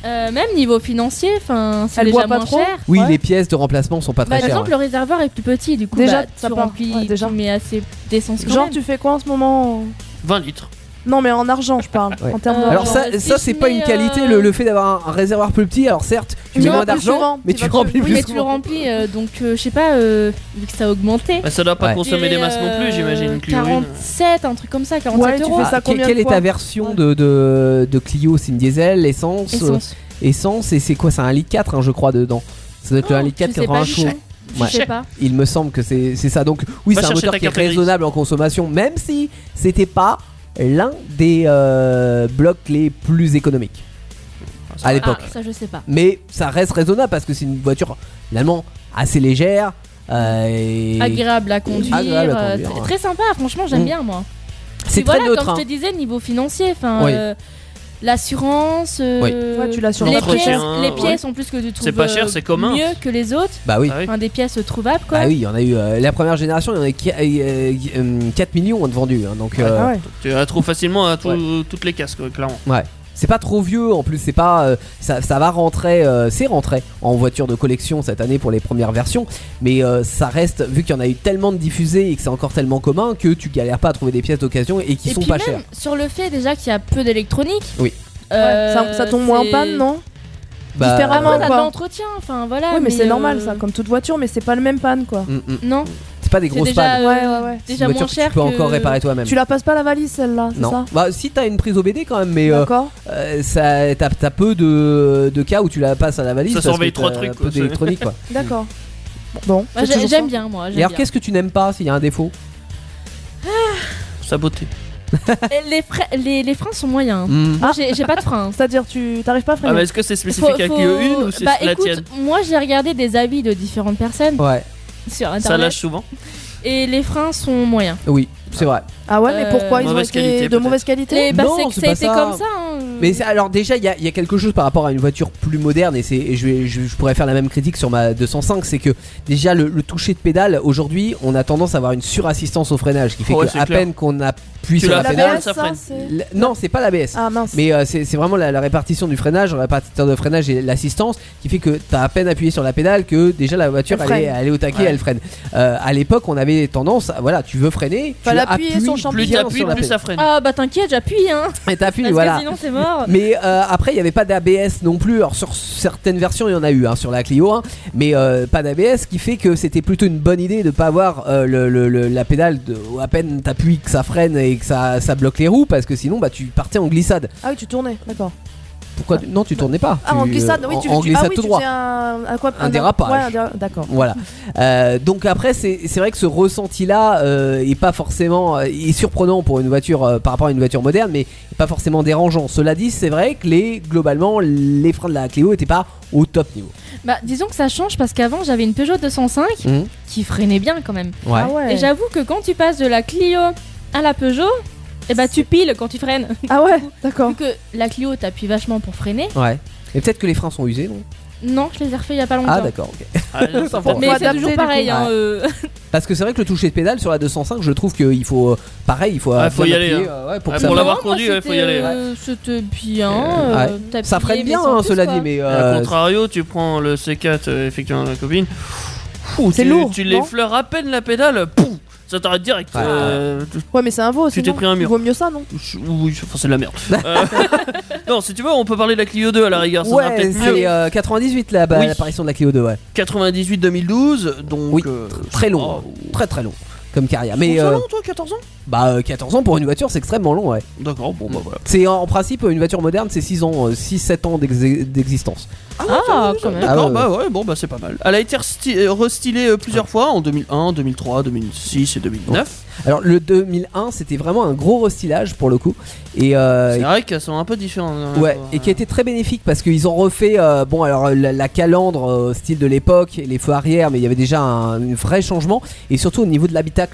[SPEAKER 6] Euh, même niveau financier, enfin c'est
[SPEAKER 5] Elle
[SPEAKER 6] déjà
[SPEAKER 5] boit pas
[SPEAKER 6] moins
[SPEAKER 5] trop
[SPEAKER 6] cher.
[SPEAKER 3] Oui,
[SPEAKER 5] Ouais.
[SPEAKER 3] les pièces de remplacement sont pas très
[SPEAKER 6] Bah, par
[SPEAKER 3] chères.
[SPEAKER 6] exemple, le réservoir est plus petit, du coup,
[SPEAKER 5] Déjà,
[SPEAKER 6] bah,
[SPEAKER 5] ça
[SPEAKER 6] tu
[SPEAKER 5] part.
[SPEAKER 6] remplis,
[SPEAKER 5] Ouais, déjà.
[SPEAKER 6] tu mets assez d'essence. quand
[SPEAKER 5] Genre,
[SPEAKER 6] même.
[SPEAKER 5] tu fais quoi en ce moment
[SPEAKER 4] 20 litres.
[SPEAKER 5] Non, mais en argent, je parle.
[SPEAKER 3] Ouais.
[SPEAKER 5] En termes de.
[SPEAKER 6] Euh,
[SPEAKER 3] hein. Alors
[SPEAKER 6] Alors,
[SPEAKER 3] ça,
[SPEAKER 6] si
[SPEAKER 3] ça
[SPEAKER 6] je
[SPEAKER 3] c'est pas
[SPEAKER 6] mets,
[SPEAKER 3] une qualité, le, le fait d'avoir un, un réservoir plus petit, alors certes, tu
[SPEAKER 5] euh,
[SPEAKER 3] mets
[SPEAKER 5] Tu vas
[SPEAKER 3] moins
[SPEAKER 5] plus
[SPEAKER 3] d'argent,
[SPEAKER 5] souvent,
[SPEAKER 3] mais
[SPEAKER 5] tu
[SPEAKER 3] tu
[SPEAKER 5] vas
[SPEAKER 3] remplis
[SPEAKER 5] plus-
[SPEAKER 6] Oui,
[SPEAKER 3] plus
[SPEAKER 6] mais tu le
[SPEAKER 3] souvent.
[SPEAKER 6] remplis, euh, donc euh, je sais pas, euh, vu que ça a augmenté.
[SPEAKER 4] Bah, ça doit pas
[SPEAKER 3] Ouais.
[SPEAKER 4] consommer des
[SPEAKER 6] Et,
[SPEAKER 4] masses non
[SPEAKER 6] euh,
[SPEAKER 4] plus, j'imagine. une Clio 1.
[SPEAKER 6] 47, un truc comme ça, 47
[SPEAKER 5] Ouais, tu
[SPEAKER 6] euros.
[SPEAKER 5] fais ça
[SPEAKER 3] Ah, que-
[SPEAKER 5] combien de
[SPEAKER 3] quelle est ta
[SPEAKER 5] fois
[SPEAKER 3] version de, de, de Clio C'est une diesel, essence euh,
[SPEAKER 6] Essence.
[SPEAKER 3] essence, et c'est quoi C'est un litre 4, hein, je crois, dedans. Ça doit être le 1 litre 4
[SPEAKER 6] Oh, je sais pas
[SPEAKER 3] 80
[SPEAKER 6] du tout.
[SPEAKER 3] chevaux. Ouais.
[SPEAKER 6] Je sais pas.
[SPEAKER 3] Il me semble que c'est c'est ça. Donc oui,
[SPEAKER 4] Va
[SPEAKER 3] c'est un
[SPEAKER 4] chercher
[SPEAKER 3] moteur
[SPEAKER 4] ta
[SPEAKER 3] qui est
[SPEAKER 4] carte grise.
[SPEAKER 3] raisonnable en consommation, même si c'était pas l'un des euh, blocs les plus économiques. À
[SPEAKER 6] Ah,
[SPEAKER 3] l'époque.
[SPEAKER 6] ça, je sais pas.
[SPEAKER 3] Mais ça reste raisonnable parce que c'est une voiture finalement assez légère. euh, et
[SPEAKER 6] Agréable à conduire,
[SPEAKER 3] Agréable à
[SPEAKER 6] euh,
[SPEAKER 3] conduire,
[SPEAKER 6] tr-
[SPEAKER 3] ouais.
[SPEAKER 6] très sympa. Franchement, j'aime
[SPEAKER 3] Mm.
[SPEAKER 6] bien moi.
[SPEAKER 3] C'est
[SPEAKER 6] Puis
[SPEAKER 3] très
[SPEAKER 6] voilà,
[SPEAKER 3] neutre.
[SPEAKER 6] Comme je
[SPEAKER 3] hein.
[SPEAKER 6] te disais, niveau financier, enfin,
[SPEAKER 3] Oui.
[SPEAKER 6] euh, l'assurance. euh,
[SPEAKER 5] Ouais, tu l'as sur
[SPEAKER 6] les
[SPEAKER 5] l'entretien,
[SPEAKER 6] pièces,
[SPEAKER 4] ouais.
[SPEAKER 6] les pièces en plus que tu trouves.
[SPEAKER 4] C'est pas cher,
[SPEAKER 6] euh,
[SPEAKER 4] c'est commun.
[SPEAKER 6] Mieux que les autres.
[SPEAKER 3] Bah oui.
[SPEAKER 4] Ah oui.
[SPEAKER 6] Enfin, des pièces trouvables quoi.
[SPEAKER 3] Bah oui, il y en a eu euh, la première génération, il y en a eu qui- euh, euh, 4 millions de vendus. hein, donc euh,
[SPEAKER 5] Ah ouais.
[SPEAKER 4] Tu la trouves facilement à tout-
[SPEAKER 3] Ouais.
[SPEAKER 4] toutes les casques, ouais, clairement.
[SPEAKER 3] c'est pas trop vieux en plus, c'est pas euh, ça, ça va rentrer, euh, c'est rentré en voiture de collection cette année pour les premières versions, mais euh, ça reste vu qu'il y en a eu tellement de diffusés et que c'est encore tellement commun que tu galères pas à trouver des pièces d'occasion et qui
[SPEAKER 6] Et
[SPEAKER 3] sont
[SPEAKER 6] puis
[SPEAKER 3] pas
[SPEAKER 6] même
[SPEAKER 3] chères.
[SPEAKER 6] sur le fait déjà qu'il y a peu d'électronique.
[SPEAKER 3] Oui.
[SPEAKER 6] euh,
[SPEAKER 5] ça, ça tombe moins en
[SPEAKER 6] c'est-
[SPEAKER 5] panne, non
[SPEAKER 3] Bah,
[SPEAKER 5] différemment,
[SPEAKER 6] Après, t'as de
[SPEAKER 5] quoi.
[SPEAKER 6] l'entretien, enfin voilà.
[SPEAKER 5] Oui, mais, c'est
[SPEAKER 6] euh,
[SPEAKER 5] normal, ça, comme toute voiture, mais c'est pas le même panne, quoi.
[SPEAKER 3] mm, mm.
[SPEAKER 6] Non,
[SPEAKER 3] c'est pas des
[SPEAKER 6] c'est
[SPEAKER 3] grosses
[SPEAKER 6] déjà,
[SPEAKER 3] pannes.
[SPEAKER 6] euh,
[SPEAKER 5] Ouais, ouais, ouais.
[SPEAKER 3] C'est une
[SPEAKER 6] déjà moins
[SPEAKER 3] voiture que
[SPEAKER 6] cher.
[SPEAKER 3] tu peux
[SPEAKER 6] que-
[SPEAKER 3] encore réparer toi-même.
[SPEAKER 5] Tu la passes pas la valise, celle-là, c'est
[SPEAKER 3] non.
[SPEAKER 5] ça
[SPEAKER 3] Bah, si t'as une prise au BD quand même, mais euh,
[SPEAKER 5] D'accord.
[SPEAKER 3] euh, ça- t'as t'as peu de, de cas où tu la passes à la valise.
[SPEAKER 4] Ça
[SPEAKER 3] parce que
[SPEAKER 4] surveille trois
[SPEAKER 3] t'as
[SPEAKER 4] trucs,
[SPEAKER 3] Peu
[SPEAKER 4] quoi, c'est-
[SPEAKER 3] d'électronique quoi.
[SPEAKER 5] D'accord. Bon,
[SPEAKER 6] Moi,
[SPEAKER 5] c'est
[SPEAKER 6] j'ai-
[SPEAKER 5] toujours
[SPEAKER 6] J'aime
[SPEAKER 5] ça.
[SPEAKER 6] bien moi.
[SPEAKER 3] Et
[SPEAKER 6] j'aime
[SPEAKER 3] alors
[SPEAKER 6] bien.
[SPEAKER 3] qu'est-ce que tu n'aimes pas s'il y a un défaut
[SPEAKER 4] Sa beauté. Ah,
[SPEAKER 6] Et les, frais- les, les freins sont moyens.
[SPEAKER 3] Mm.
[SPEAKER 6] Moi j'ai j'ai pas de freins.
[SPEAKER 5] C'est-à-dire, tu t'arrives pas à
[SPEAKER 4] Ah, mais
[SPEAKER 5] freiner
[SPEAKER 4] est-ce que c'est spécifique à Clio 1 ou c'est
[SPEAKER 6] Bah
[SPEAKER 4] la
[SPEAKER 6] écoute,
[SPEAKER 4] tienne Oh.
[SPEAKER 6] moi j'ai regardé des avis de différentes personnes
[SPEAKER 3] Ouais,
[SPEAKER 6] sur
[SPEAKER 4] Ça
[SPEAKER 6] internet
[SPEAKER 4] lâche souvent.
[SPEAKER 6] et les freins sont moyens.
[SPEAKER 3] oui, c'est vrai.
[SPEAKER 5] Ah ouais, mais
[SPEAKER 6] Euh,
[SPEAKER 5] pourquoi ils ont
[SPEAKER 4] mauvaise qualité,
[SPEAKER 5] été de
[SPEAKER 4] peut-être.
[SPEAKER 5] mauvaise qualité
[SPEAKER 6] Et bah
[SPEAKER 3] Non,
[SPEAKER 6] c'est que
[SPEAKER 3] c'est
[SPEAKER 6] ça a
[SPEAKER 3] pas
[SPEAKER 6] été
[SPEAKER 3] ça.
[SPEAKER 6] comme ça. hein.
[SPEAKER 3] Mais c'est- alors déjà, il y, a- il y a quelque chose par rapport à une voiture plus moderne, et, c'est- et je, vais- je- je pourrais faire la même critique sur ma 205, c'est que déjà le, le toucher de pédale, aujourd'hui, on a tendance à avoir une surassistance au freinage, qui fait
[SPEAKER 4] Ouais,
[SPEAKER 3] que
[SPEAKER 4] c'est
[SPEAKER 3] à
[SPEAKER 4] clair.
[SPEAKER 3] peine qu'on appuie
[SPEAKER 4] Tu
[SPEAKER 5] Ah,
[SPEAKER 3] sur la
[SPEAKER 4] l'as fait
[SPEAKER 3] pédale...
[SPEAKER 4] mal, Ah, ça freine.
[SPEAKER 5] c'est-
[SPEAKER 3] la- Non, c'est pas l'ABS.
[SPEAKER 5] Ah mince.
[SPEAKER 3] Mais euh, c'est c'est vraiment la, la répartition du freinage, le répartiteur de freinage et l'assistance qui fait que t'as à peine appuyé sur la pédale que déjà la voiture elle,
[SPEAKER 5] Elle
[SPEAKER 3] est,
[SPEAKER 5] freine.
[SPEAKER 3] elle est au taquet,
[SPEAKER 4] Ouais.
[SPEAKER 3] elle freine. Euh, à l'époque, on avait tendance, à- voilà, tu veux freiner, tu
[SPEAKER 5] Fallait appuyer
[SPEAKER 3] appuies
[SPEAKER 5] sur le
[SPEAKER 3] bien
[SPEAKER 5] champignon.
[SPEAKER 4] Plus t'appuies,
[SPEAKER 3] sur la
[SPEAKER 4] plus
[SPEAKER 3] pédale.
[SPEAKER 4] ça freine.
[SPEAKER 6] Ah bah t'inquiète, j'appuie hein.
[SPEAKER 3] Et t'appuies,
[SPEAKER 6] Parce
[SPEAKER 3] voilà.
[SPEAKER 6] que sinon c'est mort.
[SPEAKER 3] Mais euh, après, il n'y avait pas d'ABS non plus. Alors, sur certaines versions, il y en a eu, hein, sur la Clio 1, mais euh, pas d'ABS, ce qui fait que c'était plutôt une bonne idée de pas avoir euh, le, le- le- la pédale de, où à peine t'appuies que ça freine et que ça, ça bloque les roues, parce que sinon, bah, tu partais en glissade.
[SPEAKER 5] Ah oui, tu tournais, d'accord.
[SPEAKER 3] Pourquoi tu- Non, tu tournais pas.
[SPEAKER 5] Ah,
[SPEAKER 3] Tu,
[SPEAKER 5] en
[SPEAKER 3] euh,
[SPEAKER 5] glissade, oui,
[SPEAKER 3] en-
[SPEAKER 5] tu,
[SPEAKER 3] en
[SPEAKER 5] tu-
[SPEAKER 3] glissade
[SPEAKER 5] ah, oui,
[SPEAKER 3] tout
[SPEAKER 5] tu
[SPEAKER 3] droit.
[SPEAKER 5] faisais un, un quoi,
[SPEAKER 3] Un dérapage.
[SPEAKER 5] Ouais, un déra- d'accord.
[SPEAKER 3] Voilà. Euh, donc après, c'est c'est vrai que ce ressenti-là euh, est pas forcément euh, est surprenant pour une voiture euh, par rapport à une voiture moderne, mais pas forcément dérangeant. Cela dit, c'est vrai que les globalement les freins de la Clio étaient pas au top niveau.
[SPEAKER 6] Bah disons que ça change parce qu'avant j'avais une Peugeot 205
[SPEAKER 3] Mhm.
[SPEAKER 6] qui freinait bien quand même.
[SPEAKER 3] Ouais.
[SPEAKER 5] Ah ouais.
[SPEAKER 6] Et j'avoue que quand tu passes de la Clio à la Peugeot, et bah tu piles quand tu freines.
[SPEAKER 5] Ah ouais, d'accord.
[SPEAKER 6] Vu que la Clio t'appuies vachement pour freiner.
[SPEAKER 3] Ouais. Et peut-être que les freins sont usés, non
[SPEAKER 6] Non, je les ai refait il y a pas
[SPEAKER 3] Ah
[SPEAKER 6] longtemps.
[SPEAKER 3] d'accord. ok.
[SPEAKER 4] Ah, non, ça
[SPEAKER 3] Faut
[SPEAKER 6] mais c'est
[SPEAKER 5] adapter,
[SPEAKER 6] toujours
[SPEAKER 5] du
[SPEAKER 6] pareil.
[SPEAKER 5] coup.
[SPEAKER 6] Hein,
[SPEAKER 3] Ouais.
[SPEAKER 6] euh,
[SPEAKER 3] Parce que c'est vrai que le toucher de pédale sur la 205, je trouve qu'il faut euh, pareil, il faut, euh,
[SPEAKER 4] Ouais, faut
[SPEAKER 3] bien
[SPEAKER 4] y aller, hein.
[SPEAKER 3] appuyer, euh, ouais, pour
[SPEAKER 4] Ouais,
[SPEAKER 3] que ça freine.
[SPEAKER 4] pour l'avoir
[SPEAKER 6] non, moi,
[SPEAKER 4] conduit, ouais, faut y
[SPEAKER 6] c'était,
[SPEAKER 4] aller, ouais.
[SPEAKER 6] euh, C'était bien. euh, t'appuyais,
[SPEAKER 3] ça freine
[SPEAKER 6] mais
[SPEAKER 3] bien,
[SPEAKER 6] sans
[SPEAKER 3] hein,
[SPEAKER 6] plus,
[SPEAKER 3] cela
[SPEAKER 6] quoi.
[SPEAKER 3] dit, mais
[SPEAKER 4] A
[SPEAKER 3] euh,
[SPEAKER 4] contrario, tu prends le C4, euh, effectivement, de la copine. Ouh,
[SPEAKER 5] C'est
[SPEAKER 4] tu-
[SPEAKER 5] lourd,
[SPEAKER 4] Tu
[SPEAKER 5] non
[SPEAKER 4] l'effleures à peine la pédale, pouf, ça t'arrête direct.
[SPEAKER 3] Ah.
[SPEAKER 4] Euh, tu-
[SPEAKER 5] Ouais, mais c'est un veau aussi.
[SPEAKER 4] Tu t'es pris un mur.
[SPEAKER 5] Vaut mieux ça, non
[SPEAKER 4] oui, enfin, c'est de la merde. Euh, non, si tu veux, on peut parler de la Clio 2 à la rigueur. Ça sera
[SPEAKER 3] ouais,
[SPEAKER 4] peut-être mieux.
[SPEAKER 3] c'est euh, 98 là, bah,
[SPEAKER 4] Oui.
[SPEAKER 3] l'apparition de la Clio 2, ouais.
[SPEAKER 4] 98-2012, donc.
[SPEAKER 3] Oui,
[SPEAKER 4] euh,
[SPEAKER 3] Très long,
[SPEAKER 4] oh,
[SPEAKER 3] très très long comme carrière. Mais
[SPEAKER 4] trouves ça
[SPEAKER 3] euh,
[SPEAKER 4] long, toi, 14 ans
[SPEAKER 3] bah euh, 14 ans pour une voiture, c'est extrêmement long, ouais.
[SPEAKER 4] D'accord, bon, bah voilà.
[SPEAKER 3] C'est en, en principe une voiture moderne, c'est 6 ans, 6 7 ans d'ex- d'existence.
[SPEAKER 6] Ah, quand même.
[SPEAKER 3] Ah
[SPEAKER 4] D'accord,
[SPEAKER 3] ouais,
[SPEAKER 4] bah ouais, bon, bah c'est pas mal. Elle a été resti- euh, restylée euh, plusieurs fois en 2001, 2003, 2006 et 2009.
[SPEAKER 3] Alors le 2001, c'était vraiment un gros restylage pour le coup. Et euh,
[SPEAKER 4] C'est vrai qu'elles sont un peu différentes. hein, euh,
[SPEAKER 3] Ouais, et qui a été très bénéfique parce qu'ils ont refait, euh, bon, alors la, la calandre euh, au style de l'époque, les feux arrière, mais il y avait déjà un, un vrai changement, et surtout au niveau de l'habitacle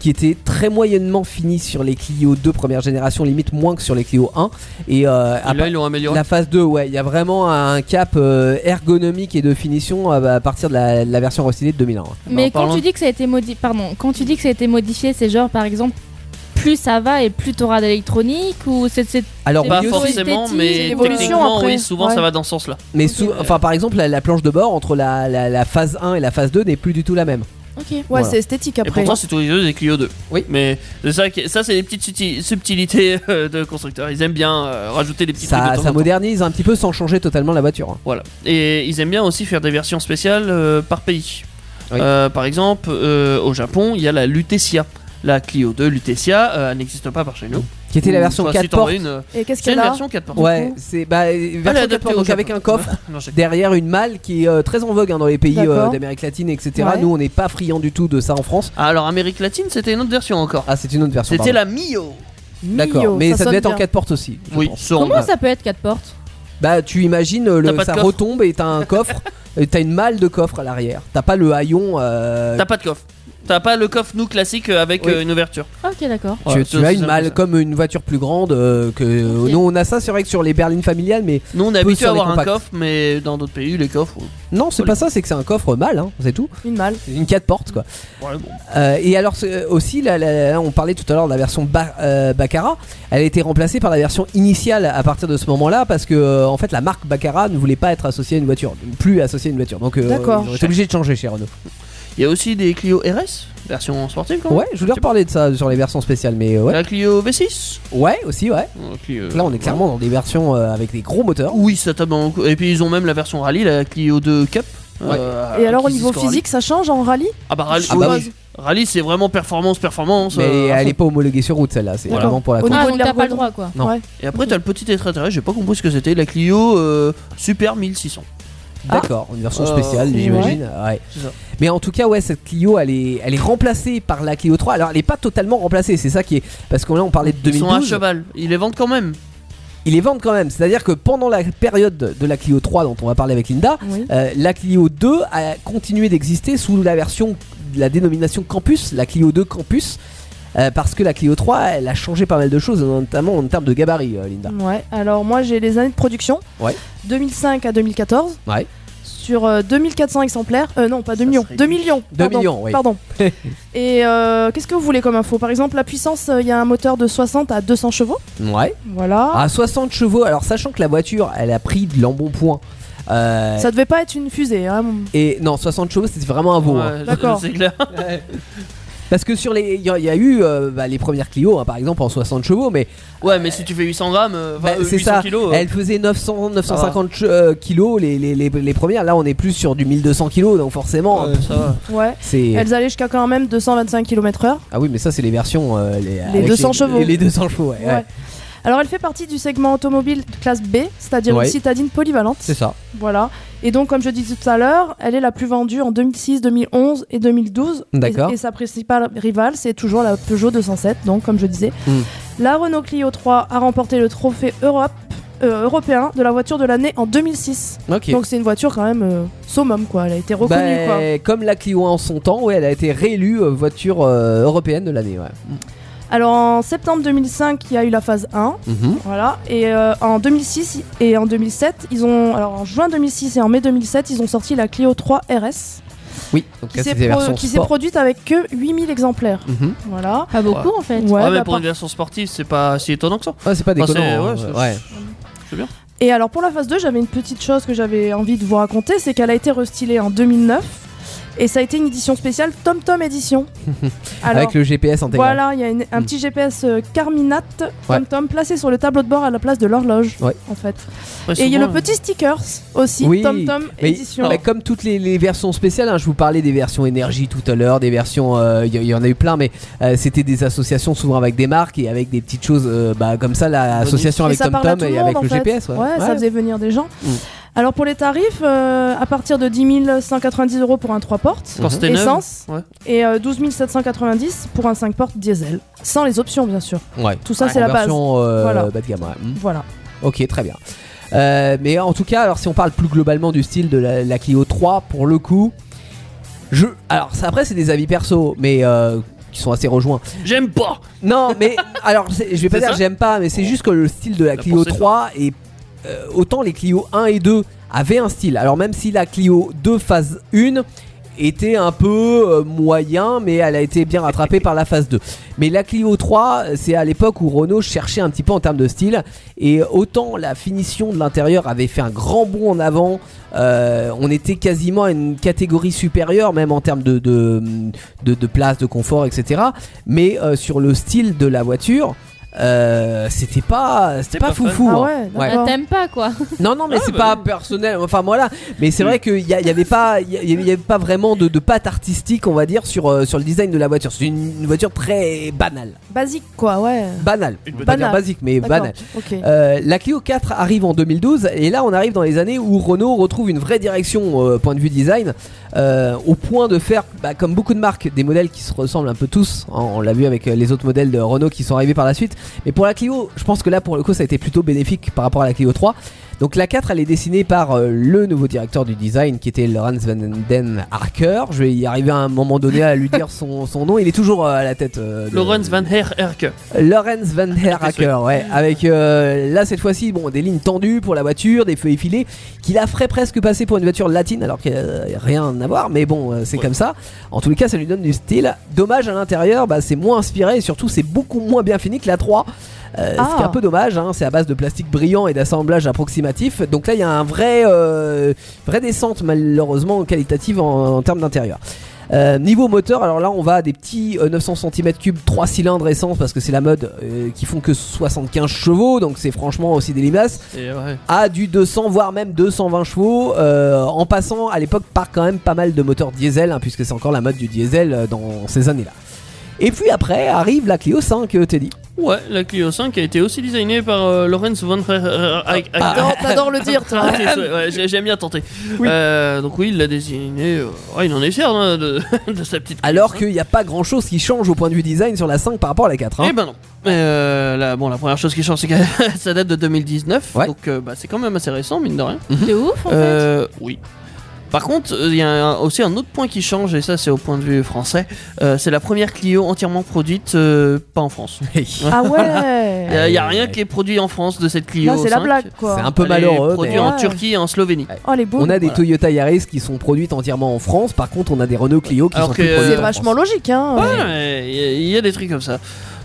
[SPEAKER 3] qui était très moyennement fini sur les Clio 2 première génération, limite moins que sur les Clio 1. Et, euh, à
[SPEAKER 4] Et là, ils l'ont amélioré.
[SPEAKER 3] la phase 2, ouais, il y a vraiment un cap euh, ergonomique et de finition euh, bah, à partir de la, de la version restylée de 2001. hein.
[SPEAKER 4] Bah, en
[SPEAKER 6] Mais quand
[SPEAKER 4] parlant-
[SPEAKER 6] tu dis que ça a été modifié, pardon, quand tu dis que ça a été modifié, c'est genre par exemple plus ça va et plus t'auras d'électronique ou c'est c'est-
[SPEAKER 3] Alors,
[SPEAKER 6] C'est
[SPEAKER 4] Pas
[SPEAKER 6] bio-
[SPEAKER 4] forcément,
[SPEAKER 6] esthétique,
[SPEAKER 4] mais
[SPEAKER 5] évolution
[SPEAKER 4] techniquement,
[SPEAKER 5] après.
[SPEAKER 4] oui, souvent
[SPEAKER 5] Ouais.
[SPEAKER 4] ça va dans ce sous-là.
[SPEAKER 3] mais sous- enfin, par exemple, la, la planche de bord entre la, la- la phase 1 et la phase 2 n'est plus du tout la même.
[SPEAKER 5] Ouais,
[SPEAKER 3] Voilà.
[SPEAKER 5] c'est esthétique
[SPEAKER 4] Et
[SPEAKER 5] après.
[SPEAKER 4] pourtant, c'est tous les deux des Clio 2.
[SPEAKER 3] Oui.
[SPEAKER 4] Mais c'est ça, qui- ça c'est des petites subti- subtilités euh, de constructeurs. Ils aiment bien euh, rajouter des petits trucs.
[SPEAKER 3] Ça,
[SPEAKER 4] de temps
[SPEAKER 3] ça
[SPEAKER 4] en temps.
[SPEAKER 3] modernise un petit peu sans changer totalement la voiture. hein.
[SPEAKER 4] Voilà. Et ils aiment bien aussi faire des versions spéciales euh, par pays.
[SPEAKER 3] Oui.
[SPEAKER 4] Euh, par exemple, euh, au Japon, il y a la Lutetia. La Clio 2 Lutetia, euh, elle n'existe pas par chez nous.
[SPEAKER 3] Qui était la
[SPEAKER 4] Ou,
[SPEAKER 3] version
[SPEAKER 4] enfin,
[SPEAKER 3] 4
[SPEAKER 4] si t'en
[SPEAKER 3] portes.
[SPEAKER 4] veux une, euh,
[SPEAKER 5] Et qu'est-ce
[SPEAKER 4] C'est
[SPEAKER 5] qu'elle
[SPEAKER 4] une
[SPEAKER 5] a
[SPEAKER 4] version 4 portes. Ah,
[SPEAKER 3] Ouais, c'est bah, euh,
[SPEAKER 4] Elle est
[SPEAKER 3] version 4
[SPEAKER 4] adaptée
[SPEAKER 3] portes,
[SPEAKER 4] au
[SPEAKER 3] donc
[SPEAKER 4] Japon.
[SPEAKER 3] avec un coffre
[SPEAKER 4] Non, j'ai-
[SPEAKER 3] derrière une malle qui est euh, très en vogue hein, dans les pays euh,
[SPEAKER 5] D'accord.
[SPEAKER 3] d'Amérique latine, etc.
[SPEAKER 5] Ouais.
[SPEAKER 3] Nous, on n'est pas friands du tout de ça en France.
[SPEAKER 4] Ah, Alors, Amérique latine, c'était une autre version encore.
[SPEAKER 3] Ah, c'est une autre version.
[SPEAKER 4] C'était
[SPEAKER 3] pardon.
[SPEAKER 4] la Mio.
[SPEAKER 3] D'accord,
[SPEAKER 5] Mio,
[SPEAKER 3] mais ça,
[SPEAKER 5] sonne
[SPEAKER 3] devait être en
[SPEAKER 5] bien.
[SPEAKER 3] 4 portes aussi. je
[SPEAKER 4] Oui,
[SPEAKER 3] pense.
[SPEAKER 4] sûrement.
[SPEAKER 6] comment ça peut être quatre portes
[SPEAKER 3] Bah, tu imagines, euh,
[SPEAKER 4] T'as
[SPEAKER 3] le,
[SPEAKER 4] pas de
[SPEAKER 3] ça
[SPEAKER 4] coffre.
[SPEAKER 3] retombe et t'as un coffre, et t'as une malle de coffre à l'arrière. T'as pas le haillon. euh,
[SPEAKER 4] T'as pas de coffre. T'as pas le coffre nous classique euh, avec
[SPEAKER 3] Oui.
[SPEAKER 4] euh, une ouverture.
[SPEAKER 6] Ah, Ok d'accord.
[SPEAKER 3] tu,
[SPEAKER 4] Ouais,
[SPEAKER 3] tu
[SPEAKER 4] ça,
[SPEAKER 3] as
[SPEAKER 4] c'est
[SPEAKER 3] une
[SPEAKER 4] ça,
[SPEAKER 3] malle
[SPEAKER 4] ça.
[SPEAKER 3] comme une voiture plus grande euh, que
[SPEAKER 6] Ok.
[SPEAKER 3] nous on a ça c'est vrai que sur les berlines familiales mais
[SPEAKER 4] Nous, on est
[SPEAKER 3] Peu
[SPEAKER 4] habitué
[SPEAKER 3] sur
[SPEAKER 4] à
[SPEAKER 3] les
[SPEAKER 4] avoir un
[SPEAKER 3] compacts.
[SPEAKER 4] coffre, mais dans d'autres pays, les coffres. euh,
[SPEAKER 3] non c'est
[SPEAKER 4] Oh,
[SPEAKER 3] pas ça c'est que c'est un coffre malle hein, c'est tout
[SPEAKER 5] Une malle.
[SPEAKER 3] C'est une 4 portes quoi
[SPEAKER 4] ouais, bon.
[SPEAKER 3] Euh, et alors ce- euh, aussi, là, là, là, on parlait tout à l'heure de la version Ba- euh, Baccarat. Elle a été remplacée par la version initiale à partir de ce moment-là parce que euh, en fait la marque Baccarat ne voulait pas être associée à une voiture, plus associée à une voiture. Donc euh,
[SPEAKER 5] D'accord.
[SPEAKER 3] ils ont été obligés de changer chez Renault.
[SPEAKER 4] Il y a aussi des Clio RS, version sportive quand même.
[SPEAKER 3] Ouais, je voulais reparler de ça sur les versions spéciales, mais euh, ouais,
[SPEAKER 4] La Clio V6.
[SPEAKER 3] ouais aussi ouais.
[SPEAKER 4] euh, Clio-
[SPEAKER 3] Là on est clairement dans des versions euh, avec des gros moteurs.
[SPEAKER 4] Oui, ça tape dans le cou- Et puis ils ont même la version rallye, la Clio 2 Cup. euh,
[SPEAKER 5] Et alors au
[SPEAKER 4] qui
[SPEAKER 5] niveau
[SPEAKER 4] existe qu'en
[SPEAKER 3] hein.
[SPEAKER 5] physique, ça change en rallye
[SPEAKER 4] rallye. Ah bah rallye,
[SPEAKER 3] Ah bah
[SPEAKER 4] oui. Rallye, c'est vraiment performance, performance.
[SPEAKER 3] Mais
[SPEAKER 4] euh, à
[SPEAKER 3] elle
[SPEAKER 4] fond.
[SPEAKER 3] est pas homologuée sur route celle-là, c'est
[SPEAKER 5] D'accord.
[SPEAKER 3] vraiment pour la
[SPEAKER 5] Au
[SPEAKER 3] course.
[SPEAKER 5] niveau
[SPEAKER 6] Ah
[SPEAKER 5] de
[SPEAKER 6] donc t'as pas le
[SPEAKER 5] l'ergonomie.
[SPEAKER 6] droit quoi.
[SPEAKER 3] Non.
[SPEAKER 5] Ouais.
[SPEAKER 4] Et après, t'as le petit extraterrestre, j'ai pas compris ce que c'était, la Clio euh, Super 1600.
[SPEAKER 3] D'accord, une version
[SPEAKER 4] Euh,
[SPEAKER 3] spéciale,
[SPEAKER 5] ouais.
[SPEAKER 3] j'imagine. Ouais.
[SPEAKER 4] C'est ça.
[SPEAKER 3] Mais en tout cas, ouais, cette Clio, elle est, elle est remplacée par la Clio 3. Alors, elle est pas totalement remplacée, c'est ça qui est. Parce que là, on parlait de
[SPEAKER 4] Ils sont à
[SPEAKER 3] 2012.
[SPEAKER 4] cheval, ils les vendent quand même.
[SPEAKER 3] Ils les vendent quand même. C'est-à-dire que pendant la période de la Clio 3, dont on va parler avec Linda,
[SPEAKER 5] Oui.
[SPEAKER 3] euh, la Clio 2 a continué d'exister sous la version, la dénomination Campus, la Clio 2 Campus. euh, parce que la Clio 3, elle a changé pas mal de choses, notamment en termes de gabarit, euh, Linda.
[SPEAKER 5] Ouais. Alors moi j'ai les années de production.
[SPEAKER 3] Ouais.
[SPEAKER 5] 2005 à 2014.
[SPEAKER 3] Ouais.
[SPEAKER 5] Sur euh, 2400 exemplaires. Euh, non, pas
[SPEAKER 4] Ça
[SPEAKER 5] 2 millions.
[SPEAKER 4] serait
[SPEAKER 5] 2
[SPEAKER 4] du-
[SPEAKER 5] millions.
[SPEAKER 3] Deux
[SPEAKER 5] pardon.
[SPEAKER 3] millions, oui.
[SPEAKER 5] Pardon. Et euh, qu'est-ce que vous voulez comme info Par exemple, la puissance, euh, il y a un moteur de 60 à 200 chevaux.
[SPEAKER 3] Ouais.
[SPEAKER 4] Ah.
[SPEAKER 5] Voilà.
[SPEAKER 3] À 60 chevaux, alors sachant que la voiture, elle a pris de l'embonpoint. Euh,
[SPEAKER 5] Ça devait pas être une fusée. hein.
[SPEAKER 3] Et non, 60 chevaux, c'était vraiment un veau. hein.
[SPEAKER 4] Ouais,
[SPEAKER 5] D'accord.
[SPEAKER 4] C'est clair.
[SPEAKER 3] Parce que sur les. Il y, a- il y a eu euh, bah, les premières Clio, hein, par exemple, en 60 chevaux, mais
[SPEAKER 4] Ouais, mais si tu fais 800 grammes, euh, enfin,
[SPEAKER 3] bah,
[SPEAKER 4] euh,
[SPEAKER 3] c'est
[SPEAKER 4] 800
[SPEAKER 3] ça.
[SPEAKER 4] kilos. Ah. euh,
[SPEAKER 3] elles faisaient 900, 950 che- euh, kilos les, les, les- les premières. Là, on est plus sur du 1200 kilos, donc forcément.
[SPEAKER 4] ouais,
[SPEAKER 3] pff,
[SPEAKER 4] ça va.
[SPEAKER 5] Ouais.
[SPEAKER 3] c'est...
[SPEAKER 5] Elles allaient jusqu'à quand même 225 km/h.
[SPEAKER 3] Ah oui, mais ça, c'est les versions. euh, les, avec
[SPEAKER 5] 200 chevaux.
[SPEAKER 3] Les, les 200 chevaux, ouais. ouais.
[SPEAKER 5] Ouais. Alors elle fait partie du segment automobile classe B, c'est-à-dire
[SPEAKER 3] Ouais.
[SPEAKER 5] une citadine polyvalente.
[SPEAKER 3] C'est ça.
[SPEAKER 5] Voilà. Et donc comme je disais tout à l'heure, elle est la plus vendue en 2006, 2011 et 2012. Et-
[SPEAKER 3] D'accord.
[SPEAKER 5] Et, sa principale rivale, c'est toujours la Peugeot 207, donc comme je disais.
[SPEAKER 3] Mm.
[SPEAKER 5] La Renault Clio 3 a remporté le trophée Europe, euh, européen de la voiture de l'année en 2006.
[SPEAKER 3] Ok.
[SPEAKER 5] Donc c'est une voiture quand même euh, summum quoi, elle a été reconnue
[SPEAKER 3] Bah,
[SPEAKER 5] quoi.
[SPEAKER 3] Comme la Clio en son temps, ouais, elle a été réélue euh, voiture euh, européenne de l'année. Ouais.
[SPEAKER 5] Alors en septembre 2005, il y a eu la phase 1. Voilà, et euh, en 2006 et en 2007, ils ont. Alors en juin 2006 et en mai 2007, ils ont sorti la Clio 3 RS
[SPEAKER 3] Oui, donc
[SPEAKER 5] qui
[SPEAKER 3] là,
[SPEAKER 5] s'est
[SPEAKER 3] c'est des
[SPEAKER 5] pro-
[SPEAKER 3] versions
[SPEAKER 5] qui s'est
[SPEAKER 3] sport.
[SPEAKER 5] produite avec que 8000 exemplaires.
[SPEAKER 3] Mhm.
[SPEAKER 5] Voilà.
[SPEAKER 6] Pas beaucoup en fait.
[SPEAKER 5] Ouais,
[SPEAKER 4] Ouais, mais
[SPEAKER 5] bah,
[SPEAKER 4] pour
[SPEAKER 5] par-
[SPEAKER 4] une version sportive, c'est pas si étonnant que ça.
[SPEAKER 3] Ouais, c'est pas
[SPEAKER 4] Enfin,
[SPEAKER 3] déconnant.
[SPEAKER 4] Ah, c'est-
[SPEAKER 3] hein,
[SPEAKER 4] ouais,
[SPEAKER 3] ouais.
[SPEAKER 5] Et alors pour la phase 2, j'avais une petite chose que j'avais envie de vous raconter c'est qu'elle a été restylée en 2009 et ça a été une édition spéciale Tom Tom Edition. Alors,
[SPEAKER 3] Avec le GPS intégral.
[SPEAKER 5] Voilà, il y a une- un
[SPEAKER 3] Mm.
[SPEAKER 5] petit GPS euh, Carminate
[SPEAKER 3] Ouais.
[SPEAKER 5] Tom Tom placé sur le tableau de bord à la place de l'horloge,
[SPEAKER 3] Ouais.
[SPEAKER 5] en fait.
[SPEAKER 4] Ouais,
[SPEAKER 5] Et il y a
[SPEAKER 4] souvent,
[SPEAKER 5] le petit stickers aussi,
[SPEAKER 3] Oui,
[SPEAKER 5] Tom Tom
[SPEAKER 3] Mais,
[SPEAKER 5] Edition.
[SPEAKER 3] mais comme toutes les, les versions spéciales, hein, je vous parlais des versions énergie tout à l'heure, des versions, euh, il y, il y en a eu plein, mais euh, c'était des associations souvent avec des marques et avec des petites choses euh, bah, comme ça, l'association
[SPEAKER 5] Et
[SPEAKER 3] avec
[SPEAKER 5] ça
[SPEAKER 3] Tom
[SPEAKER 5] parle à
[SPEAKER 3] Tom
[SPEAKER 5] tout le
[SPEAKER 3] et
[SPEAKER 5] monde,
[SPEAKER 3] avec
[SPEAKER 5] en
[SPEAKER 3] le
[SPEAKER 5] fait.
[SPEAKER 3] GPS. Ouais, Mm.
[SPEAKER 5] Ouais, ça
[SPEAKER 3] Ouais.
[SPEAKER 5] faisait venir des gens. Alors pour les tarifs, euh, à partir de 10 190 euros pour un 3 portes,
[SPEAKER 4] Quand c'était neuf.
[SPEAKER 5] essence,
[SPEAKER 4] ouais.
[SPEAKER 5] et euh, 12 790 pour un 5 portes diesel. Sans les options, bien sûr.
[SPEAKER 3] Ouais.
[SPEAKER 5] Tout ça,
[SPEAKER 4] Ouais,
[SPEAKER 5] Ah, c'est la base.
[SPEAKER 3] version, euh,
[SPEAKER 5] Voilà.
[SPEAKER 3] bas de gamme. ouais. Mhm.
[SPEAKER 5] Voilà.
[SPEAKER 3] Ok, très bien. Euh, mais en tout cas, alors si on parle plus globalement du style de la, la Clio 3, pour le coup, je. Alors, ça, après, c'est des avis perso, mais euh, qui sont assez rejoints.
[SPEAKER 4] J'aime pas.
[SPEAKER 3] Non, mais alors, c'est- je vais pas
[SPEAKER 4] C'est
[SPEAKER 3] dire
[SPEAKER 4] ça
[SPEAKER 3] j'aime pas, mais c'est juste que le style de la
[SPEAKER 4] La
[SPEAKER 3] Clio
[SPEAKER 4] pensée,
[SPEAKER 3] 3 et euh, autant les Clio 1 et 2 avaient un style. Alors même si la Clio 2 phase 1 était un peu euh, moyen, mais elle a été bien rattrapée par la phase 2. Mais la Clio 3, euh, c'est à l'époque où Renault cherchait un petit peu en termes de style. Et autant la finition de l'intérieur avait fait un grand bond en avant, euh, on était quasiment à une catégorie supérieure, même en termes de, de, de- de place, de confort, etc. Mais euh, sur le style de la voiture, euh, c'était pas, c'était
[SPEAKER 4] C'était
[SPEAKER 3] pas,
[SPEAKER 4] pas fun. Ah, bah
[SPEAKER 3] foufou.
[SPEAKER 5] Ah
[SPEAKER 3] hein.
[SPEAKER 5] ouais,
[SPEAKER 3] Ouais.
[SPEAKER 6] Ah, T'aimes pas quoi
[SPEAKER 3] Non, non, mais c'est pas personnel. Enfin, voilà. Mais c'est vrai qu'il y, a- il y avait pas, il y, a- il y avait pas vraiment de, de patte artistique, on va dire, sur euh, sur le design de la voiture. C'est une, une voiture très banale,
[SPEAKER 5] Basique quoi, ouais.
[SPEAKER 3] banale,
[SPEAKER 4] Une
[SPEAKER 3] On va
[SPEAKER 4] banale.
[SPEAKER 3] dire basique, mais
[SPEAKER 5] D'accord,
[SPEAKER 3] banale.
[SPEAKER 5] Ok.
[SPEAKER 3] Euh, la Clio 4 arrive en 2012 et là on arrive dans les années où Renault retrouve une vraie direction euh, point de vue design euh, au point de faire bah, comme beaucoup de marques des modèles qui se ressemblent un peu tous hein, on l'a vu avec euh, les autres modèles de Renault qui sont arrivés par la suite mais pour la Clio je pense que là pour le coup ça a été plutôt bénéfique par rapport à la Clio 3 donc la 4 elle est dessinée par euh, le nouveau directeur du design qui était Laurens Van Den Harker je vais y arriver à un moment donné à lui dire son, son nom il est toujours euh, à la tête euh, de-
[SPEAKER 4] Lawrence Van Her Herke.
[SPEAKER 3] Lawrence Van Der Hacker, ouais, avec euh, là cette fois-ci, bon, des lignes tendues pour la voiture, des feux effilés, qui la ferait presque passer pour une voiture latine, alors qu'il n'y a rien à voir, mais bon, euh, c'est
[SPEAKER 4] Ouais.
[SPEAKER 3] comme ça. En tous les cas, ça lui donne du style. Dommage à l'intérieur, bah, c'est moins inspiré et surtout c'est beaucoup moins bien fini que la 3. euh, Ce qui est
[SPEAKER 5] Ah.
[SPEAKER 3] un peu dommage, hein, c'est à base de plastique brillant et d'assemblage approximatif. Donc là, il y a un vrai, euh, vraie descente malheureusement qualitative en- en termes d'intérieur. Euh, niveau moteur, alors là on va à des petits euh, 900 cm3 3 cylindres essence parce que c'est la mode euh, qui font que 75 chevaux donc c'est franchement aussi des limaces
[SPEAKER 4] Et ouais.
[SPEAKER 3] à du 200 voire même 220 chevaux euh, en passant à l'époque par quand même pas mal de moteurs diesel hein, puisque c'est encore la mode du diesel euh, dans ces années là. Et puis après arrive la Clio 5 euh, Teddy.
[SPEAKER 4] Ouais, la Clio 5 a été aussi designée par euh, Lawrence Van Her
[SPEAKER 3] Ah,
[SPEAKER 4] Herke.
[SPEAKER 5] Non, t'adores le dire, toi.
[SPEAKER 4] ouais, j'ai- j'aime bien tenter. Euh, donc oui, il l'a désigné. euh, oh, il en est fier hein, de, de sa petite. Clio
[SPEAKER 3] Alors
[SPEAKER 4] 5.
[SPEAKER 3] qu'il n'y a pas grand chose qui change au point de vue design sur la 5 par rapport à la 4. hein.
[SPEAKER 4] Eh ben non. Euh, la, bon, la première chose qui change, c'est que ça date de 2019.
[SPEAKER 3] Ouais.
[SPEAKER 4] Donc euh, bah, c'est quand même assez récent, mine de rien.
[SPEAKER 6] C'est ouf en fait.
[SPEAKER 4] Euh, oui. Par contre, euh, il y a un- aussi un autre point qui change, et ça c'est au point de vue français. Euh, c'est la première Clio entièrement produite, euh, pas en France.
[SPEAKER 5] Ah
[SPEAKER 4] Il n'y a,
[SPEAKER 5] ouais.
[SPEAKER 4] il y a rien qui est produit en France de cette Clio.
[SPEAKER 5] Là, c'est la
[SPEAKER 4] 5.
[SPEAKER 5] blague quoi.
[SPEAKER 3] oh, C'est un peu
[SPEAKER 4] Elle est
[SPEAKER 3] malheureux.
[SPEAKER 4] Produit
[SPEAKER 3] mais-
[SPEAKER 4] en
[SPEAKER 5] Ouais.
[SPEAKER 4] Turquie et en Slovénie.
[SPEAKER 5] Oh les bons.
[SPEAKER 3] On a des Toyota Yaris qui sont produites entièrement en France. Par contre, on a des Renault Clio qui
[SPEAKER 4] Alors
[SPEAKER 3] sont
[SPEAKER 4] que-
[SPEAKER 3] plus produites
[SPEAKER 5] C'est
[SPEAKER 3] en
[SPEAKER 5] vachement
[SPEAKER 3] France.
[SPEAKER 5] logique hein.
[SPEAKER 4] Ouais, mais il y a- il y, a des trucs comme ça.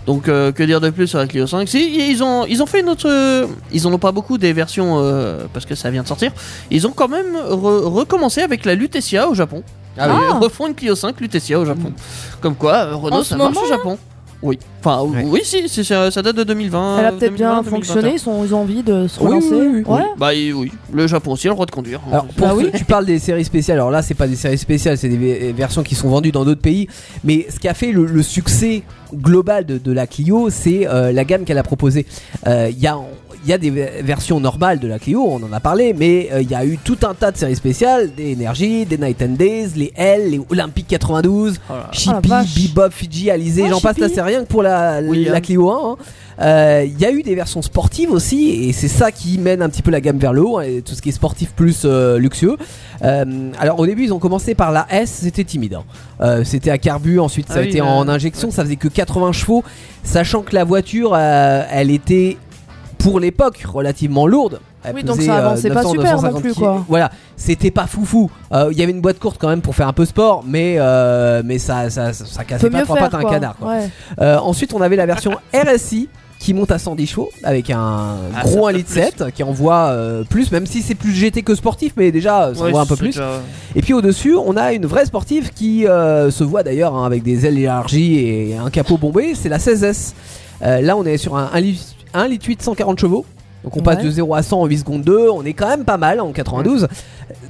[SPEAKER 4] Donc euh, que dire de plus sur la Clio 5 Si ils ont ils ont fait une autre, euh, ils en ont pas beaucoup des versions euh, parce que ça vient de sortir. Ils ont quand même re- recommencé avec la Lutetia au Japon.
[SPEAKER 3] Ah
[SPEAKER 5] oui.
[SPEAKER 4] Ils
[SPEAKER 5] Ah.
[SPEAKER 4] refont une Clio 5 Lutetia au Japon. Comme quoi euh, Renault
[SPEAKER 6] En ce
[SPEAKER 4] ça marche
[SPEAKER 6] moment,
[SPEAKER 4] au Japon. Oui. Enfin
[SPEAKER 3] Ouais.
[SPEAKER 4] oui si, c'est- ça ça date de 2020.
[SPEAKER 5] Elle a peut-être
[SPEAKER 4] 2020,
[SPEAKER 5] bien
[SPEAKER 4] 2021.
[SPEAKER 5] fonctionné, ils, sont, ils ont envie de se
[SPEAKER 3] Oui, oui,
[SPEAKER 5] relancer.
[SPEAKER 3] oui, Ah, oui.
[SPEAKER 5] Ouais.
[SPEAKER 4] Bah et oui, le Japon aussi a le droit de conduire. Ah,
[SPEAKER 3] Alors, pour
[SPEAKER 5] Bah
[SPEAKER 3] ceux-
[SPEAKER 5] oui.
[SPEAKER 3] tu parles des séries spéciales. Alors là, c'est pas des séries spéciales, c'est des v- versions qui sont vendues dans d'autres pays. Mais ce qui a fait le, le succès global de, de la Clio, c'est euh, la gamme qu'elle a proposée. Euh, Il y a il y a des v- versions normales de la Clio, on en a parlé, mais euh, il y a eu tout un tas de séries spéciales, des Energy, des Night and Days, les L, les Olympique 92,
[SPEAKER 4] Oh là là.
[SPEAKER 3] Chippy,
[SPEAKER 5] Ah, la vache.
[SPEAKER 3] Bebop, Fiji, Alizé,
[SPEAKER 5] Ouais,
[SPEAKER 3] j'en passe, là
[SPEAKER 5] Chippy.
[SPEAKER 3] c'est rien que pour la,
[SPEAKER 4] William.
[SPEAKER 3] la Clio 1. hein. Euh, Il y a eu des versions sportives aussi, et c'est ça qui mène un petit peu la gamme vers le haut, hein, et tout ce qui est sportif plus euh, luxueux. Euh, alors au début ils ont commencé par la S, c'était timide. hein. Euh, c'était à carbu, ensuite ça
[SPEAKER 4] Ah
[SPEAKER 3] a
[SPEAKER 4] oui,
[SPEAKER 3] été
[SPEAKER 4] euh,
[SPEAKER 3] en injection, ça faisait que 80 chevaux, sachant que la voiture euh, elle était pour l'époque relativement lourde. Elle
[SPEAKER 5] Oui, donc
[SPEAKER 3] pesait,
[SPEAKER 5] ça
[SPEAKER 3] euh,
[SPEAKER 5] avançait pas
[SPEAKER 3] 900,
[SPEAKER 5] super non
[SPEAKER 3] 950
[SPEAKER 5] plus,
[SPEAKER 3] kilos.
[SPEAKER 5] quoi.
[SPEAKER 3] Voilà, c'était pas foufou. Euh, Il y avait une boîte courte quand même pour faire un peu sport, mais euh, mais ça ça, ça, ça cassait
[SPEAKER 5] Peut
[SPEAKER 3] pas
[SPEAKER 5] mieux
[SPEAKER 3] trois
[SPEAKER 5] faire
[SPEAKER 3] pattes à
[SPEAKER 5] quoi.
[SPEAKER 3] un canard. quoi.
[SPEAKER 5] Ouais.
[SPEAKER 3] Euh, ensuite, on avait la version RSI qui monte à 110 chevaux avec un
[SPEAKER 4] Ah,
[SPEAKER 3] gros 1,7
[SPEAKER 4] ça peut plus.
[SPEAKER 3] litre qui envoie euh, plus, même si c'est plus GT que sportif, mais déjà euh, ça
[SPEAKER 4] Ouais,
[SPEAKER 3] envoie un peu
[SPEAKER 4] c'est
[SPEAKER 3] plus.
[SPEAKER 4] déjà-
[SPEAKER 3] Et puis au-dessus, on a une vraie sportive qui euh, se voit d'ailleurs hein, avec des ailes élargies et un capot bombé, c'est la 16S. Euh, là, on est sur un 1 litre, 1 litre 8, 140 chevaux. Donc on passe
[SPEAKER 5] Ouais.
[SPEAKER 3] de 0 à 100 en 8 secondes 2, on est quand même pas mal en 92.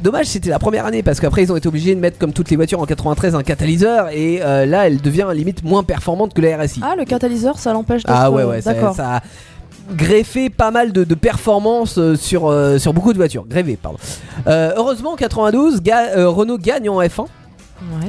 [SPEAKER 3] Dommage c'était la première année parce qu'après ils ont été obligés de mettre comme toutes les voitures en 93 un catalyseur et euh, là elle devient limite moins performante que la RSI.
[SPEAKER 5] Ah, le catalyseur, ça l'empêche d'être.
[SPEAKER 3] Ah ouais
[SPEAKER 5] euh,
[SPEAKER 3] ouais ça,
[SPEAKER 5] D'accord.
[SPEAKER 3] ça- greffé pas mal de, de performances euh, sur, euh, sur beaucoup de voitures. Grévé, pardon. Euh, heureusement, en 92, ga- euh, Renault gagne en F1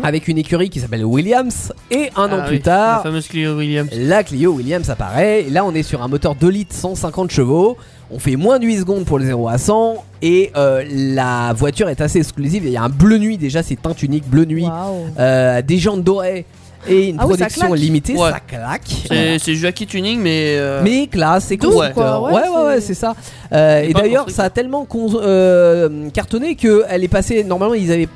[SPEAKER 3] avec une écurie qui s'appelle Williams. Et un an
[SPEAKER 4] Ah
[SPEAKER 3] plus
[SPEAKER 4] oui, La
[SPEAKER 3] tard,
[SPEAKER 4] fameuse Clio Williams.
[SPEAKER 3] la Clio Williams apparaît. Et Là, on est sur un moteur 2 litres 150 chevaux. On fait moins de 8 secondes pour le 0 à 100. Et euh, la voiture est assez exclusive. Il y a un bleu nuit déjà, c'est teinte unique, bleu nuit.
[SPEAKER 5] Waouh.
[SPEAKER 3] Euh, des jantes dorées et une
[SPEAKER 5] Ah oui, ça
[SPEAKER 3] production
[SPEAKER 5] claque.
[SPEAKER 3] limitée.
[SPEAKER 4] Ouais.
[SPEAKER 3] Ça claque.
[SPEAKER 4] C'est c'est Jackie Tuning, mais. euh,
[SPEAKER 3] Mais classe et
[SPEAKER 5] Doux,
[SPEAKER 3] cool. Ouais,
[SPEAKER 5] quoi.
[SPEAKER 3] ouais,
[SPEAKER 5] Ouais,
[SPEAKER 3] ouais,
[SPEAKER 5] c'est-
[SPEAKER 3] c'est ça. Euh,
[SPEAKER 4] C'est
[SPEAKER 3] et
[SPEAKER 4] pas
[SPEAKER 3] d'ailleurs,
[SPEAKER 4] construit.
[SPEAKER 3] ça a tellement con- euh, cartonné que elle est passée. Normalement, ils avaient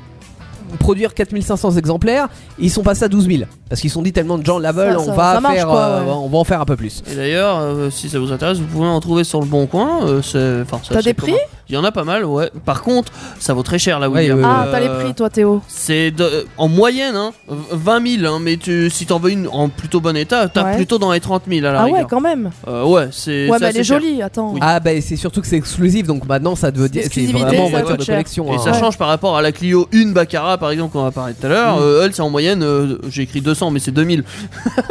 [SPEAKER 3] produire 4500 exemplaires, ils sont passés à 12 000 parce qu'ils se sont dit tellement de gens la veulent,
[SPEAKER 5] Ça,
[SPEAKER 3] on
[SPEAKER 5] ça-
[SPEAKER 3] va
[SPEAKER 5] ça marche,
[SPEAKER 3] faire,
[SPEAKER 5] quoi,
[SPEAKER 3] euh,
[SPEAKER 5] ouais.
[SPEAKER 3] on va en faire un peu plus.
[SPEAKER 4] Et d'ailleurs, euh, si ça vous intéresse, vous pouvez en trouver sur le bon coin. euh, c'est- enfin, ça,
[SPEAKER 5] T'as
[SPEAKER 4] c'est
[SPEAKER 5] des prix
[SPEAKER 4] commun. Il y en a pas mal, ouais. Par contre, ça vaut très cher la
[SPEAKER 3] Ouais,
[SPEAKER 4] Williams.
[SPEAKER 3] ouais,
[SPEAKER 5] Ah,
[SPEAKER 4] Euh,
[SPEAKER 5] t'as les prix, toi, Théo.
[SPEAKER 4] C'est de- en moyenne, hein, 20 000, hein, mais tu, si t'en veux une en plutôt bon état, t'as
[SPEAKER 5] Ouais.
[SPEAKER 4] plutôt dans les 30 000 à la
[SPEAKER 5] Ah ouais,
[SPEAKER 4] rigueur.
[SPEAKER 5] quand même.
[SPEAKER 4] Euh, ouais, c'est. c'est
[SPEAKER 5] Ouais, mais elle
[SPEAKER 4] assez
[SPEAKER 5] est
[SPEAKER 4] cher.
[SPEAKER 5] jolie, attends.
[SPEAKER 4] Oui.
[SPEAKER 3] Ah bah et c'est surtout que c'est exclusif donc maintenant ça veut dire c'est
[SPEAKER 5] Exclusivité,
[SPEAKER 3] vraiment
[SPEAKER 5] ça
[SPEAKER 3] voiture
[SPEAKER 5] coûte
[SPEAKER 3] de
[SPEAKER 5] cher.
[SPEAKER 3] collection.
[SPEAKER 4] Et
[SPEAKER 3] hein.
[SPEAKER 4] ça change par rapport à la Clio 1 Baccara, par exemple, qu'on va parler tout à l'heure.
[SPEAKER 3] Mm.
[SPEAKER 4] Euh, elle, c'est en moyenne, euh, j'ai écrit 200, mais c'est 2000.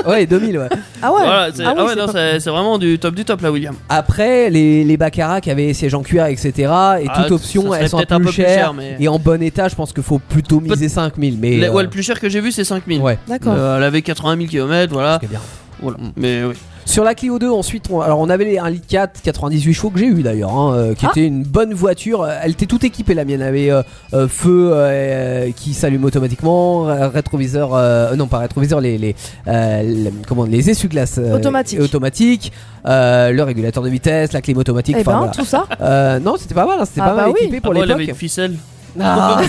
[SPEAKER 3] Ouais 2000 ouais.
[SPEAKER 5] Ah ouais.
[SPEAKER 4] Voilà, c'est
[SPEAKER 5] Ah oui,
[SPEAKER 4] ah ouais,
[SPEAKER 5] c'est
[SPEAKER 4] non,
[SPEAKER 5] pas-
[SPEAKER 4] c'est- c'est vraiment du top du top, la William.
[SPEAKER 3] Après les les Baccarat qui avaient sièges en cuir etc et
[SPEAKER 4] Ah,
[SPEAKER 3] toute option
[SPEAKER 4] ça serait
[SPEAKER 3] elles sont
[SPEAKER 4] peut-être un peu plus
[SPEAKER 3] chères
[SPEAKER 4] cher, mais-
[SPEAKER 3] et en bon état je pense qu'il faut plutôt miser 5000 mais
[SPEAKER 4] La-
[SPEAKER 3] euh,
[SPEAKER 4] ouais, le plus Ah. cher que j'ai vu, c'est 5000.
[SPEAKER 3] ouais.
[SPEAKER 5] D'accord.
[SPEAKER 4] Euh, elle avait 80 000 km, voilà.
[SPEAKER 3] c'est bien.
[SPEAKER 4] voilà. Mais oui.
[SPEAKER 3] Sur la Clio 2, ensuite, on, alors on avait les 1 litre 4, 98 chevaux que j'ai eu d'ailleurs, hein, euh, qui
[SPEAKER 5] Ah.
[SPEAKER 3] était une bonne voiture. Euh, Elle était toute équipée la mienne, elle avait euh, euh, feu euh, qui s'allume automatiquement, euh, rétroviseur, euh, non pas rétroviseur, les, les, euh, les- comment les essuie-glaces euh,
[SPEAKER 5] Automatique.
[SPEAKER 3] automatiques, euh, le régulateur de vitesse, la clim automatique.
[SPEAKER 5] Eh
[SPEAKER 3] enfin,
[SPEAKER 5] ben,
[SPEAKER 3] voilà.
[SPEAKER 5] tout ça.
[SPEAKER 3] Euh, non, c'était pas mal, hein, c'était
[SPEAKER 5] Ah
[SPEAKER 3] pas mal
[SPEAKER 5] bah oui.
[SPEAKER 3] équipé pour
[SPEAKER 4] Ah bon, elle avait
[SPEAKER 3] l'époque.
[SPEAKER 4] une ficelle.
[SPEAKER 3] Ah.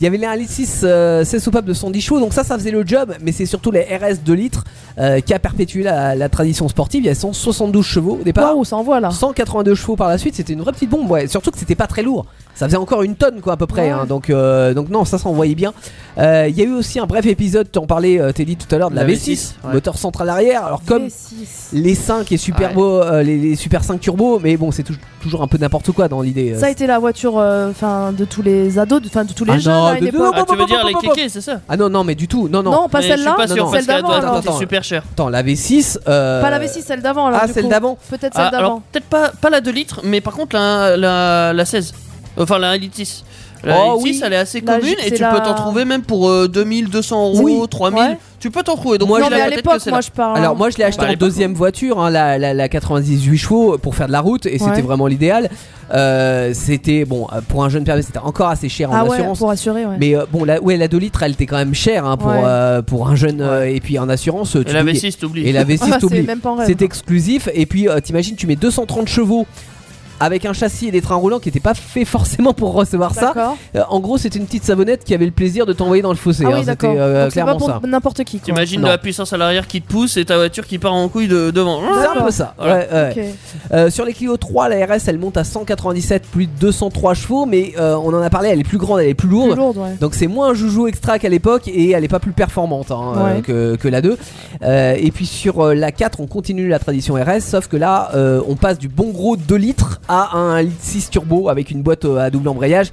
[SPEAKER 3] Il y avait les 1 litre 6, euh, 16 soupapes de 110 chevaux, donc ça, ça faisait le job, mais c'est surtout les RS 2 litres euh, qui a perpétué la, la tradition sportive. Il y a 172 chevaux au départ.
[SPEAKER 5] Waouh, ça envoie là.
[SPEAKER 3] 182 chevaux par la suite, c'était une vraie petite bombe, ouais. Surtout que c'était pas très lourd. Ça faisait encore une tonne, quoi, à peu près.
[SPEAKER 5] Ouais.
[SPEAKER 3] hein. Donc, euh, donc non, ça s'envoyait bien. Euh, Il y a eu aussi un bref épisode, t'en parlais, euh, Teddy, tout à l'heure, de la,
[SPEAKER 4] La
[SPEAKER 3] V6,
[SPEAKER 4] V6, ouais.
[SPEAKER 3] moteur central arrière. Alors, comme
[SPEAKER 5] V6.
[SPEAKER 3] les 5 et super
[SPEAKER 4] Ouais.
[SPEAKER 3] beaux, euh, les, les super 5 turbo, mais bon, c'est tou- toujours un peu n'importe quoi dans l'idée. euh.
[SPEAKER 5] Ça a été la voiture euh, enfin de tous les ados, de- enfin de tous les
[SPEAKER 3] Ah
[SPEAKER 5] jeunes
[SPEAKER 3] non,
[SPEAKER 5] à une
[SPEAKER 3] de- de-
[SPEAKER 5] époque.
[SPEAKER 4] Ah, tu veux dire les
[SPEAKER 3] Pop, pop, pop.
[SPEAKER 4] kékés, c'est ça
[SPEAKER 3] Ah non, non, mais du tout, non, non.
[SPEAKER 5] Non, pas
[SPEAKER 4] Mais
[SPEAKER 5] celle-là.
[SPEAKER 4] Je suis pas
[SPEAKER 3] Non,
[SPEAKER 4] sûr,
[SPEAKER 3] non.
[SPEAKER 4] parce qu'elle
[SPEAKER 5] Celle d'avant,
[SPEAKER 4] doit
[SPEAKER 5] alors.
[SPEAKER 4] coûter super cher.
[SPEAKER 3] Attends, la V6. euh,
[SPEAKER 5] Pas la V6, celle d'avant alors.
[SPEAKER 3] Ah,
[SPEAKER 5] du
[SPEAKER 3] celle
[SPEAKER 5] coup.
[SPEAKER 3] d'avant.
[SPEAKER 5] Peut-être
[SPEAKER 4] Ah,
[SPEAKER 5] celle
[SPEAKER 4] alors,
[SPEAKER 5] d'avant.
[SPEAKER 4] peut-être pas, pas la 2 litres, mais par contre la, la, la 16. Enfin, la 1 litre 6. La
[SPEAKER 3] Oh,
[SPEAKER 4] 1 litre 6,
[SPEAKER 5] oui.
[SPEAKER 4] elle est assez
[SPEAKER 5] La
[SPEAKER 4] commune
[SPEAKER 5] Jeep,
[SPEAKER 4] et
[SPEAKER 5] c'est
[SPEAKER 4] tu
[SPEAKER 5] la-
[SPEAKER 4] peux t'en trouver même pour euh, 2200 euros,
[SPEAKER 3] Oui,
[SPEAKER 4] 3000.
[SPEAKER 5] ouais.
[SPEAKER 4] Tu peux t'en trouver. Donc,
[SPEAKER 3] Moi,
[SPEAKER 4] moi,
[SPEAKER 3] je
[SPEAKER 5] non,
[SPEAKER 4] j'ai
[SPEAKER 5] mais
[SPEAKER 4] la
[SPEAKER 5] à
[SPEAKER 4] tête que
[SPEAKER 5] l'époque,
[SPEAKER 4] c'est
[SPEAKER 5] moi
[SPEAKER 4] là.
[SPEAKER 5] je parle.
[SPEAKER 3] Alors moi je l'ai acheté
[SPEAKER 4] Bah, à
[SPEAKER 3] en
[SPEAKER 4] l'époque,
[SPEAKER 3] deuxième voiture, hein, la, la- la 98 chevaux pour faire de la route et c'était
[SPEAKER 5] Ouais.
[SPEAKER 3] vraiment l'idéal. Euh, c'était bon euh, pour un jeune permis c'était encore assez cher en
[SPEAKER 5] ah ouais,
[SPEAKER 3] assurance.
[SPEAKER 5] pour assurer, ouais.
[SPEAKER 3] Mais euh, bon la, ouais la 2 litres elle était quand même chère hein, pour,
[SPEAKER 5] Ouais.
[SPEAKER 3] euh, pour un jeune euh, et puis en assurance euh, tu
[SPEAKER 4] Et la
[SPEAKER 3] t'oublies.
[SPEAKER 4] V6, t'oublies.
[SPEAKER 3] et la
[SPEAKER 5] Ah,
[SPEAKER 3] V6
[SPEAKER 5] bah, c'est
[SPEAKER 3] t'oublies.
[SPEAKER 5] même pas en rêve.
[SPEAKER 3] C'est exclusif et puis euh, t'imagines tu mets 230 chevaux avec un châssis et des trains roulants qui n'étaient pas faits forcément pour recevoir ça.
[SPEAKER 5] D'accord.
[SPEAKER 3] Euh, en gros c'était une petite savonnette qui avait le plaisir de t'envoyer dans le fossé.
[SPEAKER 5] Ah
[SPEAKER 3] hein,
[SPEAKER 5] oui,
[SPEAKER 3] c'était
[SPEAKER 5] d'accord.
[SPEAKER 3] euh,
[SPEAKER 5] Donc, c'est pas
[SPEAKER 3] clairement ça.
[SPEAKER 5] pour n'importe qui. quoi.
[SPEAKER 4] T'imagines
[SPEAKER 3] Non.
[SPEAKER 4] la puissance à l'arrière qui te pousse et ta voiture qui part en couille de- devant.
[SPEAKER 3] C'est un
[SPEAKER 5] D'accord.
[SPEAKER 3] peu ça.
[SPEAKER 4] Voilà.
[SPEAKER 3] Ouais, ouais.
[SPEAKER 5] Ok.
[SPEAKER 3] Euh, sur les Clio 3, la RS elle monte à 197, plus de 203 chevaux, mais euh, on en a parlé, elle est plus grande, elle est plus lourde.
[SPEAKER 5] Plus lourde, ouais.
[SPEAKER 3] Donc c'est moins un joujou extra qu'à l'époque et elle est pas plus performante hein, euh,
[SPEAKER 5] Ouais.
[SPEAKER 3] que, que la 2. Euh, et puis sur euh, la 4, on continue la tradition RS, sauf que là euh, on passe du bon gros 2 litres à un 6 turbo avec une boîte euh, à double embrayage.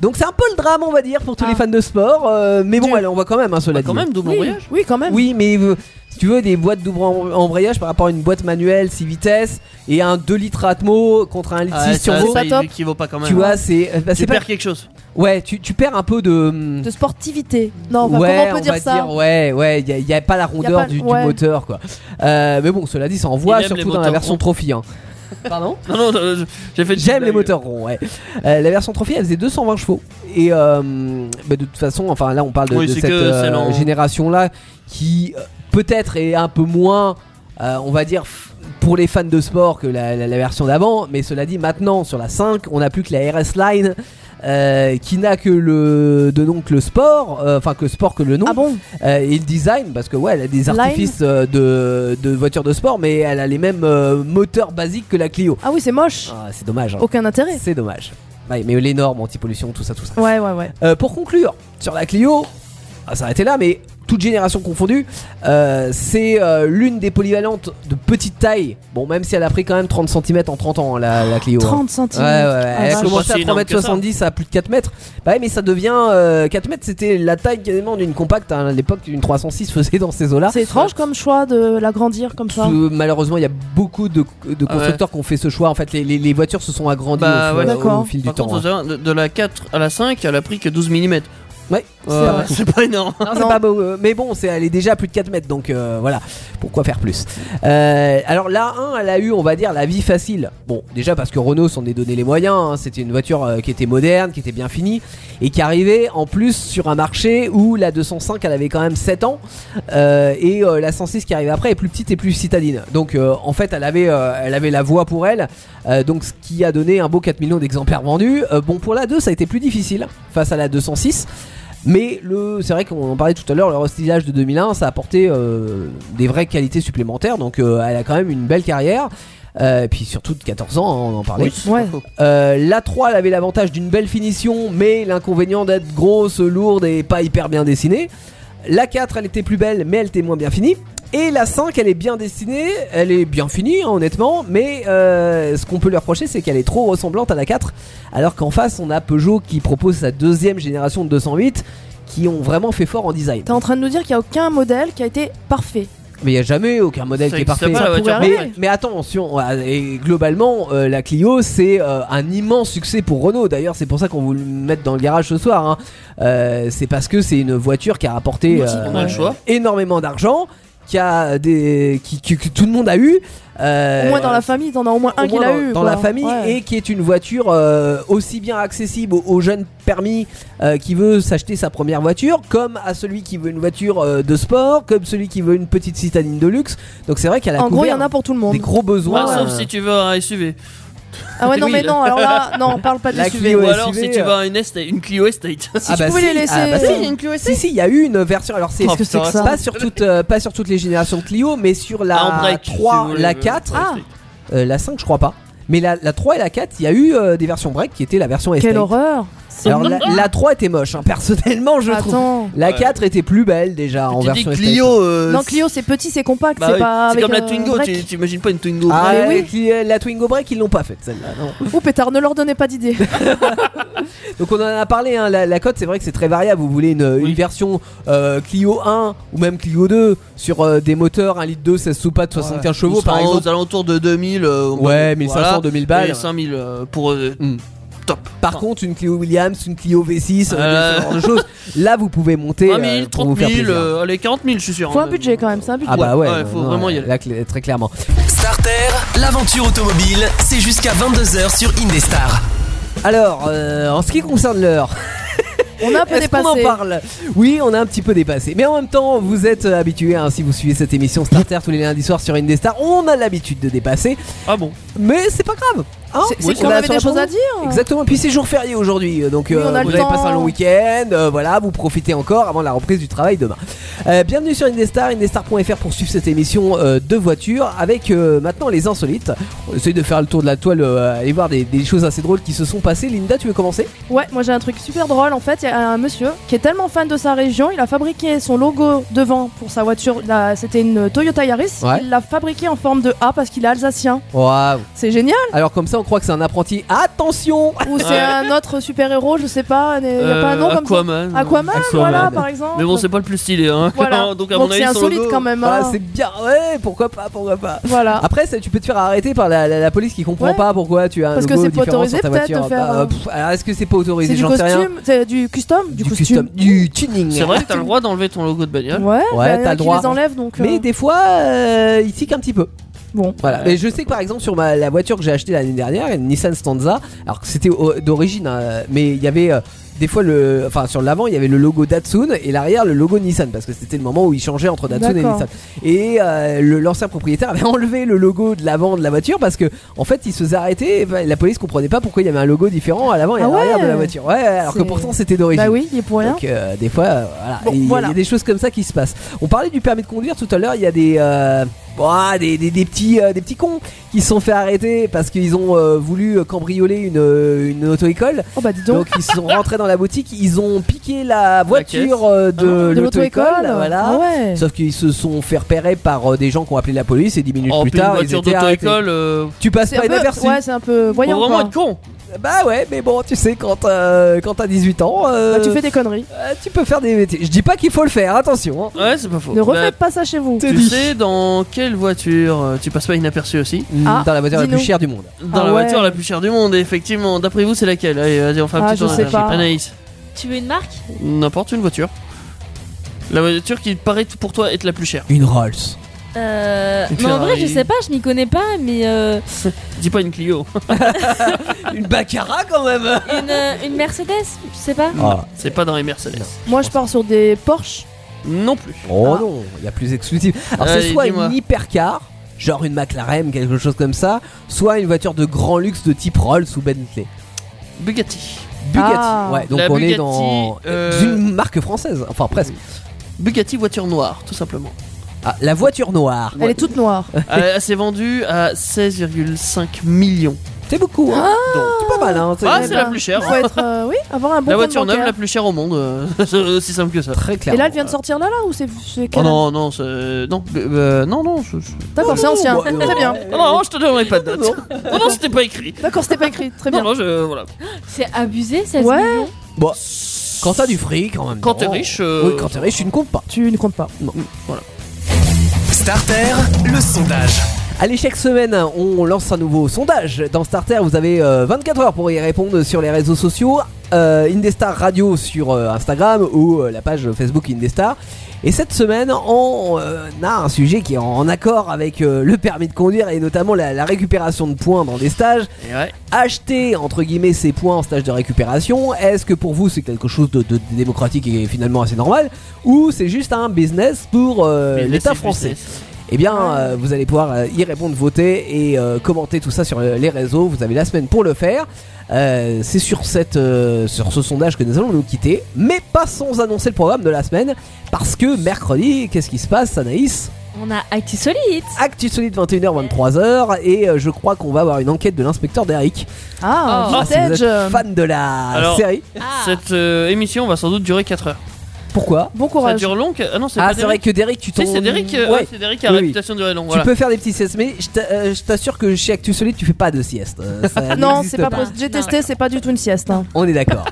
[SPEAKER 3] Donc c'est un peu le drame on va dire pour tous
[SPEAKER 5] Ah.
[SPEAKER 3] les fans de sport, euh, mais bon
[SPEAKER 5] Dur.
[SPEAKER 3] elle en voit quand même hein, cela
[SPEAKER 4] Bah, quand
[SPEAKER 3] dit.
[SPEAKER 4] même, double
[SPEAKER 5] Oui,
[SPEAKER 4] embrayage.
[SPEAKER 5] oui, quand même.
[SPEAKER 3] Oui, mais euh, si tu veux, des boîtes double em- embrayage par rapport à une boîte manuelle 6 vitesses et un 2 litres Atmo contre un litre
[SPEAKER 4] Ah,
[SPEAKER 3] 6
[SPEAKER 4] ça,
[SPEAKER 3] turbo.
[SPEAKER 4] ça,
[SPEAKER 5] Pas
[SPEAKER 4] il
[SPEAKER 5] top.
[SPEAKER 4] équivaut pas quand même. hein.
[SPEAKER 3] Tu vois, c'est. euh, bah,
[SPEAKER 4] tu
[SPEAKER 3] c'est
[SPEAKER 4] perds
[SPEAKER 3] pas-
[SPEAKER 4] quelque chose.
[SPEAKER 3] Ouais, tu, tu perds un peu de. hum,
[SPEAKER 5] De sportivité. Non, enfin,
[SPEAKER 3] ouais,
[SPEAKER 5] comment on peut dire
[SPEAKER 3] va
[SPEAKER 5] ça
[SPEAKER 3] dire, oh, ouais, ouais, il n'y a, pas la rondeur
[SPEAKER 5] pas-
[SPEAKER 3] du, du
[SPEAKER 5] ouais.
[SPEAKER 3] moteur, quoi. Euh, mais bon, cela dit, ça envoie
[SPEAKER 4] Il aime les
[SPEAKER 3] surtout dans la
[SPEAKER 4] moteurs
[SPEAKER 3] version
[SPEAKER 4] ronds.
[SPEAKER 3] trophy. hein. Pardon
[SPEAKER 4] Non, non, non, je- j'ai fait. une
[SPEAKER 3] J'aime les
[SPEAKER 4] blague.
[SPEAKER 3] moteurs ronds, ouais. Euh, la version trophy, elle faisait 220 chevaux. Et euh, bah, de toute façon, enfin là, on parle de,
[SPEAKER 4] Oui,
[SPEAKER 3] de
[SPEAKER 4] c'est
[SPEAKER 3] cette
[SPEAKER 4] que
[SPEAKER 3] euh,
[SPEAKER 4] celle en-
[SPEAKER 3] génération-là qui euh, peut-être est un peu moins, euh, on va dire, f- pour les fans de sport que la, la- la version d'avant. Mais cela dit, maintenant, sur la 5, on n'a plus que la RS Line. euh, qui n'a que le de nom que le sport, euh, enfin que le sport que le nom,
[SPEAKER 5] Ah bon
[SPEAKER 3] euh, et le design, parce que ouais, elle a des
[SPEAKER 5] Line.
[SPEAKER 3] artifices euh, de, de voitures de sport, mais elle a les mêmes euh, moteurs basiques que la Clio.
[SPEAKER 5] Ah oui, c'est moche.
[SPEAKER 3] Ah, c'est dommage. hein.
[SPEAKER 5] Aucun intérêt.
[SPEAKER 3] C'est dommage. Ouais, mais les normes anti-pollution, tout ça, tout ça.
[SPEAKER 5] Ouais, ouais, ouais.
[SPEAKER 3] Euh, pour conclure, sur la Clio, on va s'arrêter là, mais toute génération confondue. Euh, c'est euh, l'une des polyvalentes de petite taille. Bon, même si elle a pris quand même 30 cm en 30 ans, la, la Clio. hein.
[SPEAKER 5] 30 centimes.
[SPEAKER 3] Ouais, ouais, ouais.
[SPEAKER 5] Oh, Ah,
[SPEAKER 3] elle a
[SPEAKER 5] vache.
[SPEAKER 3] commencé à
[SPEAKER 4] C'est énorme que
[SPEAKER 3] 3m70 à plus de 4 mètres. Bah ouais, mais ça devient euh, 4 mètres, c'était la taille quasiment d'une compacte. hein. À l'époque, une 306 faisait dans ces eaux-là.
[SPEAKER 5] C'est étrange comme choix de l'agrandir comme ça.
[SPEAKER 3] Sous- Malheureusement, il y a beaucoup de,
[SPEAKER 4] Ah
[SPEAKER 3] de constructeurs qui ont fait ce choix. En fait, les, les- les voitures se sont agrandies
[SPEAKER 4] Bah,
[SPEAKER 3] au,
[SPEAKER 4] ouais.
[SPEAKER 3] fil- au
[SPEAKER 5] D'accord.
[SPEAKER 3] fil du
[SPEAKER 4] Par
[SPEAKER 3] temps.
[SPEAKER 4] contre, faut savoir, de, de la 4 à la 5, elle a pris que 12 mm.
[SPEAKER 3] hein. Ouais,
[SPEAKER 4] Euh,
[SPEAKER 3] vrai.
[SPEAKER 4] c'est pas énorme.
[SPEAKER 3] Non, c'est
[SPEAKER 5] Non.
[SPEAKER 3] pas beau, euh, mais bon, c'est, elle est déjà à plus de 4 mètres, donc euh, voilà, pourquoi faire plus Euh, Alors la 1, elle a eu, on va dire, la vie facile. Bon, déjà parce que Renault s'en est donné les moyens, hein. c'était une voiture euh, qui était moderne, qui était bien finie, et qui arrivait en plus sur un marché où la 205, elle avait quand même 7 ans, euh, et euh, la 106 qui arrivait après est plus petite et plus citadine. Donc euh, en fait, elle avait, euh, elle avait la voie pour elle, euh, donc ce qui a donné un beau 4 millions d'exemplaires vendus. Euh, bon, pour la 2, ça a été plus difficile face à la 206. Mais le, c'est vrai qu'on en parlait tout à l'heure, le restylage de 2001, ça a apporté euh, des vraies qualités supplémentaires. Donc euh, elle a quand même une belle carrière. Euh, et puis surtout de 14 ans, hein, on en parlait.
[SPEAKER 4] c'est
[SPEAKER 5] Ouais.
[SPEAKER 4] pas faux.
[SPEAKER 3] Euh, la 3, elle avait l'avantage d'une belle finition, mais l'inconvénient d'être grosse, lourde et pas hyper bien dessinée. La 4, elle était plus belle, mais elle était moins bien finie. Et la 5, elle est bien dessinée, elle est bien finie, hein, honnêtement, mais euh, ce qu'on peut lui reprocher, c'est qu'elle est trop ressemblante à la 4, alors qu'en face, on a Peugeot qui propose sa deuxième génération de 208, qui ont vraiment fait fort en design.
[SPEAKER 5] T'es en train de nous dire qu'il n'y a aucun modèle qui a été parfait.
[SPEAKER 3] Mais il n'y a jamais aucun modèle
[SPEAKER 4] Ça
[SPEAKER 3] qui est
[SPEAKER 4] existe
[SPEAKER 3] parfait.
[SPEAKER 4] pas, la
[SPEAKER 5] Ça pourrait
[SPEAKER 4] voiture.
[SPEAKER 5] arriver.
[SPEAKER 4] parfaite.
[SPEAKER 3] Mais, mais attention, euh, et globalement, euh, la Clio, c'est euh, un immense succès pour Renault. D'ailleurs, c'est pour ça qu'on voulait le mettre dans le garage ce soir. hein. Euh, c'est parce que c'est une voiture qui a rapporté
[SPEAKER 5] Motive,
[SPEAKER 3] euh,
[SPEAKER 4] on a le choix.
[SPEAKER 3] énormément d'argent, qui a des, qui, qui- que tout le monde a eu. euh,
[SPEAKER 5] Au moins dans la famille, t'en as au moins
[SPEAKER 3] au
[SPEAKER 5] un qui
[SPEAKER 3] moins
[SPEAKER 5] l'a
[SPEAKER 3] dans,
[SPEAKER 5] eu.
[SPEAKER 3] dans
[SPEAKER 5] quoi.
[SPEAKER 3] la famille
[SPEAKER 5] Ouais.
[SPEAKER 3] et qui est une voiture euh, aussi bien accessible aux, aux jeunes permis euh, qui veut s'acheter sa première voiture comme à celui qui veut une voiture euh, de sport comme celui qui veut une petite citadine de luxe donc c'est vrai qu'elle a
[SPEAKER 5] En gros, il y
[SPEAKER 3] couvert
[SPEAKER 5] en a pour tout le monde.
[SPEAKER 3] des gros besoins
[SPEAKER 4] Bah, Sauf
[SPEAKER 3] euh,
[SPEAKER 4] si tu veux un SUV.
[SPEAKER 5] Ah ouais, non,
[SPEAKER 4] Oui.
[SPEAKER 5] mais non, alors là, non, on parle pas de
[SPEAKER 3] La
[SPEAKER 5] SUV.
[SPEAKER 3] Clio
[SPEAKER 4] Ou
[SPEAKER 3] SUV,
[SPEAKER 4] alors si tu
[SPEAKER 3] euh,
[SPEAKER 4] veux une, Est- une Clio Estate.
[SPEAKER 5] Si
[SPEAKER 3] ah
[SPEAKER 5] je
[SPEAKER 3] bah
[SPEAKER 5] pouvais
[SPEAKER 3] si,
[SPEAKER 5] les laisser.
[SPEAKER 3] ah bah si.
[SPEAKER 5] euh,
[SPEAKER 3] si si il y a eu une version alors
[SPEAKER 4] Oh,
[SPEAKER 3] c'est
[SPEAKER 5] Qu'est-ce que c'est que ça
[SPEAKER 3] pas sur toutes euh, pas sur toutes les générations de Clio mais sur la
[SPEAKER 4] Ah, en break, si
[SPEAKER 3] 3
[SPEAKER 4] vous voulez,
[SPEAKER 3] la
[SPEAKER 4] euh,
[SPEAKER 3] 4
[SPEAKER 4] ouais,
[SPEAKER 5] Ah.
[SPEAKER 4] c'est-
[SPEAKER 3] euh, la 5 je crois pas mais la, la 3 et la 4 il y a eu euh, des versions break qui étaient la version
[SPEAKER 5] Quelle
[SPEAKER 3] estate
[SPEAKER 5] horreur.
[SPEAKER 3] alors la, la 3 était moche hein. personnellement je trouve
[SPEAKER 5] Attends.
[SPEAKER 3] La
[SPEAKER 4] Ouais.
[SPEAKER 3] 4 était plus belle déjà en
[SPEAKER 4] Tu dis
[SPEAKER 3] version estate.
[SPEAKER 4] Clio. euh,
[SPEAKER 5] Non, Clio, c'est petit, c'est compact,
[SPEAKER 4] bah
[SPEAKER 5] c'est
[SPEAKER 4] oui,
[SPEAKER 5] pas.
[SPEAKER 4] c'est
[SPEAKER 5] avec
[SPEAKER 4] comme la
[SPEAKER 5] un
[SPEAKER 4] Twingo.
[SPEAKER 5] break.
[SPEAKER 4] Tu t'imagines pas une Twingo
[SPEAKER 3] Ah,
[SPEAKER 5] Mais
[SPEAKER 3] la-
[SPEAKER 5] oui.
[SPEAKER 3] Cli- la Twingo Break, ils l'ont pas faite celle-là. non.
[SPEAKER 5] Ouh, pétard, ne leur donnez pas d'idée.
[SPEAKER 3] Donc on en a parlé, hein, la, la cote c'est vrai que c'est très variable. Vous voulez une, une
[SPEAKER 4] Oui.
[SPEAKER 3] version euh, Clio 1 ou même Clio 2 sur euh, des moteurs 1 litre 2, 16 soupapes, 75 chevaux
[SPEAKER 4] Ils
[SPEAKER 3] par
[SPEAKER 4] sont
[SPEAKER 3] exemple.
[SPEAKER 4] aux alentours de 2000. euh, au moins,
[SPEAKER 3] Ouais, 1500,
[SPEAKER 4] voilà.
[SPEAKER 3] 2000
[SPEAKER 4] Et
[SPEAKER 3] balles.
[SPEAKER 4] 5000 euh, pour euh,
[SPEAKER 3] Hmm.
[SPEAKER 4] top.
[SPEAKER 3] Par contre, une Clio Williams, une Clio V6, euh,
[SPEAKER 4] Euh.
[SPEAKER 3] ce genre de choses, là vous pouvez monter
[SPEAKER 4] 20
[SPEAKER 3] euh,
[SPEAKER 4] 000,
[SPEAKER 3] pour vous
[SPEAKER 4] 30
[SPEAKER 3] faire
[SPEAKER 4] 000,
[SPEAKER 3] plaisir.
[SPEAKER 4] euh, allez, 40 000, je suis sûr.
[SPEAKER 5] Faut un
[SPEAKER 4] hein,
[SPEAKER 5] budget
[SPEAKER 4] mais-
[SPEAKER 5] quand même, c'est un budget.
[SPEAKER 3] ah bah ouais,
[SPEAKER 4] ouais, faut vraiment y aller.
[SPEAKER 3] là, cl- très clairement.
[SPEAKER 1] Starter, l'aventure automobile, c'est jusqu'à 22h sur Indestar.
[SPEAKER 3] Alors, euh, en ce qui concerne l'heure,
[SPEAKER 5] On a un peu
[SPEAKER 3] Est-ce qu'on en
[SPEAKER 5] dépassé.
[SPEAKER 3] parle Oui, on a un petit peu dépassé. Mais en même temps, vous êtes euh, habitués, hein, si vous suivez cette émission Starter tous les lundis soirs sur Indestar, on a l'habitude de dépasser.
[SPEAKER 4] Ah bon
[SPEAKER 3] Mais c'est pas grave. hein.
[SPEAKER 5] C'est
[SPEAKER 3] Oui,
[SPEAKER 5] c'est
[SPEAKER 3] on
[SPEAKER 5] qu'on
[SPEAKER 3] a
[SPEAKER 5] avait
[SPEAKER 3] sur
[SPEAKER 5] des
[SPEAKER 3] la
[SPEAKER 5] choses à
[SPEAKER 3] pendant-
[SPEAKER 5] dire.
[SPEAKER 3] Exactement, puis c'est jour férié aujourd'hui, euh, donc
[SPEAKER 5] Oui, on a
[SPEAKER 3] vous
[SPEAKER 5] le
[SPEAKER 3] avez
[SPEAKER 5] temps.
[SPEAKER 3] passé un long week-end, euh, voilà, vous profitez encore avant la reprise du travail demain. Euh, bienvenue sur Indestar, indestar.fr pour suivre cette émission euh, de voiture avec euh, maintenant les insolites. On essaye de faire le tour de la toile, euh, aller voir des, des choses assez drôles qui se sont passées. Linda, tu veux commencer
[SPEAKER 5] Ouais, moi j'ai un truc super drôle. En fait, il y a un monsieur qui est tellement fan de sa région, il a fabriqué son logo devant pour sa voiture. Là, C'était une Toyota Yaris.
[SPEAKER 3] Ouais.
[SPEAKER 5] Il l'a fabriqué en forme de A parce qu'il est alsacien.
[SPEAKER 3] Waouh
[SPEAKER 5] C'est génial.
[SPEAKER 3] Alors comme ça, on croit que c'est un apprenti. Attention
[SPEAKER 5] Ou c'est
[SPEAKER 4] Ouais.
[SPEAKER 5] un autre super héros, je sais pas. Il y a pas un nom
[SPEAKER 4] Euh,
[SPEAKER 5] comme
[SPEAKER 4] Aquaman.
[SPEAKER 5] ça. Aquaman,
[SPEAKER 3] Aquaman.
[SPEAKER 5] voilà, par exemple.
[SPEAKER 4] Mais bon, c'est pas le plus stylé. Hein.
[SPEAKER 5] voilà.
[SPEAKER 4] Donc, à mon avis,
[SPEAKER 5] c'est
[SPEAKER 4] son
[SPEAKER 5] insolite
[SPEAKER 4] logo-
[SPEAKER 5] quand même.
[SPEAKER 3] Ah,
[SPEAKER 5] hein.
[SPEAKER 3] c'est Ah, bien, ouais, pourquoi pas, pourquoi pas.
[SPEAKER 5] Voilà.
[SPEAKER 3] Après, ça, tu peux te faire arrêter par la, la- la police qui comprend
[SPEAKER 5] Ah. Ouais.
[SPEAKER 3] pas pourquoi tu as un
[SPEAKER 5] Parce que
[SPEAKER 3] logo
[SPEAKER 5] c'est pas
[SPEAKER 3] différent
[SPEAKER 5] autorisé,
[SPEAKER 3] sur ta
[SPEAKER 5] peut-être,
[SPEAKER 3] voiture.
[SPEAKER 5] de faire,
[SPEAKER 3] Bah,
[SPEAKER 5] euh,
[SPEAKER 3] pff, alors, est-ce que c'est pas
[SPEAKER 5] C'est
[SPEAKER 3] autorisé
[SPEAKER 5] du
[SPEAKER 3] J'en sais rien.
[SPEAKER 5] costume, c'est du custom, du, costume.
[SPEAKER 3] custom, du tuning.
[SPEAKER 4] C'est vrai que t'as le droit d'enlever ton logo de bagnole.
[SPEAKER 5] Ouais, bah,
[SPEAKER 3] t'as
[SPEAKER 5] il y en a
[SPEAKER 3] le
[SPEAKER 5] qui
[SPEAKER 3] droit.
[SPEAKER 5] les enlèvent donc. euh,
[SPEAKER 3] Mais des fois, euh, il tique un petit peu.
[SPEAKER 5] Bon.
[SPEAKER 3] Voilà. Mais je sais que par exemple sur ma, la voiture que j'ai achetée l'année dernière, une Nissan Stanza, alors que c'était au- d'origine, hein, mais il y avait euh, des fois le, enfin sur l'avant il y avait le logo Datsun et l'arrière le logo Nissan parce que c'était le moment où ils changeaient entre Datsun et
[SPEAKER 5] D'accord.
[SPEAKER 3] Nissan. Et euh, le- l'ancien propriétaire avait enlevé le logo de l'avant de la voiture parce que en fait il se faisait arrêter. et ben, la police comprenait pas pourquoi il y avait un logo différent à l'avant et à
[SPEAKER 5] Ah ouais.
[SPEAKER 3] l'arrière de la voiture. Ouais, alors que
[SPEAKER 5] C'est-
[SPEAKER 3] pourtant c'était d'origine.
[SPEAKER 5] Bah oui, il est pour rien.
[SPEAKER 3] Donc euh, des fois, euh, voilà,
[SPEAKER 5] Bon,
[SPEAKER 3] il y a-
[SPEAKER 5] voilà.
[SPEAKER 3] il y a des choses comme ça qui se passent. On parlait du permis de conduire tout à l'heure. Il y a des, euh, ouah, des, des- des petits, euh, des petits cons qui se sont fait arrêter parce qu'ils ont euh, voulu cambrioler une, euh, une auto-école.
[SPEAKER 5] Oh bah dis donc.
[SPEAKER 3] Donc ils sont rentrés dans dans la boutique, ils ont piqué la voiture euh, de,
[SPEAKER 5] Ah, De
[SPEAKER 3] l'auto-école. bah, Voilà.
[SPEAKER 5] Ah ouais.
[SPEAKER 3] Sauf qu'ils se sont fait repérer par euh, des gens qui ont appelé la police et 10 minutes
[SPEAKER 4] Oh,
[SPEAKER 3] plus
[SPEAKER 4] puis
[SPEAKER 3] tard,
[SPEAKER 4] une
[SPEAKER 3] ils
[SPEAKER 4] voiture
[SPEAKER 3] étaient arrêtés.
[SPEAKER 4] d'auto-école. euh,
[SPEAKER 3] Tu passes
[SPEAKER 5] C'est un
[SPEAKER 3] pas
[SPEAKER 5] peu,
[SPEAKER 3] inaperçu.
[SPEAKER 5] ouais, c'est un peu
[SPEAKER 4] faut
[SPEAKER 5] voyant.
[SPEAKER 4] vraiment
[SPEAKER 5] quoi.
[SPEAKER 4] être con.
[SPEAKER 3] Bah ouais, mais bon, tu sais, quand, euh, quand t'as 18 ans, euh,
[SPEAKER 5] Bah, tu fais des conneries.
[SPEAKER 3] euh, tu peux faire des. Je dis pas qu'il faut le faire, attention. hein.
[SPEAKER 4] Ouais, c'est pas faux.
[SPEAKER 5] Ne refaites
[SPEAKER 4] Bah,
[SPEAKER 5] pas ça chez vous.
[SPEAKER 3] te
[SPEAKER 4] tu
[SPEAKER 3] dis.
[SPEAKER 4] sais dans quelle voiture euh, tu passes pas inaperçu aussi
[SPEAKER 5] Ah,
[SPEAKER 3] dans la voiture la plus
[SPEAKER 5] dis-nous.
[SPEAKER 3] chère du monde.
[SPEAKER 4] Dans
[SPEAKER 5] Ah
[SPEAKER 4] la
[SPEAKER 5] ouais.
[SPEAKER 4] voiture la plus chère du monde, effectivement. D'après vous, c'est laquelle Allez, vas-y, on fait un
[SPEAKER 5] Ah,
[SPEAKER 4] petit
[SPEAKER 5] je
[SPEAKER 4] tour
[SPEAKER 5] sais
[SPEAKER 4] d'énergie.
[SPEAKER 5] pas.
[SPEAKER 4] Anaïs,
[SPEAKER 6] Tu veux une marque
[SPEAKER 4] n'importe une voiture. La voiture qui paraît pour toi être la plus chère.
[SPEAKER 3] Une Rolls.
[SPEAKER 6] Euh,
[SPEAKER 4] Une
[SPEAKER 6] mais en vrai,
[SPEAKER 4] Ferrari.
[SPEAKER 6] je sais pas, je m'y connais pas, mais euh,
[SPEAKER 4] Dis pas une Clio.
[SPEAKER 3] Une Baccara quand même
[SPEAKER 6] une, euh, une Mercedes, je sais pas.
[SPEAKER 3] Ah.
[SPEAKER 4] C'est pas dans les Mercedes.
[SPEAKER 5] Moi, je pars sur des Porsche.
[SPEAKER 4] Non plus.
[SPEAKER 3] Oh
[SPEAKER 5] Ah.
[SPEAKER 3] non, il y a plus exclusif. Alors c'est
[SPEAKER 4] Allez,
[SPEAKER 3] soit
[SPEAKER 4] Euh, dis-moi.
[SPEAKER 3] une hypercar, genre une McLaren, quelque chose comme ça, soit une voiture de grand luxe de type Rolls ou Bentley.
[SPEAKER 4] Bugatti.
[SPEAKER 3] Bugatti.
[SPEAKER 5] Ah.
[SPEAKER 3] ouais, donc
[SPEAKER 4] La
[SPEAKER 3] on est
[SPEAKER 4] Bugatti,
[SPEAKER 3] dans
[SPEAKER 4] euh,
[SPEAKER 3] une marque française, enfin presque.
[SPEAKER 4] Bugatti voiture noire, tout simplement.
[SPEAKER 3] Ah, la voiture noire.
[SPEAKER 5] Elle est toute noire.
[SPEAKER 4] Euh, Elle s'est vendue à 16,5 millions.
[SPEAKER 3] C'est beaucoup. Hein. Donc, c'est pas mal. Hein, c'est
[SPEAKER 4] Ah,
[SPEAKER 5] Eh
[SPEAKER 4] c'est
[SPEAKER 5] ben,
[SPEAKER 4] la plus chère.
[SPEAKER 5] Il faut être, euh, oui, avoir un bon
[SPEAKER 4] la
[SPEAKER 5] compte
[SPEAKER 4] voiture neuve
[SPEAKER 5] bancaire.
[SPEAKER 4] la plus chère au monde. euh, c'est aussi simple que ça.
[SPEAKER 3] très clair.
[SPEAKER 5] Et là, elle vient de sortir là, là, ou c'est c'est
[SPEAKER 4] Oh
[SPEAKER 5] quelle
[SPEAKER 4] non, non, c'est- non, euh, non, non, c'est- c'est-
[SPEAKER 5] D'accord, c'est ancien.
[SPEAKER 3] Oh, bah,
[SPEAKER 5] Très bien.
[SPEAKER 4] Oh non, je te donnerai pas de notes. Oh non, c'était pas écrit.
[SPEAKER 5] D'accord, c'était pas écrit. Très
[SPEAKER 4] Non,
[SPEAKER 5] bien.
[SPEAKER 4] non, je, voilà.
[SPEAKER 6] C'est abusé, ça
[SPEAKER 5] Ouais.
[SPEAKER 3] Bon, quand t'as du fric, en même
[SPEAKER 4] Quand
[SPEAKER 3] temps.
[SPEAKER 4] t'es riche, euh,
[SPEAKER 3] Oui, quand t'es riche, tu ne comptes pas.
[SPEAKER 5] Tu ne comptes pas.
[SPEAKER 1] Starter, le sondage.
[SPEAKER 3] Allez, chaque semaine, on lance un nouveau sondage. Dans Starter, vous avez euh, 24 heures pour y répondre sur les réseaux sociaux. Euh, Indestar Radio sur euh, Instagram ou euh, la page Facebook Indestar. Et cette semaine, on euh, a un sujet qui est en accord avec euh, le permis de conduire et notamment la, la récupération de points dans des stages.
[SPEAKER 4] Et ouais.
[SPEAKER 3] Acheter, entre guillemets, ces points en stage de récupération, est-ce que pour vous c'est quelque chose de, de démocratique et finalement assez normal Ou c'est juste un business pour euh,
[SPEAKER 4] Mais
[SPEAKER 3] l'État
[SPEAKER 4] c'est
[SPEAKER 3] français
[SPEAKER 4] business.
[SPEAKER 3] eh bien, euh, vous allez pouvoir euh, y répondre, voter et euh, commenter tout ça sur euh, les réseaux. Vous avez la semaine pour le faire. Euh, c'est sur, cette, euh, sur ce sondage que nous allons nous quitter, mais pas sans annoncer le programme de la semaine, parce que mercredi, qu'est-ce qui se passe, Anaïs
[SPEAKER 6] On a Actu Solide.
[SPEAKER 3] Actu Solide 21h, 23h, et euh, je crois qu'on va avoir une enquête de l'inspecteur Derrick.
[SPEAKER 5] Ah,
[SPEAKER 4] Oh.
[SPEAKER 3] Ah, si vous
[SPEAKER 5] vintage.
[SPEAKER 3] êtes fan de la
[SPEAKER 4] Alors-
[SPEAKER 3] série,
[SPEAKER 4] Cette euh, émission va sans doute durer 4 heures.
[SPEAKER 3] pourquoi
[SPEAKER 5] Bon
[SPEAKER 4] Ça
[SPEAKER 5] courage.
[SPEAKER 4] dure long que- Ah non, c'est
[SPEAKER 3] Ah,
[SPEAKER 4] pas
[SPEAKER 3] c'est vrai
[SPEAKER 4] Derrick.
[SPEAKER 3] que Derrick, tu t'en...
[SPEAKER 4] Si, c'est Derrick, euh,
[SPEAKER 3] Ouais.
[SPEAKER 4] ouais, c'est Derrick qui a
[SPEAKER 3] Oui,
[SPEAKER 4] la
[SPEAKER 3] oui.
[SPEAKER 4] réputation de durer long.
[SPEAKER 3] Tu
[SPEAKER 4] Voilà.
[SPEAKER 3] peux faire des petites siestes, mais je t'a- euh, je t'assure que chez Actu Solide, tu fais pas de sieste. Euh, ça
[SPEAKER 5] Non,
[SPEAKER 3] n'existe
[SPEAKER 5] c'est pas
[SPEAKER 6] pas.
[SPEAKER 5] possible. J'ai
[SPEAKER 6] Non,
[SPEAKER 5] testé, c'est pas du tout une sieste. hein.
[SPEAKER 3] On est d'accord.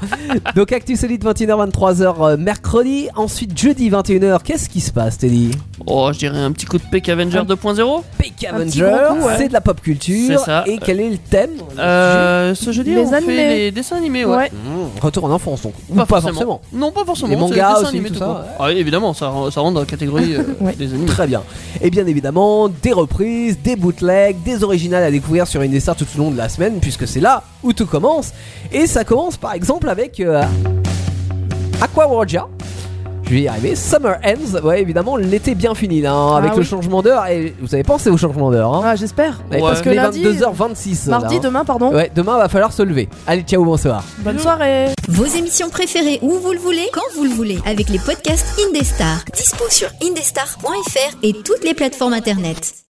[SPEAKER 3] Donc Actu Solide 21h 23h euh, mercredi, ensuite jeudi 21h, qu'est-ce qui se passe Teddy
[SPEAKER 4] Oh, je dirais un petit coup de pic Avenger 2.0.
[SPEAKER 3] Peck
[SPEAKER 5] petit
[SPEAKER 3] Avenger,
[SPEAKER 5] bon coup, ouais.
[SPEAKER 3] c'est de la pop culture
[SPEAKER 4] C'est ça.
[SPEAKER 3] et quel est le thème
[SPEAKER 4] Euh, ce jeudi,
[SPEAKER 5] Les
[SPEAKER 4] on fait
[SPEAKER 5] animés.
[SPEAKER 4] les dessins animés, ouais.
[SPEAKER 5] Ouais.
[SPEAKER 3] Mmh, Retour en enfance donc, ou
[SPEAKER 4] Pas,
[SPEAKER 3] pas
[SPEAKER 4] forcément.
[SPEAKER 3] forcément.
[SPEAKER 4] Non, pas forcément.
[SPEAKER 3] Les
[SPEAKER 4] c'est
[SPEAKER 3] mangas
[SPEAKER 4] dessins
[SPEAKER 3] aussi,
[SPEAKER 4] animés,
[SPEAKER 3] tout ça,
[SPEAKER 4] court.
[SPEAKER 3] ouais.
[SPEAKER 4] Ah, oui, évidemment, ça, ça rentre dans la catégorie euh,
[SPEAKER 5] Ouais.
[SPEAKER 4] des animés.
[SPEAKER 3] Très bien. Et bien évidemment, des reprises, des bootlegs, des originales à découvrir sur Indestar tout au long de la semaine, puisque c'est là où tout commence. Et ça commence par exemple avec euh, Aqua Roja. Je vais y arriver. Summer Ends. Ouais, évidemment, l'été bien fini là, hein,
[SPEAKER 5] Ah
[SPEAKER 3] avec le
[SPEAKER 5] oui.
[SPEAKER 3] changement d'heure. Et vous avez pensé au changement d'heure, hein
[SPEAKER 5] Ah, j'espère.
[SPEAKER 3] Ouais,
[SPEAKER 4] Ouais.
[SPEAKER 3] Parce que
[SPEAKER 5] Les
[SPEAKER 3] les
[SPEAKER 5] lundis-
[SPEAKER 3] 22h26. là,
[SPEAKER 5] Mardi,
[SPEAKER 3] hein.
[SPEAKER 5] demain, pardon.
[SPEAKER 3] Ouais, demain va falloir se lever. Allez, ciao, bonsoir.
[SPEAKER 5] Bonne soirée.
[SPEAKER 2] Vos émissions préférées où vous le voulez, quand vous le voulez, avec les podcasts Indestar. Dispo sur indestar.fr et toutes les plateformes internet.